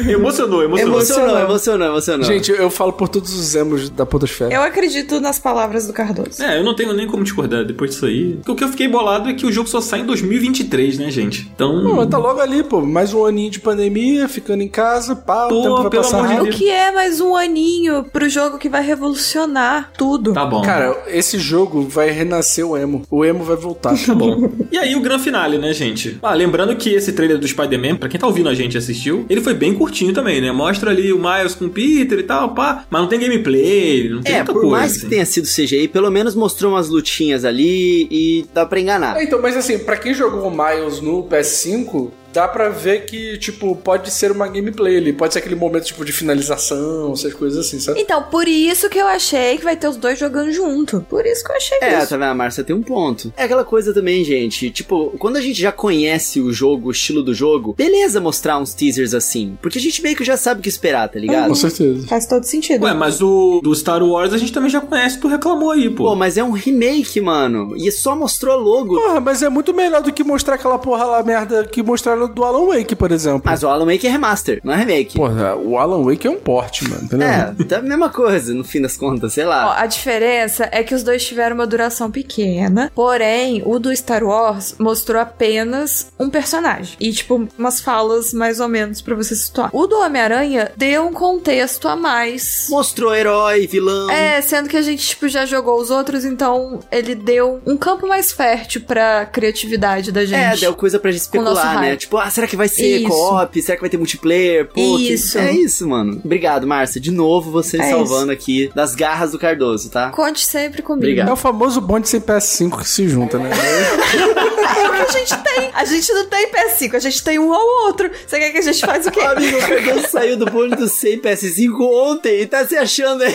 [SPEAKER 1] Emocionou, emocionou.
[SPEAKER 4] Emocionou, emocionou, emocionou.
[SPEAKER 2] Gente, eu, eu falo por todos os emos da Podosfera.
[SPEAKER 6] Eu acredito nas palavras do Cardoso.
[SPEAKER 1] É, eu não tenho nem como discordar depois disso aí. O que eu fiquei bolado é que o jogo só sai em 2023, né, gente? Então.
[SPEAKER 2] Pô, mas tá logo ali, pô. Mais um aninho de pandemia, ficando em casa, pá,
[SPEAKER 1] Pô,
[SPEAKER 2] o tempo vai
[SPEAKER 1] pelo
[SPEAKER 2] passar
[SPEAKER 1] amor de
[SPEAKER 2] rápido.
[SPEAKER 3] O que é mais um aninho pro jogo que vai revolucionar tudo?
[SPEAKER 1] Tá bom.
[SPEAKER 2] Cara, esse jogo vai renascer o emo. O emo vai voltar.
[SPEAKER 1] Tá bom. E aí o gran finale, né, gente? Ah, lembrando que esse trailer do Spider-Man, pra quem tá ouvindo a gente e assistiu, ele foi bem curtinho também, né? Mostra ali o Miles com o Peter e tal, pá. Mas não tem gameplay, não tem
[SPEAKER 4] É,
[SPEAKER 1] muita
[SPEAKER 4] por
[SPEAKER 1] coisa.
[SPEAKER 4] mais que
[SPEAKER 1] assim.
[SPEAKER 4] tenha sido CGI, pelo menos mostrou umas lutinhas ali e dá pra enganar.
[SPEAKER 2] É, então, mas assim, pra quem jogou o Miles no PS5, dá pra ver que, tipo, pode ser uma gameplay ali. Pode ser aquele momento, tipo, de finalização, essas coisas assim, sabe?
[SPEAKER 3] Então, por isso que eu achei que vai ter os dois jogando junto. Por isso que eu achei
[SPEAKER 4] É,
[SPEAKER 3] isso.
[SPEAKER 4] tá vendo? A Márcia tem um ponto. É aquela coisa também, gente. Tipo, quando a gente já conhece o jogo, o estilo do jogo, beleza mostrar uns teasers assim. Porque a gente meio que já sabe o que esperar, tá ligado?
[SPEAKER 2] certeza.
[SPEAKER 6] Faz todo sentido.
[SPEAKER 1] Ué, mas o do Star Wars a gente também já conhece, tu reclamou aí, pô.
[SPEAKER 4] Pô, mas é um remake, mano. E só mostrou logo.
[SPEAKER 2] Porra, mas é muito melhor do que mostrar aquela porra lá merda que mostraram do Alan Wake, por exemplo.
[SPEAKER 4] Mas o Alan Wake é remaster, não é remake.
[SPEAKER 2] Porra, o Alan Wake é um porte, mano. Entendeu?
[SPEAKER 4] É, tá a mesma coisa, no fim das contas, sei
[SPEAKER 3] Ó,
[SPEAKER 4] lá.
[SPEAKER 3] a diferença é que os dois tiveram uma duração pequena, porém, o do Star Wars mostrou apenas um personagem. E, tipo, umas falas mais ou menos pra você situar. O do Homem-Aranha deu um contexto a mais.
[SPEAKER 4] Mostrou herói, vilão.
[SPEAKER 3] É, sendo que a gente, tipo, já jogou os outros, então ele deu um campo mais fértil pra criatividade da gente.
[SPEAKER 4] É, deu coisa pra gente
[SPEAKER 3] Com o nosso
[SPEAKER 4] especular, né?
[SPEAKER 3] hype.
[SPEAKER 4] Tipo, ah, será que vai ser
[SPEAKER 3] Isso.
[SPEAKER 4] co-op? Será que vai ter multiplayer? Pô, que-
[SPEAKER 3] Isso.
[SPEAKER 4] É isso, mano. Obrigado, Márcia. De novo, você
[SPEAKER 6] É
[SPEAKER 4] salvando aqui das garras do Cardoso, tá?
[SPEAKER 3] Conte sempre comigo.
[SPEAKER 4] Obrigado.
[SPEAKER 2] É o famoso bonde sem PS5 que se junta, né?
[SPEAKER 6] a gente tem. A gente não tem PS5, a gente tem um ou outro. Você quer que a gente faz o quê?
[SPEAKER 4] Amigo, o Cardoso saiu do bonde do 100 PS5 ontem e tá se achando aí.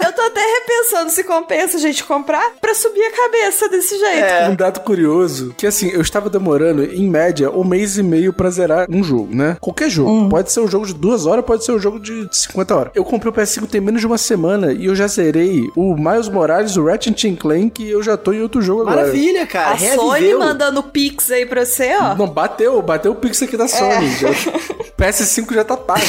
[SPEAKER 6] Eu tô até repensando se compensa a gente comprar pra subir a cabeça desse jeito.
[SPEAKER 4] É,
[SPEAKER 2] Um dado curioso, que assim, eu estava demorando, em média, um mês e meio pra zerar um jogo, né? Qualquer jogo. Pode ser um jogo de duas horas, pode ser um jogo de 50 horas. Eu comprei o PS5 tem menos de uma semana e eu já zerei o Miles Morales, o Ratchet and Clank e eu já tô em outro jogo agora.
[SPEAKER 4] Maravilha, cara.
[SPEAKER 6] a Sony
[SPEAKER 4] Reviveu.
[SPEAKER 6] mandando pix aí pra você, ó.
[SPEAKER 2] Não, bateu, bateu o pix aqui da Sony. já- PS5 já tá pago.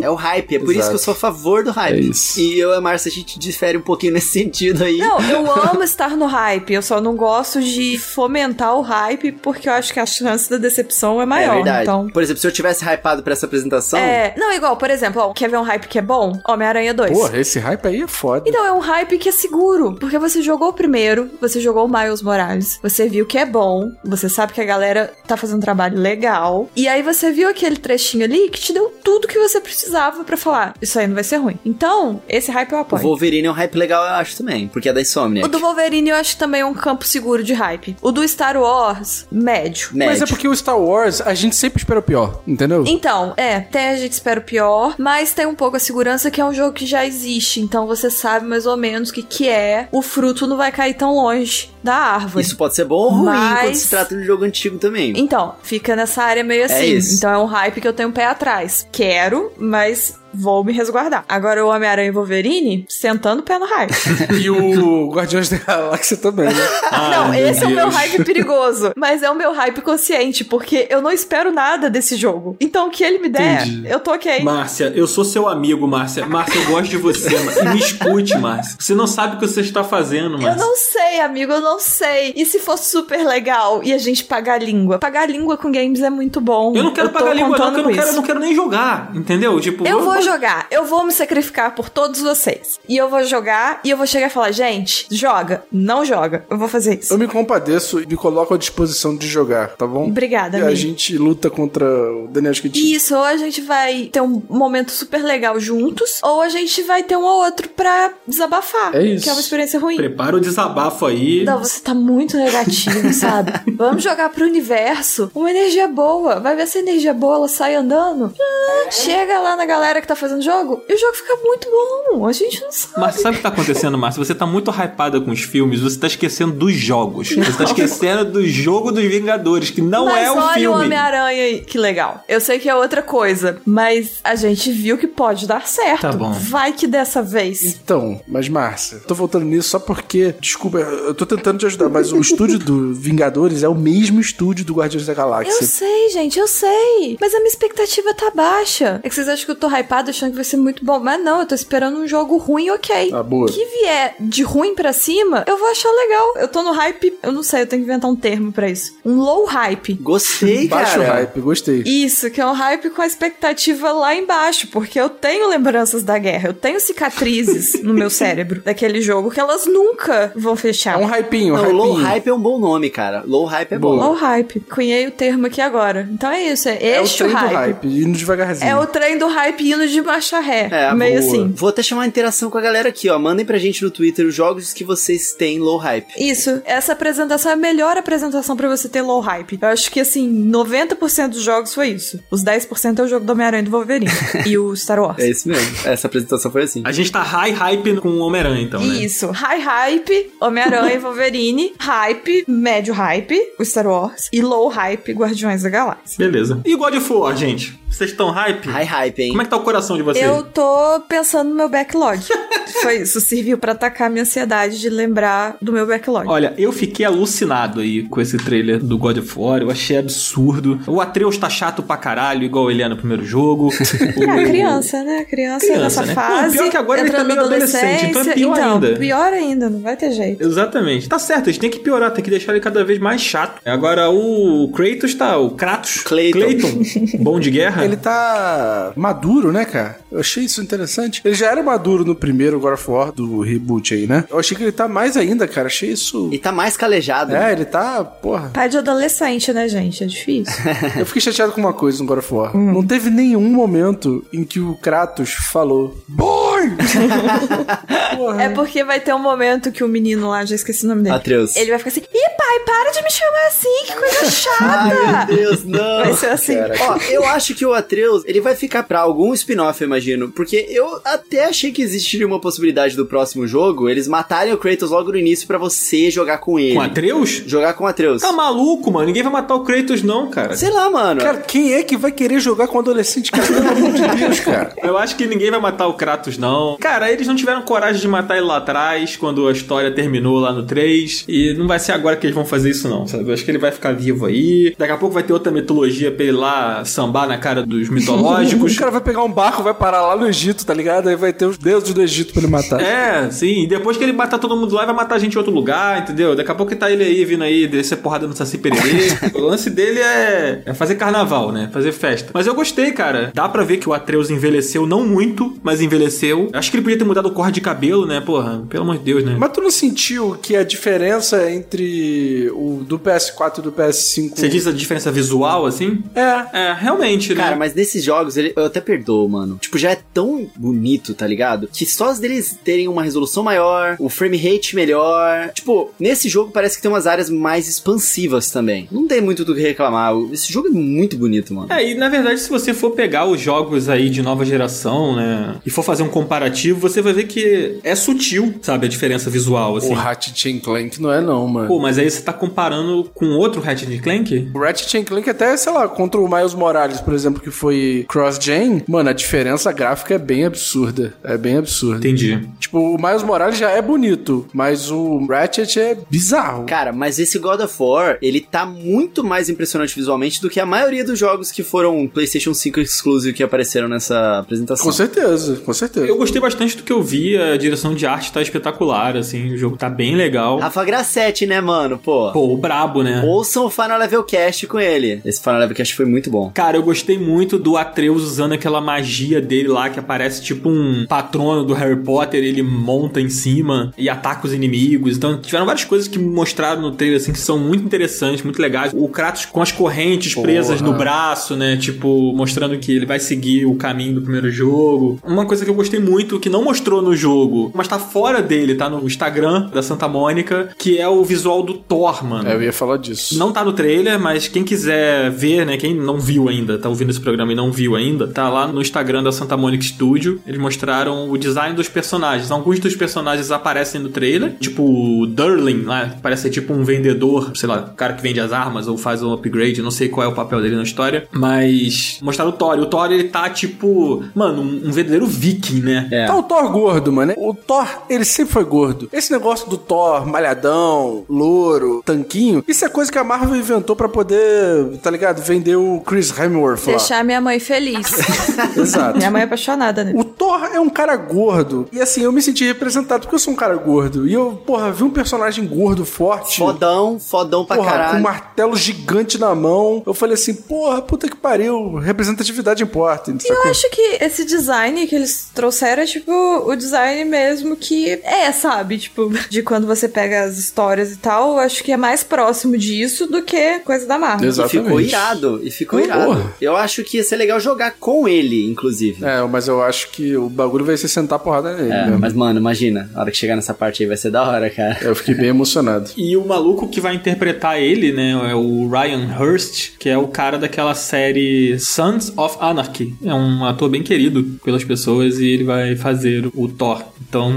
[SPEAKER 4] É o hype, é por isso
[SPEAKER 2] Exato.
[SPEAKER 4] que eu sou a favor do hype.
[SPEAKER 2] É isso.
[SPEAKER 4] E eu e a Márcia, a gente difere um pouquinho nesse sentido aí. É
[SPEAKER 6] Não, eu amo estar no hype, eu só não gosto de fomentar o hype porque eu acho que a chance da decepção é
[SPEAKER 4] é
[SPEAKER 6] maior.
[SPEAKER 4] verdade.
[SPEAKER 6] Então,
[SPEAKER 4] Por exemplo, se eu tivesse hypado pra essa apresentação,
[SPEAKER 6] é, não igual, por exemplo, ó, quer ver um hype que é bom? Homem-Aranha 2.
[SPEAKER 2] Porra, esse hype aí é foda.
[SPEAKER 3] Então é um hype que é seguro, porque você jogou o primeiro, você jogou o Miles Morales, você viu que é bom, você sabe que a galera tá fazendo um trabalho legal, e aí você viu aquele trechinho ali que te deu tudo que você precisava pra falar, isso aí não vai ser ruim. Então, esse hype eu
[SPEAKER 4] o
[SPEAKER 3] apoio.
[SPEAKER 4] Wolverine é um hype legal, eu acho também, porque é da Insomnia.
[SPEAKER 3] O do Wolverine eu acho também um campo seguro de hype. O do Star Wars, médio.
[SPEAKER 4] Médio.
[SPEAKER 2] Mas é porque o Star Wars, a gente sempre espera o pior, entendeu?
[SPEAKER 3] Então, é, até a gente espera o pior, mas tem um pouco a segurança que é um jogo que já existe, então você sabe mais ou menos o que, que é, o fruto não vai cair tão longe da árvore.
[SPEAKER 4] Isso pode ser bom ou ruim
[SPEAKER 3] Mas-
[SPEAKER 4] quando se trata de jogo antigo também.
[SPEAKER 3] Então, fica nessa área meio
[SPEAKER 4] É
[SPEAKER 3] assim.
[SPEAKER 4] isso.
[SPEAKER 3] então é um hype que eu tenho um pé atrás. Quero, mas vou me resguardar. Agora o Homem-Aranha e o Wolverine sentando o pé no hype.
[SPEAKER 2] E o Guardiões da Galáxia também, né?
[SPEAKER 1] Ai,
[SPEAKER 3] não,
[SPEAKER 1] Ah, meu
[SPEAKER 3] esse é o meu
[SPEAKER 1] Deus.
[SPEAKER 3] hype perigoso. Mas é o meu hype consciente, porque eu não espero nada desse jogo. Então o que ele me der,
[SPEAKER 1] Entendi.
[SPEAKER 3] eu tô ok.
[SPEAKER 1] Márcia, eu sou seu amigo, Márcia. Márcia, eu gosto de você. Márcia. Me escute, Márcia. Você não sabe o que você está fazendo,
[SPEAKER 3] Eu
[SPEAKER 1] Márcia.
[SPEAKER 3] não sei, amigo, eu não sei. E se fosse super legal e a gente pagar a língua? Pagar a língua com games é muito bom.
[SPEAKER 1] Eu não quero
[SPEAKER 3] tô
[SPEAKER 1] pagar língua, não, porque
[SPEAKER 3] contando
[SPEAKER 1] eu não
[SPEAKER 3] com
[SPEAKER 1] quero, eu
[SPEAKER 3] isso.
[SPEAKER 1] não quero nem jogar, entendeu? Tipo,
[SPEAKER 2] um
[SPEAKER 3] Eu vou
[SPEAKER 1] não-
[SPEAKER 3] jogar, eu vou me sacrificar por todos vocês. E eu vou jogar e eu vou chegar e falar: gente, joga, não joga. Eu vou fazer isso.
[SPEAKER 2] Eu me compadeço e me coloco à disposição de jogar, tá bom?
[SPEAKER 3] Obrigada,
[SPEAKER 2] E a
[SPEAKER 3] amigo.
[SPEAKER 2] gente luta contra o Daniel Schmidt.
[SPEAKER 3] Isso, ou a gente vai ter um momento super legal juntos, ou a gente vai ter um ou outro pra desabafar.
[SPEAKER 2] É isso.
[SPEAKER 3] Que é uma experiência ruim.
[SPEAKER 1] Prepara o desabafo aí.
[SPEAKER 3] Não, você tá muito negativo, sabe? Vamos jogar pro universo. Uma energia boa. Vai ver essa energia boa, ela sai andando. Ah, Chega lá na galera que tá fazendo o jogo e o jogo fica muito bom. A gente não sabe.
[SPEAKER 8] Mas sabe o que tá acontecendo, Márcia? Você tá muito hypada com os filmes, você tá esquecendo dos jogos. Você tá esquecendo do jogo dos Vingadores, que não
[SPEAKER 3] mas
[SPEAKER 8] é o
[SPEAKER 3] olha o
[SPEAKER 8] filme.
[SPEAKER 3] Homem-Aranha aí, que legal. Eu sei que é outra coisa, mas a gente viu que pode dar certo.
[SPEAKER 1] Tá bom.
[SPEAKER 3] Vai que dessa vez.
[SPEAKER 2] Então, mas Márcia, tô voltando nisso só porque, desculpa, eu tô tentando te ajudar, mas o estúdio do Vingadores é o mesmo estúdio do Guardiões da Galáxia.
[SPEAKER 3] Eu sei, gente, eu sei. Mas a minha expectativa tá baixa. É que vocês acham que eu tô hypado achando que vai ser muito bom. Mas não, eu tô esperando um jogo ruim, ok.
[SPEAKER 2] Ah, boa.
[SPEAKER 3] que vier de ruim pra cima, eu vou achar legal. Eu tô no hype, eu não sei, eu tenho que inventar um termo pra isso. Um low hype.
[SPEAKER 4] Gostei,
[SPEAKER 2] Baixo
[SPEAKER 4] cara.
[SPEAKER 2] hype, gostei.
[SPEAKER 3] Isso, que é um hype com a expectativa lá embaixo, porque eu tenho lembranças da guerra, eu tenho cicatrizes no meu cérebro daquele jogo que elas nunca vão fechar.
[SPEAKER 2] É um hypinho, um
[SPEAKER 4] Não,
[SPEAKER 2] hypinho.
[SPEAKER 4] low hype é um bom nome, cara. Low hype é bom.
[SPEAKER 3] Low hype. Cunhei o termo aqui agora. Então é isso, é
[SPEAKER 2] é o
[SPEAKER 3] este
[SPEAKER 2] trem
[SPEAKER 3] o
[SPEAKER 2] do
[SPEAKER 3] hype.
[SPEAKER 2] hype, indo devagarzinho.
[SPEAKER 3] É o trem do hype indo de marcha ré.
[SPEAKER 4] É,
[SPEAKER 3] meio
[SPEAKER 4] boa.
[SPEAKER 3] assim.
[SPEAKER 4] Vou até chamar a interação com a galera aqui, ó. Mandem pra gente no Twitter os jogos que vocês têm low hype.
[SPEAKER 3] Isso, essa apresentação é a melhor apresentação pra você ter low hype. Eu acho que, assim, 90% dos jogos foi isso. Os 10% é o jogo do Homem-Aranha e do Wolverine. e o Star Wars.
[SPEAKER 4] É isso mesmo. Essa apresentação foi assim.
[SPEAKER 1] A gente tá high hype com o Homem-Aranha, então, né?
[SPEAKER 3] Isso, high hype, Homem-Aranha e Wolverine, hype, médio hype, o Star Wars, e low hype, Guardiões da Galáxia.
[SPEAKER 1] Beleza. E God of War, gente? Vocês estão hype?
[SPEAKER 4] High hype, hein?
[SPEAKER 1] Como é que tá o coração de vocês?
[SPEAKER 3] Eu tô pensando no meu backlog. Foi isso, serviu pra atacar a minha ansiedade de lembrar do meu backlog.
[SPEAKER 1] Olha, eu fiquei alucinado aí com esse trailer do God of War, eu achei absurdo. O Atreus tá chato pra caralho, igual ele é no primeiro jogo. o...
[SPEAKER 3] É, criança, né? Criança,
[SPEAKER 1] Criança,
[SPEAKER 3] nessa
[SPEAKER 1] né?
[SPEAKER 3] fase.
[SPEAKER 1] Não, pior que agora ele tá
[SPEAKER 3] entrando na
[SPEAKER 1] meio adolescente, então é
[SPEAKER 3] adolescência.
[SPEAKER 1] pior
[SPEAKER 3] Então,
[SPEAKER 1] ainda.
[SPEAKER 3] pior ainda, não vai ter jeito.
[SPEAKER 1] Exatamente. Tá certo, a gente tem que piorar, tem que deixar ele cada vez mais chato. Agora o Kratos tá, o Kratos.
[SPEAKER 4] Clayton.
[SPEAKER 1] bom de guerra.
[SPEAKER 2] Ele tá maduro, né, cara? Eu achei isso interessante. Ele já era maduro no primeiro God of War do reboot aí, né? Eu achei que ele tá mais ainda, cara. Achei isso.
[SPEAKER 4] E tá mais calejado.
[SPEAKER 2] É, ele tá. Porra.
[SPEAKER 3] Pai de adolescente, né, gente? É difícil.
[SPEAKER 2] Eu fiquei chateado com uma coisa no God of War. Não teve nenhum momento em que o Kratos falou. Boy!
[SPEAKER 3] é porque vai ter um momento que o menino lá, já esqueci o nome dele.
[SPEAKER 4] Atreus.
[SPEAKER 3] Ele vai ficar assim, ih, pai, para de me chamar assim, que coisa
[SPEAKER 4] Ai,
[SPEAKER 3] chata.
[SPEAKER 4] meu Deus, não.
[SPEAKER 3] vai ser assim.
[SPEAKER 4] Ó, eu acho que o Atreus, ele vai ficar pra algum spin-off, eu imagino. Porque eu até achei que existiria uma possibilidade do próximo jogo eles matarem o Kratos logo no início pra você jogar com tá- ele.
[SPEAKER 1] Com Atreus?
[SPEAKER 4] Jogar com o Atreus.
[SPEAKER 1] Tá maluco, mano? Ninguém vai matar o Kratos não, cara.
[SPEAKER 4] Sei lá, mano.
[SPEAKER 2] Cara, quem é que vai querer jogar com um adolescente, cara? Pelo amor de Deus, cara.
[SPEAKER 1] É. Eu acho que ninguém vai matar o Kratos, não. Cara, eles não tiveram coragem de matar ele lá atrás, quando a história terminou lá no 3. E não vai ser agora que eles vão fazer isso, não, sabe? Eu acho que ele vai ficar vivo aí. Daqui a pouco vai ter outra mitologia pra ele lá sambar na cara dos
[SPEAKER 2] O
[SPEAKER 1] mitológicos.
[SPEAKER 2] cara vai pegar um barco, vai parar lá no Egito, tá ligado? Aí vai ter os deuses do Egito pra ele matar.
[SPEAKER 1] É, sim. E depois que ele matar todo mundo lá, vai matar a gente em outro lugar, entendeu? Daqui a pouco tá ele aí vindo aí, descer porrada no Saci Pererê. o lance dele é, é fazer carnaval, né? Fazer festa. Mas eu gostei, cara. Dá pra ver que o Atreus envelheceu, não muito, mas envelheceu. Acho que ele podia ter mudado o corte de cabelo, né? Porra, pelo amor de Deus, né?
[SPEAKER 2] Mas tu não sentiu que a diferença entre o do PS4 e do PS5
[SPEAKER 1] Você diz a diferença visual, assim?
[SPEAKER 2] é
[SPEAKER 1] É, realmente, né?
[SPEAKER 4] Cara, mas nesses jogos, ele, eu até perdoo, mano. Tipo, já é tão bonito, tá ligado? Que só os deles terem uma resolução maior, o frame rate melhor. Tipo, nesse jogo parece que tem umas áreas mais expansivas também. Não tem muito do que reclamar. Esse jogo é muito bonito, mano.
[SPEAKER 1] É, e na verdade, se você for pegar os jogos aí de nova geração, né? E for fazer um comparativo, você vai ver que é sutil, sabe? A diferença visual, assim.
[SPEAKER 2] o Ratchet and Clank não é não, mano.
[SPEAKER 1] Pô, mas aí você tá comparando com outro Ratchet Clank?
[SPEAKER 2] O Ratchet and Clank até, sei lá, contra o Miles Morales, por exemplo, que foi cross-gen, mano, a diferença gráfica é bem absurda. É bem absurda.
[SPEAKER 1] Entendi.
[SPEAKER 2] Tipo, o Miles Morales já é bonito, mas o Ratchet é bizarro.
[SPEAKER 4] Cara, mas esse God of War, ele tá muito mais impressionante visualmente do que a maioria dos jogos que foram PlayStation 5 exclusive que apareceram nessa apresentação.
[SPEAKER 2] Com certeza, com certeza.
[SPEAKER 1] Eu gostei bastante do que eu vi, a direção de arte tá espetacular, assim, o jogo tá bem legal.
[SPEAKER 4] Rafa Grassetti, né, mano? Pô.
[SPEAKER 1] Pô, o brabo, né?
[SPEAKER 4] Ouçam o Final Level Cast com ele. Esse Final Level Cast foi muito bom.
[SPEAKER 1] Cara, eu gostei muito do Atreus usando aquela magia dele lá que aparece tipo um patrono do Harry Potter, ele monta em cima e ataca os inimigos. Então, tiveram várias coisas que mostraram no trailer assim que são muito interessantes, muito legais. O Kratos com as correntes
[SPEAKER 2] Porra.
[SPEAKER 1] presas no braço, né? Tipo, mostrando que ele vai seguir o caminho do primeiro jogo. Uma coisa que eu gostei muito que não mostrou no jogo, mas tá fora dele, tá no Instagram da Santa Mônica, que é o visual do Thor, mano.
[SPEAKER 2] É, eu ia falar disso.
[SPEAKER 1] Não tá no trailer, mas quem quiser ver, né? Quem não viu ainda, tá ouvindo esse programa e não viu ainda, tá lá no Instagram da Santa Monica Studio. Eles mostraram o design dos personagens. Alguns dos personagens aparecem no trailer, tipo o Durling lá, que parece ser tipo um vendedor, sei lá, o cara que vende as armas ou faz um upgrade, não sei qual é o papel dele na história. Mas mostraram o Thor. E o Thor ele tá tipo, mano, um, um verdadeiro viking, né?
[SPEAKER 4] É.
[SPEAKER 2] Tá o Thor gordo, mano. O Thor, ele sempre foi gordo. Esse negócio do Thor malhadão, louro, tanquinho, isso é coisa que a Marvel inventou pra poder, tá ligado? Vender o Chris Hemsworth lá.
[SPEAKER 3] Deixar minha mãe feliz.
[SPEAKER 2] Exato.
[SPEAKER 3] minha mãe é apaixonada, né?
[SPEAKER 2] O Thor é um cara gordo. E assim, eu me senti representado porque eu sou um cara gordo. E eu, porra, vi um personagem gordo, forte.
[SPEAKER 4] Fodão, fodão pra
[SPEAKER 2] Porra, com um
[SPEAKER 4] caralho.
[SPEAKER 2] martelo gigante na mão. Eu falei assim, porra, puta que pariu. Representatividade importa.
[SPEAKER 3] Eu
[SPEAKER 2] sacou?
[SPEAKER 3] acho que esse design que eles trouxeram é tipo o design mesmo que é, sabe? Tipo, de quando você pega as histórias e tal, eu acho que é mais próximo disso do que coisa da Marvel.
[SPEAKER 4] E ficou irado, e ficou irado.
[SPEAKER 2] Porra.
[SPEAKER 4] Eu acho que ia ser legal jogar com ele, inclusive.
[SPEAKER 2] É, mas eu acho que o bagulho vai ser sentar porrada nele. né?
[SPEAKER 4] É,
[SPEAKER 2] mesmo.
[SPEAKER 4] mas mano, imagina, a hora que chegar nessa parte aí vai ser da hora, cara.
[SPEAKER 2] Eu fiquei bem emocionado.
[SPEAKER 1] E o maluco que vai interpretar ele, né, é o Ryan Hurst, que é o cara daquela série Sons of Anarchy. É um ator bem querido pelas pessoas e ele vai fazer o Thor. Então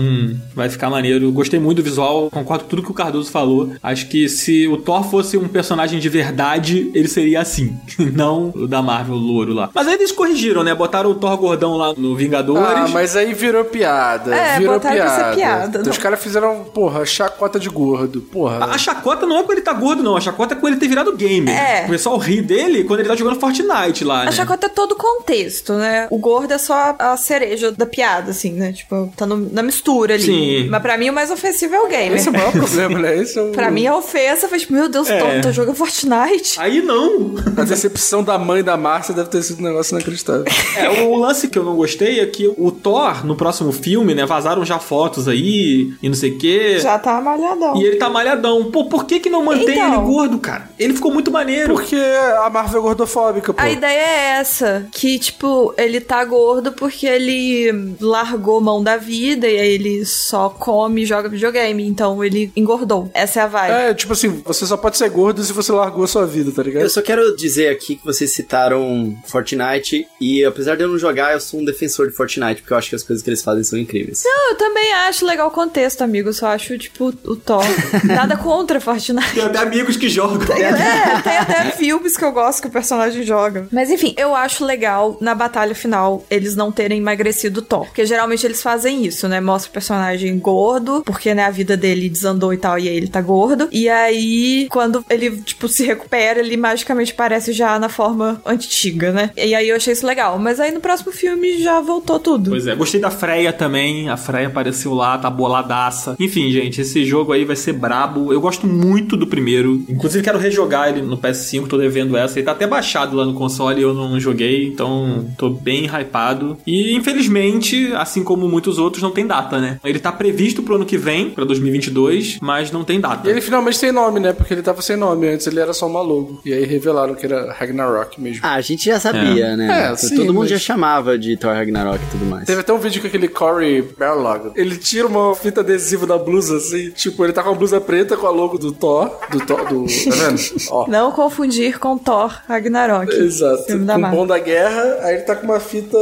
[SPEAKER 1] vai ficar maneiro. Gostei muito do visual, concordo com tudo que o Cardoso falou. Acho que se o Thor fosse um personagem de verdade, ele seria assim. Não o da Marvel, o louro lá. Mas aí eles corrigiram, né? Botaram o Thor gordão lá no Vingadores.
[SPEAKER 2] Ah, mas aí virou piada.
[SPEAKER 3] É,
[SPEAKER 2] virou
[SPEAKER 3] botaram pra ser
[SPEAKER 2] piada.
[SPEAKER 3] piada,
[SPEAKER 2] Então, os caras fizeram, porra, chacota de gordo. Porra.
[SPEAKER 1] A, a chacota não é quando ele tá gordo, não. A chacota é quando ele ter virado gamer.
[SPEAKER 3] É.
[SPEAKER 1] O pessoal ri dele quando ele tá jogando Fortnite lá, né?
[SPEAKER 3] A chacota é todo o contexto, né? O gordo é só a cereja da piada, assim, né? Tipo, tá no- na mistura ali.
[SPEAKER 1] Sim.
[SPEAKER 3] Mas pra mim o mais ofensivo é o gamer.
[SPEAKER 2] Esse é o maior problema, né? Esse é o...
[SPEAKER 3] Pra mim a ofensa foi tipo, meu Deus,
[SPEAKER 1] É.
[SPEAKER 3] tonto, joga Fortnite.
[SPEAKER 1] Aí não.
[SPEAKER 2] A decepção da mãe da Márcia deve ter sido um negócio inacreditável.
[SPEAKER 1] É, o lance que eu não gostei é que o Thor, no próximo filme, né? Vazaram já fotos aí e não sei o quê.
[SPEAKER 3] Já tá malhadão.
[SPEAKER 1] E ele tá malhadão. Pô, por que que não mantém
[SPEAKER 3] Então.
[SPEAKER 1] ele gordo, cara? Ele ficou muito maneiro.
[SPEAKER 2] Porque a Marvel é gordofóbica, pô.
[SPEAKER 3] A ideia é essa, que tipo, ele tá gordo porque ele largou mão da vida e aí ele só come e joga videogame, então ele engordou. Essa é a vibe.
[SPEAKER 2] É, tipo assim, você só pode ser gordo se você largou a sua vida, tá ligado?
[SPEAKER 4] Eu só quero dizer aqui que vocês citaram Fortnite e apesar de eu não jogar, eu sou um defensor de Fortnite, porque eu acho que as coisas que eles fazem são incríveis.
[SPEAKER 3] Não, eu também acho legal o contexto, amigo, eu só acho tipo o top. Nada contra Fortnite.
[SPEAKER 1] Tem até amigos que jogam.
[SPEAKER 3] É, tem até filmes que eu gosto que o personagem joga. Mas enfim, eu acho legal na batalha final eles não terem emagrecido o Thor. Porque geralmente eles fazem isso, né? Mostra o personagem gordo, porque né, a vida dele desandou e tal, e aí ele tá gordo. E aí, quando ele, tipo, se recupera, ele magicamente parece já na forma antiga, né? E aí eu achei isso legal. Mas aí no próximo filme já voltou tudo.
[SPEAKER 1] Pois é, gostei da Freya também. A Freya apareceu lá, tá boladaça. Enfim, gente, esse jogo aí vai ser brabo. Eu gosto muito do primeiro. Inclusive, quero rejogar ele no PS5, tô devendo essa. Ele tá até baixado lá no console e eu não joguei, então tô bem hypado. E infelizmente, assim como muitos outros, não tem data, né? Ele tá previsto pro ano que vem, pra 2022, mas não tem data.
[SPEAKER 2] E ele finalmente tem nome, né? Porque ele tava sem nome antes, ele era só um maluco. E aí revelaram que era Ragnarok mesmo.
[SPEAKER 4] Ah, a gente já sabia, né?
[SPEAKER 2] É,
[SPEAKER 4] Todo
[SPEAKER 2] sim,
[SPEAKER 4] mundo
[SPEAKER 2] mas-
[SPEAKER 4] já chamava de Thor Ragnarok e tudo mais.
[SPEAKER 2] Teve até um vídeo com aquele Corey Barlog. Ele tira uma fita adesiva da blusa, assim, tipo, ele tá com a blusa preta com a logo do Thor. Do Thor, do. Tá vendo? Ó.
[SPEAKER 3] Não confundir com Thor Ragnarok.
[SPEAKER 2] Exato.
[SPEAKER 3] Filme da
[SPEAKER 2] Com o
[SPEAKER 3] Marvel.
[SPEAKER 2] bom da guerra, aí ele tá com uma fita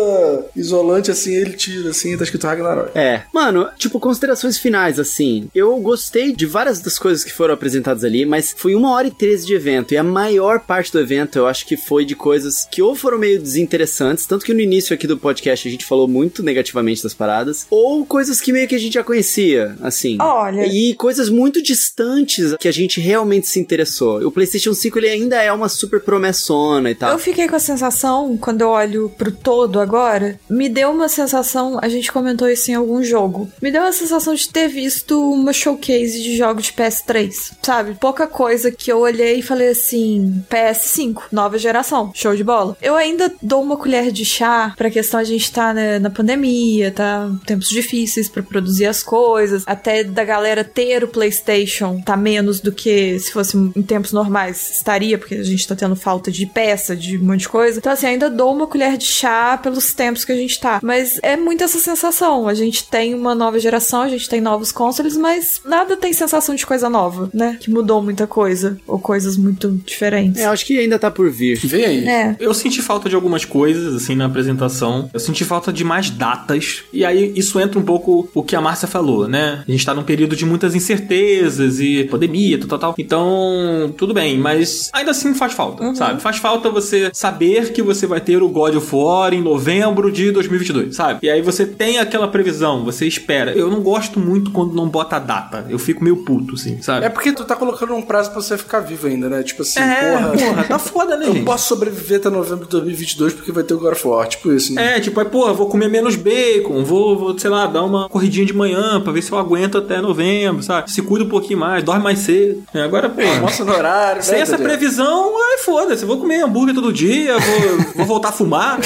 [SPEAKER 2] isolante assim, ele tira assim, tá escrito Ragnarok.
[SPEAKER 4] É, É. Mano, tipo, considerações finais, assim. Eu gostei de várias das coisas que foram apresentadas ali, mas foi uma hora e 13 de evento. E a maior parte do evento eu acho que foi de coisas que ou foram meio desinteressantes, tanto que no início aqui do podcast a gente falou muito negativamente das paradas, ou coisas que meio que a gente já conhecia, assim.
[SPEAKER 3] Olha.
[SPEAKER 4] E coisas muito distantes que a gente realmente se interessou. O PlayStation 5 ele ainda é uma super promessona e tal.
[SPEAKER 3] Eu fiquei com a sensação, quando eu olho pro todo agora, me deu uma sensação, a gente comentou isso em algum jogo, me deu uma sensação de ter visto uma showcase de jogos de PS3, sabe? Pouca coisa que eu olhei e falei assim, PS5, nova geração, show de bola. Eu ainda dou uma colher de chá pra questão a gente tá né, na pandemia, tá tempos difíceis pra produzir as coisas, até da galera ter o PlayStation tá menos do que se fosse em tempos normais estaria, porque a gente tá tendo falta de peça, de um monte de coisa. Então assim, ainda dou uma colher de chá pelos tempos que a gente tá, mas é muito essa sensação. A gente tem uma nova geração, a gente tem novos consoles, mas nada tem sensação de coisa nova, né? Que mudou muita coisa ou coisas muito diferentes.
[SPEAKER 4] É, eu acho que ainda tá por vir.
[SPEAKER 9] Vem aí.
[SPEAKER 3] É.
[SPEAKER 1] Eu senti falta de algumas coisas, assim, na apresentação. Eu senti falta de mais datas. E aí isso entra um pouco o que a Márcia falou, né? A gente tá num período de muitas incertezas e pandemia, tal, tal, tal. Então, tudo bem, mas ainda assim faz falta, sabe? Faz falta você saber que você vai ter o God of War em novembro de 2022, sabe? E aí você tem aquela previsão, você espera. Eu não gosto muito quando não bota a data. Eu fico meio puto, assim, sabe?
[SPEAKER 2] É porque tu tá colocando um prazo pra você ficar vivo ainda, né? Tipo assim,
[SPEAKER 3] É,
[SPEAKER 2] porra.
[SPEAKER 1] tá foda, né,
[SPEAKER 2] Eu
[SPEAKER 1] gente?
[SPEAKER 2] posso sobreviver até novembro de 2022 porque vai ter o God of War. Tipo isso, né?
[SPEAKER 1] É, tipo, aí, porra, vou comer menos bacon, vou, vou, sei lá, dar uma corridinha de manhã pra ver se eu aguento até novembro, sabe? Se cuida um pouquinho mais, dorme mais cedo. né? Agora,
[SPEAKER 3] É,
[SPEAKER 1] porra,
[SPEAKER 2] Mostra no horário,
[SPEAKER 1] sem
[SPEAKER 2] né,
[SPEAKER 1] essa
[SPEAKER 2] Daniel?
[SPEAKER 1] previsão, é foda-se. eu Vou comer hambúrguer todo dia, vou, vou voltar a fumar.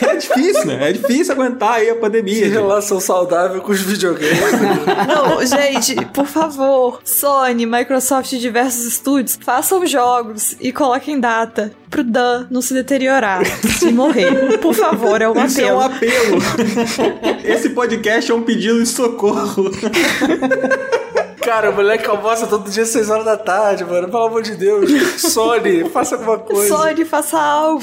[SPEAKER 1] é difícil, né? É difícil aguentar aí a pandemia.
[SPEAKER 2] Que
[SPEAKER 1] gente.
[SPEAKER 2] relação saudável com os videogames.
[SPEAKER 3] Não, gente, por favor, Sony, Microsoft e diversos estúdios, façam jogos e coloquem data pro Dan não se deteriorar se morrer. Por favor, é um
[SPEAKER 1] Isso é um
[SPEAKER 3] apelo.
[SPEAKER 1] apelo. Esse podcast é um pedido de socorro.
[SPEAKER 2] Cara, o moleque almoça todo dia às 6 horas da tarde, mano. Pelo amor de Deus. Sony, faça alguma coisa.
[SPEAKER 3] Sony, faça algo.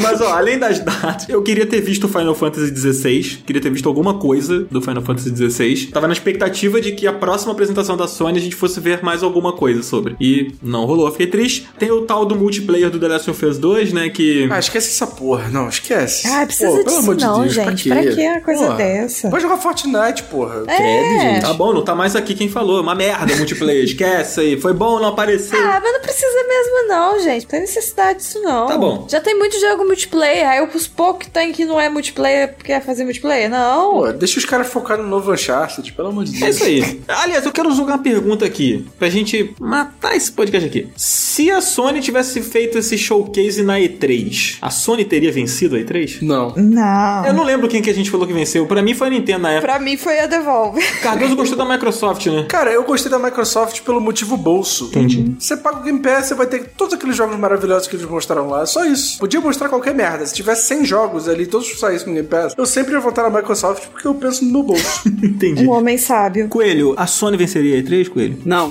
[SPEAKER 1] Mas, ó, além das datas, eu queria ter visto o Final Fantasy XVI, queria ter visto alguma coisa do Final Fantasy XVI. Tava na expectativa de que a próxima apresentação da Sony a gente fosse ver mais alguma coisa sobre. E não rolou, eu fiquei triste. Tem o tal do multiplayer do The Last of Us 2, né, que...
[SPEAKER 2] Ah, esquece essa porra. Não, esquece.
[SPEAKER 3] Ah, precisa
[SPEAKER 2] Pô,
[SPEAKER 3] disso não, gente. Pra que uma coisa dessa?
[SPEAKER 2] Vai jogar Fortnite, porra. É.
[SPEAKER 4] Credo, gente.
[SPEAKER 1] Tá bom, não tá mais aqui quem falou. Uma merda, multiplayer, esquece aí. Foi bom não aparecer.
[SPEAKER 10] Ah, mas não precisa mesmo, não, gente. Não tem necessidade disso, não.
[SPEAKER 1] Tá bom.
[SPEAKER 10] Já tem muito jogo multiplayer. Aí os poucos que tem que não é multiplayer porque quer fazer multiplayer. Não.
[SPEAKER 2] Pô, deixa os caras focar no novo Uncharted, pelo amor de Deus.
[SPEAKER 1] É isso aí. Aliás, eu quero jogar uma pergunta aqui, pra gente matar esse podcast aqui. Se a Sony tivesse feito esse showcase na E3, a Sony teria vencido a E3?
[SPEAKER 2] Não.
[SPEAKER 3] Não.
[SPEAKER 1] Eu não lembro quem que a gente falou que venceu. Pra mim foi a Nintendo na época.
[SPEAKER 10] Pra mim foi a Devolve.
[SPEAKER 1] Cardoso gostou da Microsoft, né?
[SPEAKER 2] Cara, eu gostei da Microsoft pelo motivo bolso.
[SPEAKER 1] Entendi.
[SPEAKER 2] Você paga o Game Pass, você vai ter todos aqueles jogos maravilhosos que eles mostraram lá. Só isso. Podia mostrar qualquer merda. Se tivesse 100 jogos ali, todos saíssem no Game Pass, eu sempre ia votar na Microsoft porque eu penso no meu bolso.
[SPEAKER 1] Entendi.
[SPEAKER 10] Um homem sábio.
[SPEAKER 1] Coelho, a Sony venceria a E3, Coelho?
[SPEAKER 4] Não.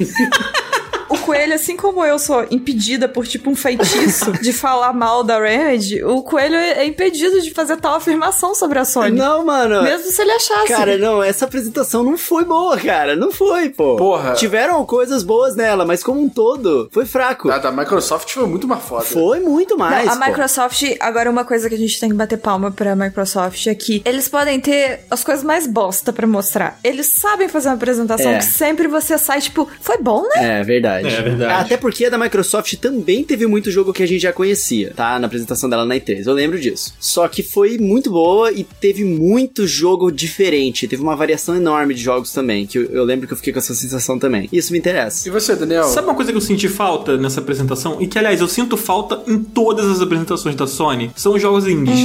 [SPEAKER 3] O Coelho, assim como eu sou impedida por, tipo, um feitiço de falar mal da Remedy, o Coelho é impedido de fazer tal afirmação sobre a Sony.
[SPEAKER 4] Não, mano.
[SPEAKER 3] Mesmo assim. se ele achasse.
[SPEAKER 4] Cara, é não, essa apresentação não foi boa, cara. Não foi, pô.
[SPEAKER 2] Porra.
[SPEAKER 4] Tiveram coisas boas nela, mas como um todo, foi fraco.
[SPEAKER 2] a Ah, da Microsoft foi muito mais foda.
[SPEAKER 4] Foi muito
[SPEAKER 3] Não,
[SPEAKER 4] mais.
[SPEAKER 3] a
[SPEAKER 4] pô.
[SPEAKER 3] Microsoft, agora uma coisa que a gente tem que bater palma pra Microsoft é que eles podem ter as coisas mais bosta pra mostrar. Eles sabem fazer uma apresentação
[SPEAKER 4] É.
[SPEAKER 3] que sempre você sai, tipo, foi bom, né?
[SPEAKER 4] É, verdade.
[SPEAKER 1] É, verdade.
[SPEAKER 4] Até porque a da Microsoft também teve muito jogo que a gente já conhecia, tá? Na apresentação dela na E3, eu lembro disso. Só que foi muito boa e teve muito jogo diferente. Teve uma variação enorme de jogos também, que eu, eu lembro que eu fiquei com essa sensação também. Isso me
[SPEAKER 2] E
[SPEAKER 4] interessa.
[SPEAKER 2] você, Daniel?
[SPEAKER 1] Sabe uma coisa que eu senti falta nessa apresentação? E que, aliás, eu sinto falta em todas as apresentações da Sony? São os jogos indies.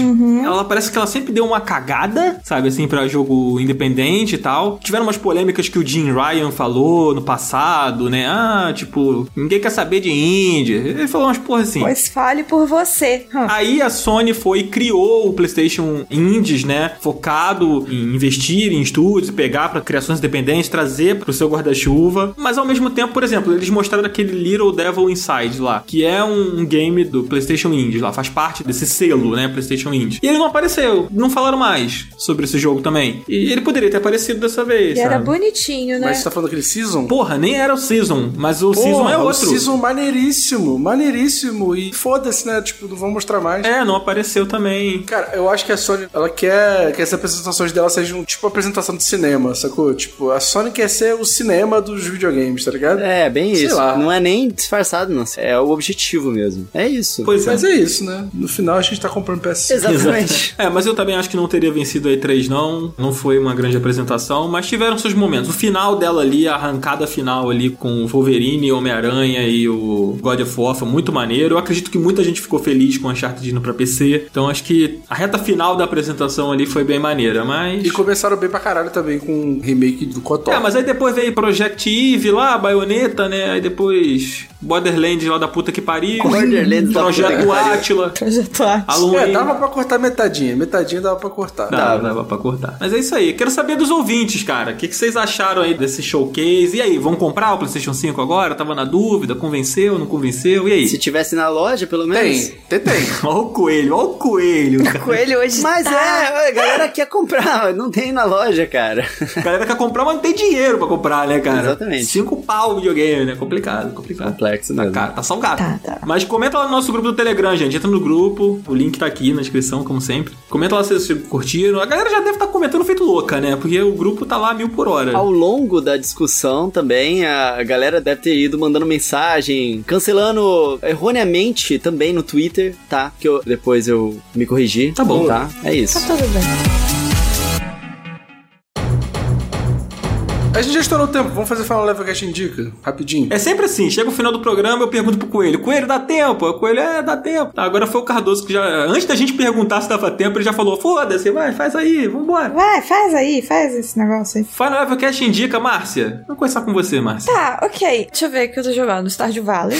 [SPEAKER 1] Ela parece que ela sempre deu uma cagada, sabe, assim, pra jogo independente e tal. Tiveram umas polêmicas que o Jim Ryan falou no passado, né? Ah, tipo, tipo, ninguém quer saber de indie. Ele falou umas porra assim.
[SPEAKER 3] Pois fale por você. Hum.
[SPEAKER 4] Ah,
[SPEAKER 1] Aí a Sony foi e criou o PlayStation Indies, né? Focado em investir em estúdios, pegar para criações independentes, trazer pro seu guarda-chuva. Mas ao mesmo tempo, por exemplo, eles mostraram aquele Little Devil Inside lá, que é um, um game do PlayStation Indies lá, faz parte desse selo, né? PlayStation Indies. E ele não apareceu, não falaram mais sobre esse jogo também. E ele poderia ter aparecido dessa vez.
[SPEAKER 3] E era
[SPEAKER 1] sabe?
[SPEAKER 3] bonitinho, né?
[SPEAKER 2] Mas você tá falando aquele Season?
[SPEAKER 1] Porra, nem era o Season, mas o Season é
[SPEAKER 2] Porra,
[SPEAKER 1] outro.
[SPEAKER 2] Um season maneiríssimo, maneiríssimo. E foda-se, né? Tipo, não vão mostrar mais.
[SPEAKER 1] É, não apareceu também.
[SPEAKER 2] Cara, eu acho que a Sony, ela quer que as apresentações dela sejam tipo apresentação de cinema, sacou? Tipo, a Sony quer ser o cinema dos videogames, tá ligado?
[SPEAKER 4] É, bem
[SPEAKER 2] Sei
[SPEAKER 4] isso.
[SPEAKER 2] lá.
[SPEAKER 4] Não é nem disfarçado, não. É o objetivo mesmo. É isso.
[SPEAKER 1] Pois é.
[SPEAKER 2] Mas é isso, né? No final a gente tá comprando PS5.
[SPEAKER 4] Exatamente.
[SPEAKER 1] É, mas eu também acho que não teria vencido a E3, não. Não foi uma grande apresentação, mas tiveram seus momentos. O final dela ali, a arrancada final ali com o Wolverine, Homem-Aranha e o God of War foi muito maneiro. Eu acredito que muita gente ficou feliz com a Uncharted indo pra PC. Então acho que a reta final da apresentação ali foi bem maneira, mas...
[SPEAKER 2] E começaram bem pra caralho também com o remake do Cotó.
[SPEAKER 1] É, mas aí depois veio Project Eve lá, Bayonetta, né? Aí depois Borderlands lá da puta que pariu.
[SPEAKER 4] Borderlands da puta que
[SPEAKER 1] Projeto
[SPEAKER 4] pariu.
[SPEAKER 1] Átila.
[SPEAKER 3] Projeto Arte.
[SPEAKER 1] Alone.
[SPEAKER 2] É, dava pra cortar metadinha. Metadinha dava pra cortar.
[SPEAKER 1] Dava, dava pra cortar. Mas é isso aí. Quero saber dos ouvintes, cara. O que, que vocês acharam aí desse showcase? E aí, vão comprar o PlayStation 5 agora? Tava na dúvida? Convenceu? Não convenceu? E aí?
[SPEAKER 4] Se tivesse na loja, pelo menos.
[SPEAKER 2] Tem, tem, tem.
[SPEAKER 1] Olha o coelho, olha o coelho. cara.
[SPEAKER 3] Coelho hoje.
[SPEAKER 4] Mas
[SPEAKER 3] tá.
[SPEAKER 4] é, a galera quer comprar, não tem na loja, cara.
[SPEAKER 1] A galera quer comprar, mas não tem dinheiro pra comprar, né, cara?
[SPEAKER 4] Exatamente.
[SPEAKER 1] Cinco pau o videogame, né? Complicado, complicado.
[SPEAKER 4] Complexo
[SPEAKER 1] Tá,
[SPEAKER 4] mesmo.
[SPEAKER 1] cara, tá salgado.
[SPEAKER 3] Tá, tá.
[SPEAKER 1] Mas comenta lá no nosso grupo do Telegram, gente. Entra no grupo, o link tá aqui na descrição, como sempre. Comenta lá se vocês curtiram. A galera já deve estar comentando feito louca, né? Porque o grupo tá lá a mil por hora.
[SPEAKER 4] Ao longo da discussão também, a galera deve ter ido mandando mensagem, cancelando erroneamente também no Twitter, tá? Que eu, depois eu me corrigi.
[SPEAKER 1] Tá bom.
[SPEAKER 4] Tá? É isso.
[SPEAKER 3] Tá tudo bem.
[SPEAKER 2] A gente já estourou o tempo. Vamos fazer Final Level Cast Indica? Rapidinho.
[SPEAKER 1] É sempre assim, chega o final do programa, eu pergunto pro Coelho, Coelho, dá tempo? O Coelho, é, dá tempo. Tá, agora foi o Cardoso que já, antes da gente perguntar se dava tempo, ele já falou, foda-se, vai, faz aí, vambora.
[SPEAKER 3] Vai, faz aí, faz esse negócio aí.
[SPEAKER 1] Final Level Cast indica, Márcia. Vou começar com você, Márcia.
[SPEAKER 3] Tá, ok. Deixa eu ver o que eu tô jogando. Stardew Valley.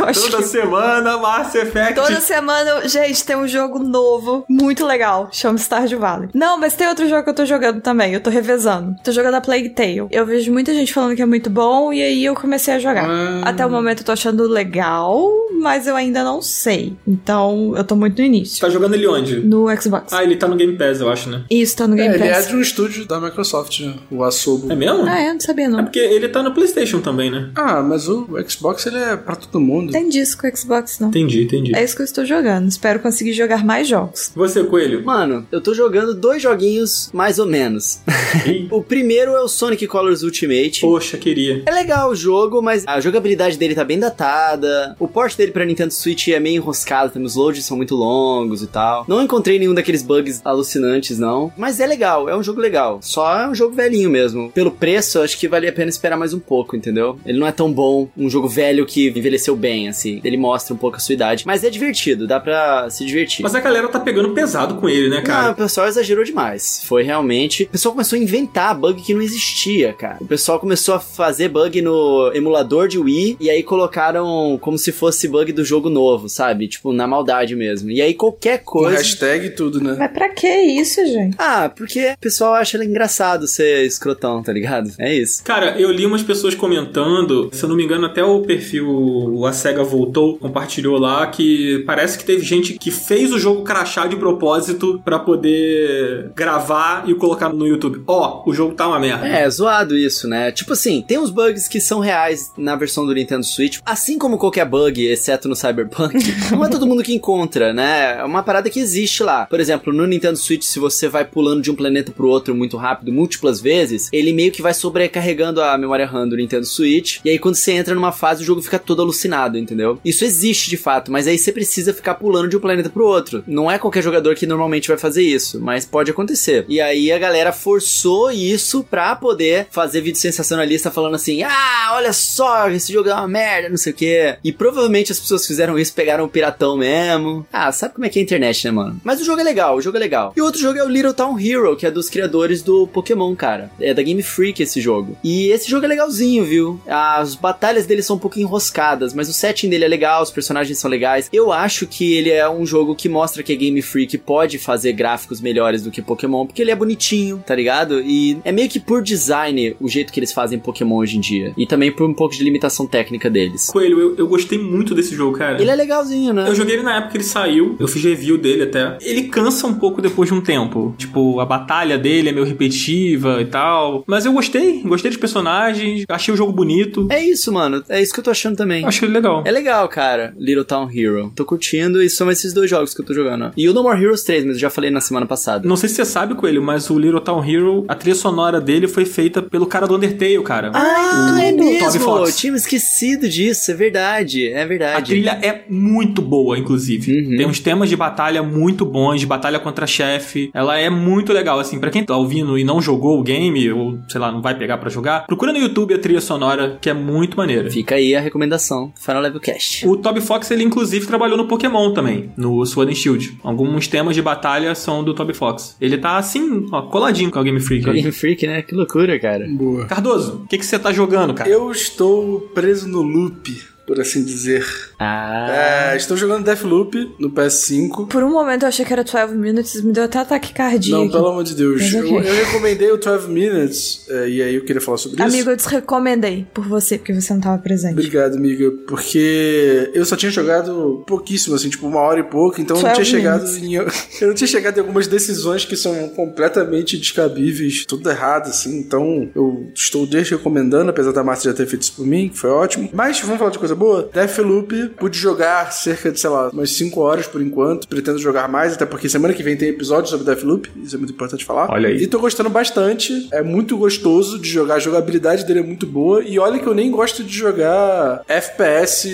[SPEAKER 3] Eu acho
[SPEAKER 1] Toda
[SPEAKER 3] que
[SPEAKER 1] semana, Márcia Effect.
[SPEAKER 3] Toda semana, eu- gente, tem um jogo novo, muito legal, chama Stardew Valley. Não, mas tem outro jogo que eu tô jogando também, eu tô revezando. Tô jogando a Plague Tale. Eu vejo muita gente falando que é muito bom, e aí eu comecei a jogar. Até o momento eu tô achando legal, mas eu ainda não sei. Então, eu tô muito no início.
[SPEAKER 1] Tá jogando ele onde?
[SPEAKER 3] No Xbox.
[SPEAKER 1] Ah, ele tá no Game Pass, eu acho, né?
[SPEAKER 3] Isso, tá no
[SPEAKER 2] É,
[SPEAKER 3] Game
[SPEAKER 2] ele é
[SPEAKER 3] Pass.
[SPEAKER 2] de um estúdio da Microsoft, né? O Asobo.
[SPEAKER 1] É mesmo?
[SPEAKER 3] Ah, é? Não sabia
[SPEAKER 1] É
[SPEAKER 3] não.
[SPEAKER 1] porque ele tá no PlayStation também, né?
[SPEAKER 2] Ah, mas o Xbox ele é pra todo mundo.
[SPEAKER 3] Tem disco Xbox, não.
[SPEAKER 1] Entendi, entendi.
[SPEAKER 3] É isso que eu estou jogando. Espero conseguir jogar mais jogos.
[SPEAKER 1] Você, Coelho?
[SPEAKER 4] Mano, eu tô jogando dois joguinhos mais ou menos.
[SPEAKER 1] Ih,
[SPEAKER 4] o primeiro é o Sonic Colors Ultimate.
[SPEAKER 1] Poxa, queria.
[SPEAKER 4] É legal o jogo, mas a jogabilidade dele tá bem datada. O port dele pra Nintendo Switch é meio enroscado, também os loads são muito longos e tal. Não encontrei nenhum daqueles bugs alucinantes, não. Mas é legal, é um jogo legal. Só é um jogo velhinho mesmo. Pelo preço, eu acho que vale a pena esperar mais um pouco, entendeu? Ele não é tão bom, um jogo velho que envelheceu bem, assim. Ele mostra um pouco a sua idade. Mas é divertido, dá pra se divertir.
[SPEAKER 1] Mas a galera tá pegando pesado com ele, né,
[SPEAKER 4] Não,
[SPEAKER 1] cara?
[SPEAKER 4] o pessoal exagerou demais. Foi realmente. O pessoal começou a inventar bug que não existia, cara. O pessoal começou a fazer bug no emulador de Wii e aí colocaram como se fosse bug do jogo novo, sabe? Tipo, na maldade mesmo. E aí qualquer
[SPEAKER 2] Com
[SPEAKER 4] coisa.
[SPEAKER 2] hashtag e tudo, né?
[SPEAKER 3] Mas pra que isso, gente?
[SPEAKER 4] Ah, porque o pessoal acha engraçado ser escrotão, tá ligado? É isso.
[SPEAKER 1] Cara, eu li umas pessoas comentando, se eu não me engano, até o perfil o A Sega Voltou compartilhou lá que parece que teve gente que fez o jogo crachar de propósito pra poder gravar e colocar no YouTube. Ó, o jogo tá uma merda.
[SPEAKER 4] É, zoado isso, né? Tipo assim, tem uns bugs que são reais na versão do Nintendo Switch, assim como qualquer bug, exceto no Cyberpunk. não é todo mundo que encontra, né? É uma parada que existe lá. Por exemplo, no Nintendo Switch, se você vai pulando de um planeta pro outro muito rápido, múltiplas vezes, ele meio que vai sobrecarregando a memória RAM do Nintendo Switch. E aí, quando você entra numa fase, o jogo fica todo alucinado, entendeu? Isso existe de fato, mas aí você precisa ficar pulando de um planeta pro outro. Não é qualquer jogador que normalmente vai fazer isso, mas pode acontecer. E aí a galera forçou isso pra poder fazer vídeo sensacionalista falando assim: ah, olha só, esse jogo é uma merda, não sei o quê. E provavelmente as pessoas fizeram isso, pegaram o piratão mesmo. Ah, sabe como é que é a internet, né, mano? Mas o jogo é legal, o jogo é legal. E outro jogo é o Little Town Hero, que é dos criadores do Pokémon, cara. É da Game Freak esse jogo. E esse jogo é legalzinho, viu? As batalhas dele são um pouco enroscadas, mas o setting dele é legal, os personagens são legais. Eu acho que ele é um jogo que mostra que a Game Freak pode fazer gráficos melhores do que Pokémon, porque ele é bonitinho, tá ligado? E é meio que por design o jeito que eles fazem Pokémon hoje em dia. E também por um pouco de limitação técnica deles.
[SPEAKER 1] Coelho, eu, eu gostei muito desse jogo, cara.
[SPEAKER 4] Ele é legalzinho, né?
[SPEAKER 1] Eu joguei ele na época que ele saiu, eu fiz review dele até. Ele cansa um pouco depois de um tempo. Tipo, a batalha dele é meio repetitiva e tal. Mas eu gostei, gostei dos personagens, achei o jogo bonito.
[SPEAKER 4] É isso, mano. É isso que eu tô achando também.
[SPEAKER 1] Achei ele legal.
[SPEAKER 4] É legal, cara. Little Town Hero. Tô curtindo e são esses dois jogos que eu tô jogando. E o No More Heroes 3, mas eu já falei na semana passada.
[SPEAKER 1] Não sei se você sabe, Coelho, mas o Little Town Hero, a trilha sonora dele foi feita pelo cara do Undertale, cara.
[SPEAKER 4] Ah, o, é mesmo? Toby Fox. Eu tinha esquecido disso, é verdade, é verdade.
[SPEAKER 1] A trilha é muito boa, inclusive. Uhum. Tem uns temas de batalha muito bons, de batalha contra chefe. Ela é muito legal, assim, para quem tá ouvindo e não jogou o game, ou sei lá, não vai pegar para jogar, procura no YouTube a trilha sonora, que é muito maneira.
[SPEAKER 4] Fica aí a recomendação, Final Level Cast.
[SPEAKER 1] O Toby Fox, ele inclusive trabalhou no Pokémon também, no Sword and Shield. Alguns temas de batalha são do Toby Fox. Ele tá assim, ó, coladinho com a Game Freak.
[SPEAKER 4] Game Freak, né? Que loucura, cara.
[SPEAKER 2] Boa.
[SPEAKER 1] Cardoso, o que, que você tá jogando, cara?
[SPEAKER 2] Eu estou preso no loop por assim dizer.
[SPEAKER 4] Ah.
[SPEAKER 2] É, estou jogando Deathloop no PS5.
[SPEAKER 3] Por um momento eu achei que era 12 Minutes, me deu até ataque cardíaco.
[SPEAKER 2] Não, pelo amor de Deus. Eu, eu, recomendei o 12 Minutes, é, e aí eu queria falar sobre
[SPEAKER 3] Amigo,
[SPEAKER 2] isso.
[SPEAKER 3] Amigo, eu desrecomendei por você, porque você não estava presente.
[SPEAKER 2] Obrigado, amiga, porque eu só tinha jogado pouquíssimo, assim, tipo uma hora e pouco, então eu não tinha chegado em, eu não tinha chegado em algumas decisões que são completamente descabíveis, tudo errado, assim, então eu estou desrecomendando, apesar da Márcia já ter feito isso por mim, que foi ótimo. Mas vamos falar de coisa boa. Deathloop, pude jogar cerca de, sei lá, umas 5 horas por enquanto. Pretendo jogar mais, até porque semana que vem tem episódio sobre Deathloop. Isso é muito importante falar.
[SPEAKER 1] Olha aí.
[SPEAKER 2] E tô gostando bastante. É muito gostoso de jogar. A jogabilidade dele é muito boa. E olha que eu nem gosto de jogar FPS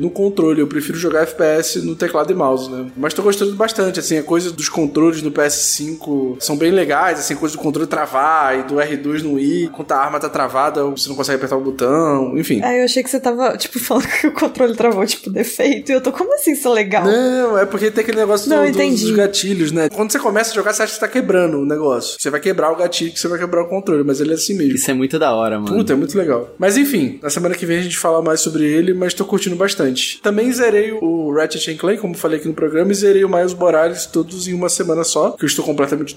[SPEAKER 2] no controle. Eu prefiro jogar FPS no teclado e mouse, né? Mas tô gostando bastante. Assim, a coisa dos controles no PS5 são bem legais. Assim, a coisa do controle travar e do R2 não ir. Quando a arma tá travada, você não consegue apertar o botão. Enfim.
[SPEAKER 3] É, eu achei que você tava, tipo, falando que o controle travou, tipo, defeito. E eu tô, como assim isso é legal?
[SPEAKER 2] Não, é porque tem aquele negócio
[SPEAKER 3] Não,
[SPEAKER 2] do, do,
[SPEAKER 3] entendi.
[SPEAKER 2] dos gatilhos, né? Quando você começa a jogar, você acha que você tá quebrando o negócio. Você vai quebrar o gatilho, que você vai quebrar o controle, mas ele é assim mesmo.
[SPEAKER 4] Isso é muito da hora, mano.
[SPEAKER 2] Puta, é muito legal. Mas enfim, na semana que vem a gente fala mais sobre ele, mas tô curtindo bastante. Também zerei o Ratchet Clank, como falei aqui no programa, e zerei o Miles Morales todos em uma semana só, que eu estou completamente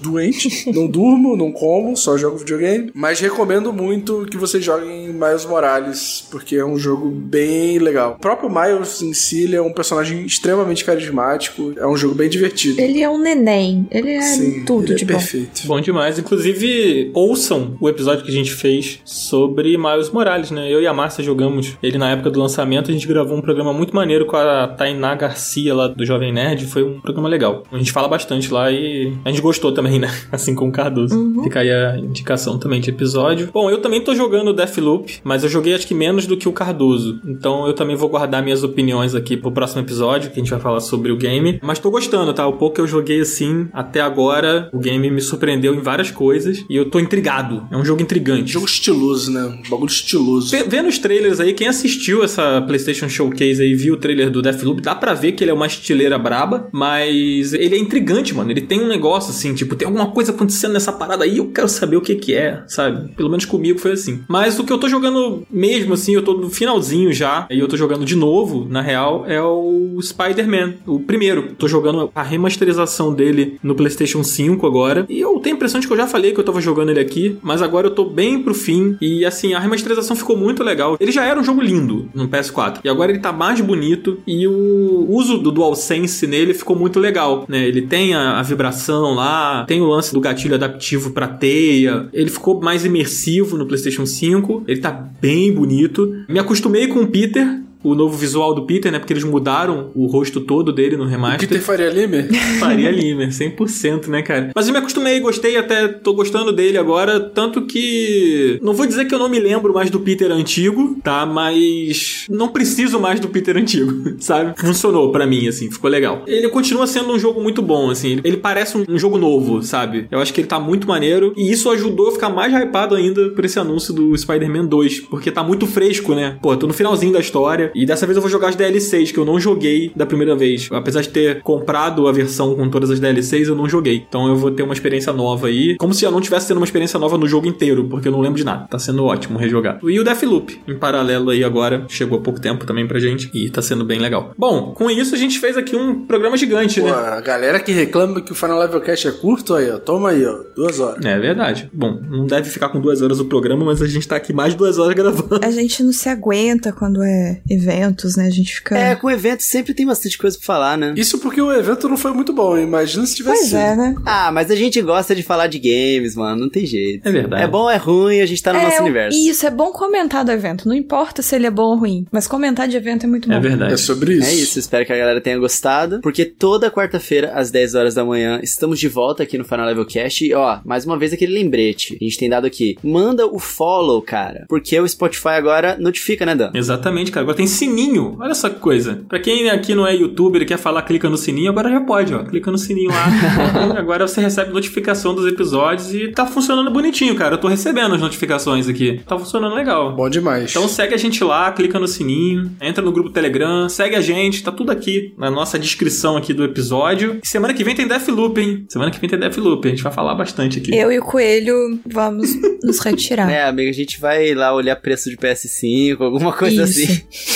[SPEAKER 2] doente. não durmo, não como, só jogo videogame. Mas recomendo muito que vocês joguem Miles Morales, porque é um jogo bem legal. O próprio Miles em si, ele é um personagem extremamente carismático, é um jogo bem divertido.
[SPEAKER 3] Ele é um neném, ele é
[SPEAKER 2] Sim,
[SPEAKER 3] tudo
[SPEAKER 2] ele
[SPEAKER 3] de
[SPEAKER 2] é
[SPEAKER 3] bom.
[SPEAKER 2] perfeito.
[SPEAKER 1] Bom demais. Inclusive, ouçam o episódio que a gente fez sobre Miles Morales, né? Eu e a Márcia jogamos ele na época do lançamento. A gente gravou um programa muito maneiro com a Tainá Garcia, lá do Jovem Nerd. Foi um programa legal. A gente fala bastante lá e a gente gostou também, né? Assim como o Cardoso.
[SPEAKER 3] Uhum.
[SPEAKER 1] Fica aí a indicação também de episódio. Bom, eu também tô jogando Deathloop, mas eu joguei acho que menos do que o Cardoso. Então eu também vou guardar minhas opiniões aqui pro próximo episódio, que a gente vai falar sobre o game. Mas tô gostando, tá? O pouco que eu joguei assim, até agora, o game me surpreendeu em várias coisas e eu tô intrigado. É um jogo intrigante.
[SPEAKER 2] Jogo estiloso, né? Um bagulho estiloso.
[SPEAKER 1] Ve- Vendo os trailers aí, quem assistiu essa PlayStation Showcase aí, viu o trailer do Deathloop, dá pra ver que ele é uma estileira braba, mas ele é intrigante, mano. Ele tem um negócio assim, tipo, tem alguma coisa acontecendo nessa parada aí, eu quero saber o que que é, sabe? Pelo menos comigo foi assim. Mas o que eu tô jogando mesmo assim, eu tô no finalzinho já, e eu tô jogando de novo, na real, é o Spider-Man, o primeiro. Tô jogando a remasterização dele no PlayStation 5 agora. E eu tenho a impressão de que eu já falei que eu tava jogando ele aqui, mas agora eu tô bem pro fim. E assim, a remasterização ficou muito legal. Ele já era um jogo lindo no PS4. E agora ele tá mais bonito. E o uso do DualSense nele ficou muito legal, né? Ele tem a, a vibração lá, tem o lance do gatilho adaptivo pra teia. Ele ficou mais imersivo no PlayStation 5. Ele tá bem bonito. Me acostumei com o Peter, o novo visual do Peter, né? Porque eles mudaram o rosto todo dele no remaster.
[SPEAKER 2] Peter Faria Lima?
[SPEAKER 1] Faria Lima, 100%, né, cara? Mas eu me acostumei, gostei, até tô gostando dele agora. Tanto que. Não vou dizer que eu não me lembro mais do Peter antigo, tá? Mas. Não preciso mais do Peter antigo, sabe? Funcionou pra mim, assim, ficou legal. Ele continua sendo um jogo muito bom, assim. ele- Ele parece um, um jogo novo, sabe? Eu acho que ele tá muito maneiro. E isso ajudou a ficar mais hypado ainda por esse anúncio do Spider-Man 2, porque tá muito fresco, né? Pô, tô no finalzinho da história. história. E dessa vez eu vou jogar as DLCs, que eu não joguei da primeira vez. Apesar de ter comprado a versão com todas as DLCs, eu não joguei. Então eu vou ter uma experiência nova aí. Como se eu não tivesse tendo uma experiência nova no jogo inteiro, porque eu não lembro de nada. Tá sendo ótimo rejogar. E o Deathloop, em paralelo aí agora, chegou há pouco tempo também pra gente. E tá sendo bem legal. Bom, com isso a gente fez aqui um programa gigante,
[SPEAKER 2] Pô,
[SPEAKER 1] né?
[SPEAKER 2] a galera que reclama que o Final Level Cast é curto, aí, ó. Toma aí, ó. Duas horas.
[SPEAKER 1] É verdade. Bom, não deve ficar com duas horas o programa, mas a gente tá aqui mais de duas horas gravando.
[SPEAKER 3] A gente não se aguenta quando é eventos, né? A gente fica.
[SPEAKER 4] É, com eventos sempre tem bastante coisa pra falar, né?
[SPEAKER 2] Isso porque o evento não foi muito bom, imagina se tivesse.
[SPEAKER 3] pois
[SPEAKER 2] sido.
[SPEAKER 3] é, né?
[SPEAKER 4] Ah, mas a gente gosta de falar de games, mano. Não tem jeito.
[SPEAKER 1] É verdade.
[SPEAKER 4] É bom, é ruim, a gente tá no
[SPEAKER 3] É,
[SPEAKER 4] nosso universo.
[SPEAKER 3] Isso, é bom comentar do evento. Não importa se ele é bom ou ruim, mas comentar de evento é muito bom.
[SPEAKER 1] É verdade.
[SPEAKER 2] É sobre isso.
[SPEAKER 4] É isso, espero que a galera tenha gostado, porque toda quarta-feira, às 10 horas da manhã, estamos de volta aqui no Final Level Cast. E ó, mais uma vez aquele lembrete que a gente tem dado aqui. Manda o follow, cara, porque o Spotify agora notifica, né, Dan?
[SPEAKER 1] Exatamente, cara. Agora tem sininho. Olha só que coisa. Pra quem aqui não é youtuber e quer falar, clica no sininho, agora já pode, ó. Clica no sininho lá. agora você recebe notificação dos episódios e tá funcionando bonitinho, cara. Eu tô recebendo as notificações aqui. Tá funcionando legal.
[SPEAKER 2] Bom demais.
[SPEAKER 1] Então segue a gente lá, clica no sininho, entra no grupo Telegram, segue a gente, tá tudo aqui na nossa descrição aqui do episódio. E semana que vem tem Deathloop, hein? Semana que vem tem Deathloop, a gente vai falar bastante aqui.
[SPEAKER 3] Eu e o Coelho vamos nos retirar.
[SPEAKER 4] É, amigo, a gente vai lá olhar preço de PS5, alguma coisa
[SPEAKER 3] Isso.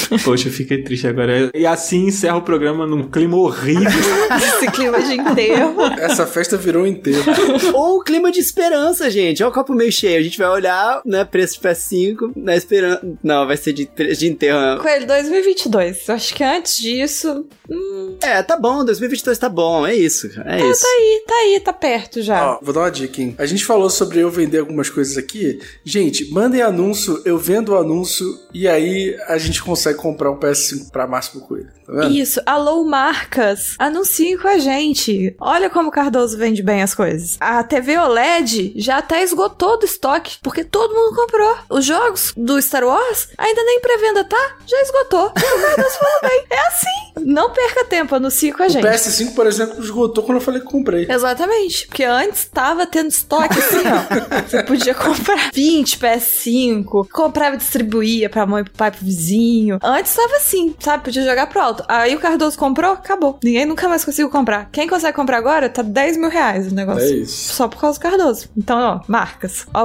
[SPEAKER 4] assim.
[SPEAKER 1] Poxa, eu fiquei triste agora. E assim encerra o programa num clima horrível.
[SPEAKER 3] Esse clima de enterro.
[SPEAKER 2] Essa festa virou um enterro.
[SPEAKER 4] Ou o clima de esperança, gente. Olha o copo meio cheio. A gente vai olhar, né, preço de PS5, na esperança. né, Não, vai ser de, pre- de enterro.
[SPEAKER 3] Coelho 2022. Eu acho que antes disso. hum,
[SPEAKER 4] É, tá bom, 2022 tá bom, é isso, cara, é isso.
[SPEAKER 3] e tá aí, tá perto já.
[SPEAKER 2] Ó, vou dar uma dica, hein? A gente falou sobre eu vender algumas coisas aqui. Gente, mandem anúncio, eu vendo o anúncio e aí a gente consegue comprar um PS5 pra Máximo Coelho. Tá vendo?
[SPEAKER 3] Isso, alô marcas, anunciem com a gente. Olha como o Cardoso vende bem as coisas. A TV OLED já até esgotou do estoque, porque todo mundo comprou. Os jogos do Star Wars ainda nem pré-venda tá, já esgotou. O Cardoso falou bem, é assim. Não perca tempo, anuncie com a
[SPEAKER 2] o
[SPEAKER 3] gente.
[SPEAKER 2] PS5, por exemplo, esgotou quando eu falei que comprei.
[SPEAKER 3] Exatamente, porque antes tava tendo estoque assim, ó. Você podia comprar 20 PS5, comprava e distribuía pra mãe, pro pai, pro vizinho. Antes tava assim, sabe? Podia jogar pro alto. Aí o Cardoso comprou, acabou. Ninguém nunca mais conseguiu comprar. Quem consegue comprar agora tá 10 mil reais o negócio.
[SPEAKER 2] É isso.
[SPEAKER 3] Só por causa do Cardoso. Então, ó, marcas. Ó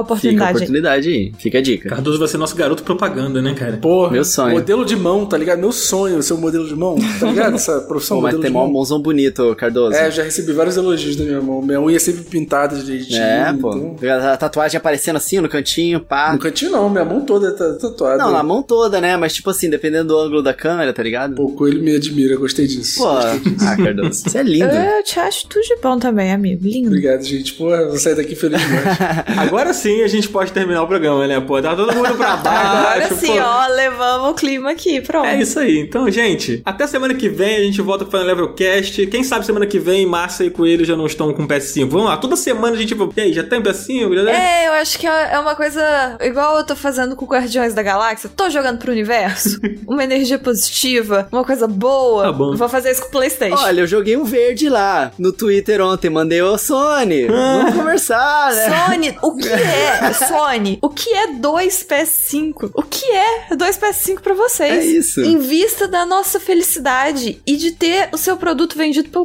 [SPEAKER 4] Fica a
[SPEAKER 3] a oportunidade.
[SPEAKER 4] oportunidade aí, fica a dica.
[SPEAKER 1] Cardoso vai ser nosso garoto propaganda, né, cara?
[SPEAKER 2] Porra,
[SPEAKER 4] Meu sonho.
[SPEAKER 2] Modelo de mão, tá ligado? Meu sonho ser um modelo de mão, tá ligado? Essa profissão
[SPEAKER 4] Pô, mas
[SPEAKER 2] modelo
[SPEAKER 4] tem
[SPEAKER 2] de
[SPEAKER 4] mó
[SPEAKER 2] mão.
[SPEAKER 4] mãozão bonito, Cardoso.
[SPEAKER 2] É, eu já recebi vários elogios da minha mão. Minha unha é sempre pintada direitinho.
[SPEAKER 4] É, pô.
[SPEAKER 2] então-
[SPEAKER 4] A tatuagem aparecendo assim no cantinho, pá.
[SPEAKER 2] No cantinho não, minha mão toda tá tatuada.
[SPEAKER 4] Não, na mão toda, né? Mas tipo assim, dependendo do ângulo da câmera, tá ligado? Pô,
[SPEAKER 2] Pô, Coelho Um me admira, gostei disso.
[SPEAKER 4] ah, Cardoso, você é lindo.
[SPEAKER 3] Eu te acho tudo de bom também, amigo. Lindo.
[SPEAKER 2] Obrigado, gente. Porra, eu vou sair daqui feliz demais.
[SPEAKER 1] Agora sim a gente pode terminar o programa, né? Pô, tá todo mundo pra baixo.
[SPEAKER 3] Agora sim,
[SPEAKER 1] pô.
[SPEAKER 3] ó, levamos o clima aqui, pronto.
[SPEAKER 1] É isso aí. Então, gente, até semana que vem a gente volta com o Final Level Cast. Quem sabe semana que vem Márcia e Coelho já não estão com PS5. Vamos lá, toda semana a gente vai. E aí, já tá tem PS5? Já tem?
[SPEAKER 3] É, eu acho que é uma coisa igual eu tô fazendo com Guardiões da Galáxia. Tô jogando pro universo. uma energia positiva, uma coisa boa.
[SPEAKER 1] Tá bom.
[SPEAKER 3] Vou fazer isso com o PlayStation.
[SPEAKER 4] Olha, eu joguei um verde lá no Twitter ontem, mandei, ô Sony,
[SPEAKER 2] Ah.
[SPEAKER 4] vamos conversar, né?
[SPEAKER 3] Sony, o que é? Sony, o que é 2 PS5? O que é 2 PS5 pra vocês?
[SPEAKER 4] É isso.
[SPEAKER 3] Em vista da nossa felicidade e de ter o seu produto vendido pelo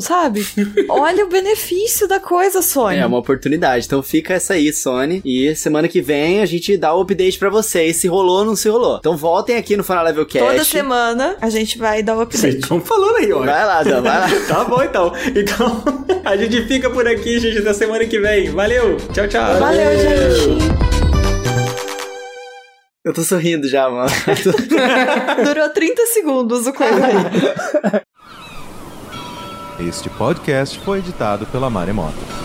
[SPEAKER 3] sabe? Olha o benefício da coisa, Sony.
[SPEAKER 4] É uma oportunidade. Então fica essa aí, Sony. E semana que vem a gente dá o update pra vocês se rolou ou não se rolou. Então voltem aqui no Final Level Cast.
[SPEAKER 3] Toda semana a gente vai dar um
[SPEAKER 1] Vocês
[SPEAKER 3] update.
[SPEAKER 1] estão falando aí, ó.
[SPEAKER 4] Vai lá, Dan, vai lá.
[SPEAKER 1] Tá bom então. Então, a gente fica por aqui, gente, até semana que vem. Valeu! Tchau, tchau!
[SPEAKER 3] Valeu, gente.
[SPEAKER 4] Eu tô sorrindo já, mano.
[SPEAKER 3] Durou 30 segundos o coelho aí.
[SPEAKER 11] Este podcast foi editado pela Maremoto.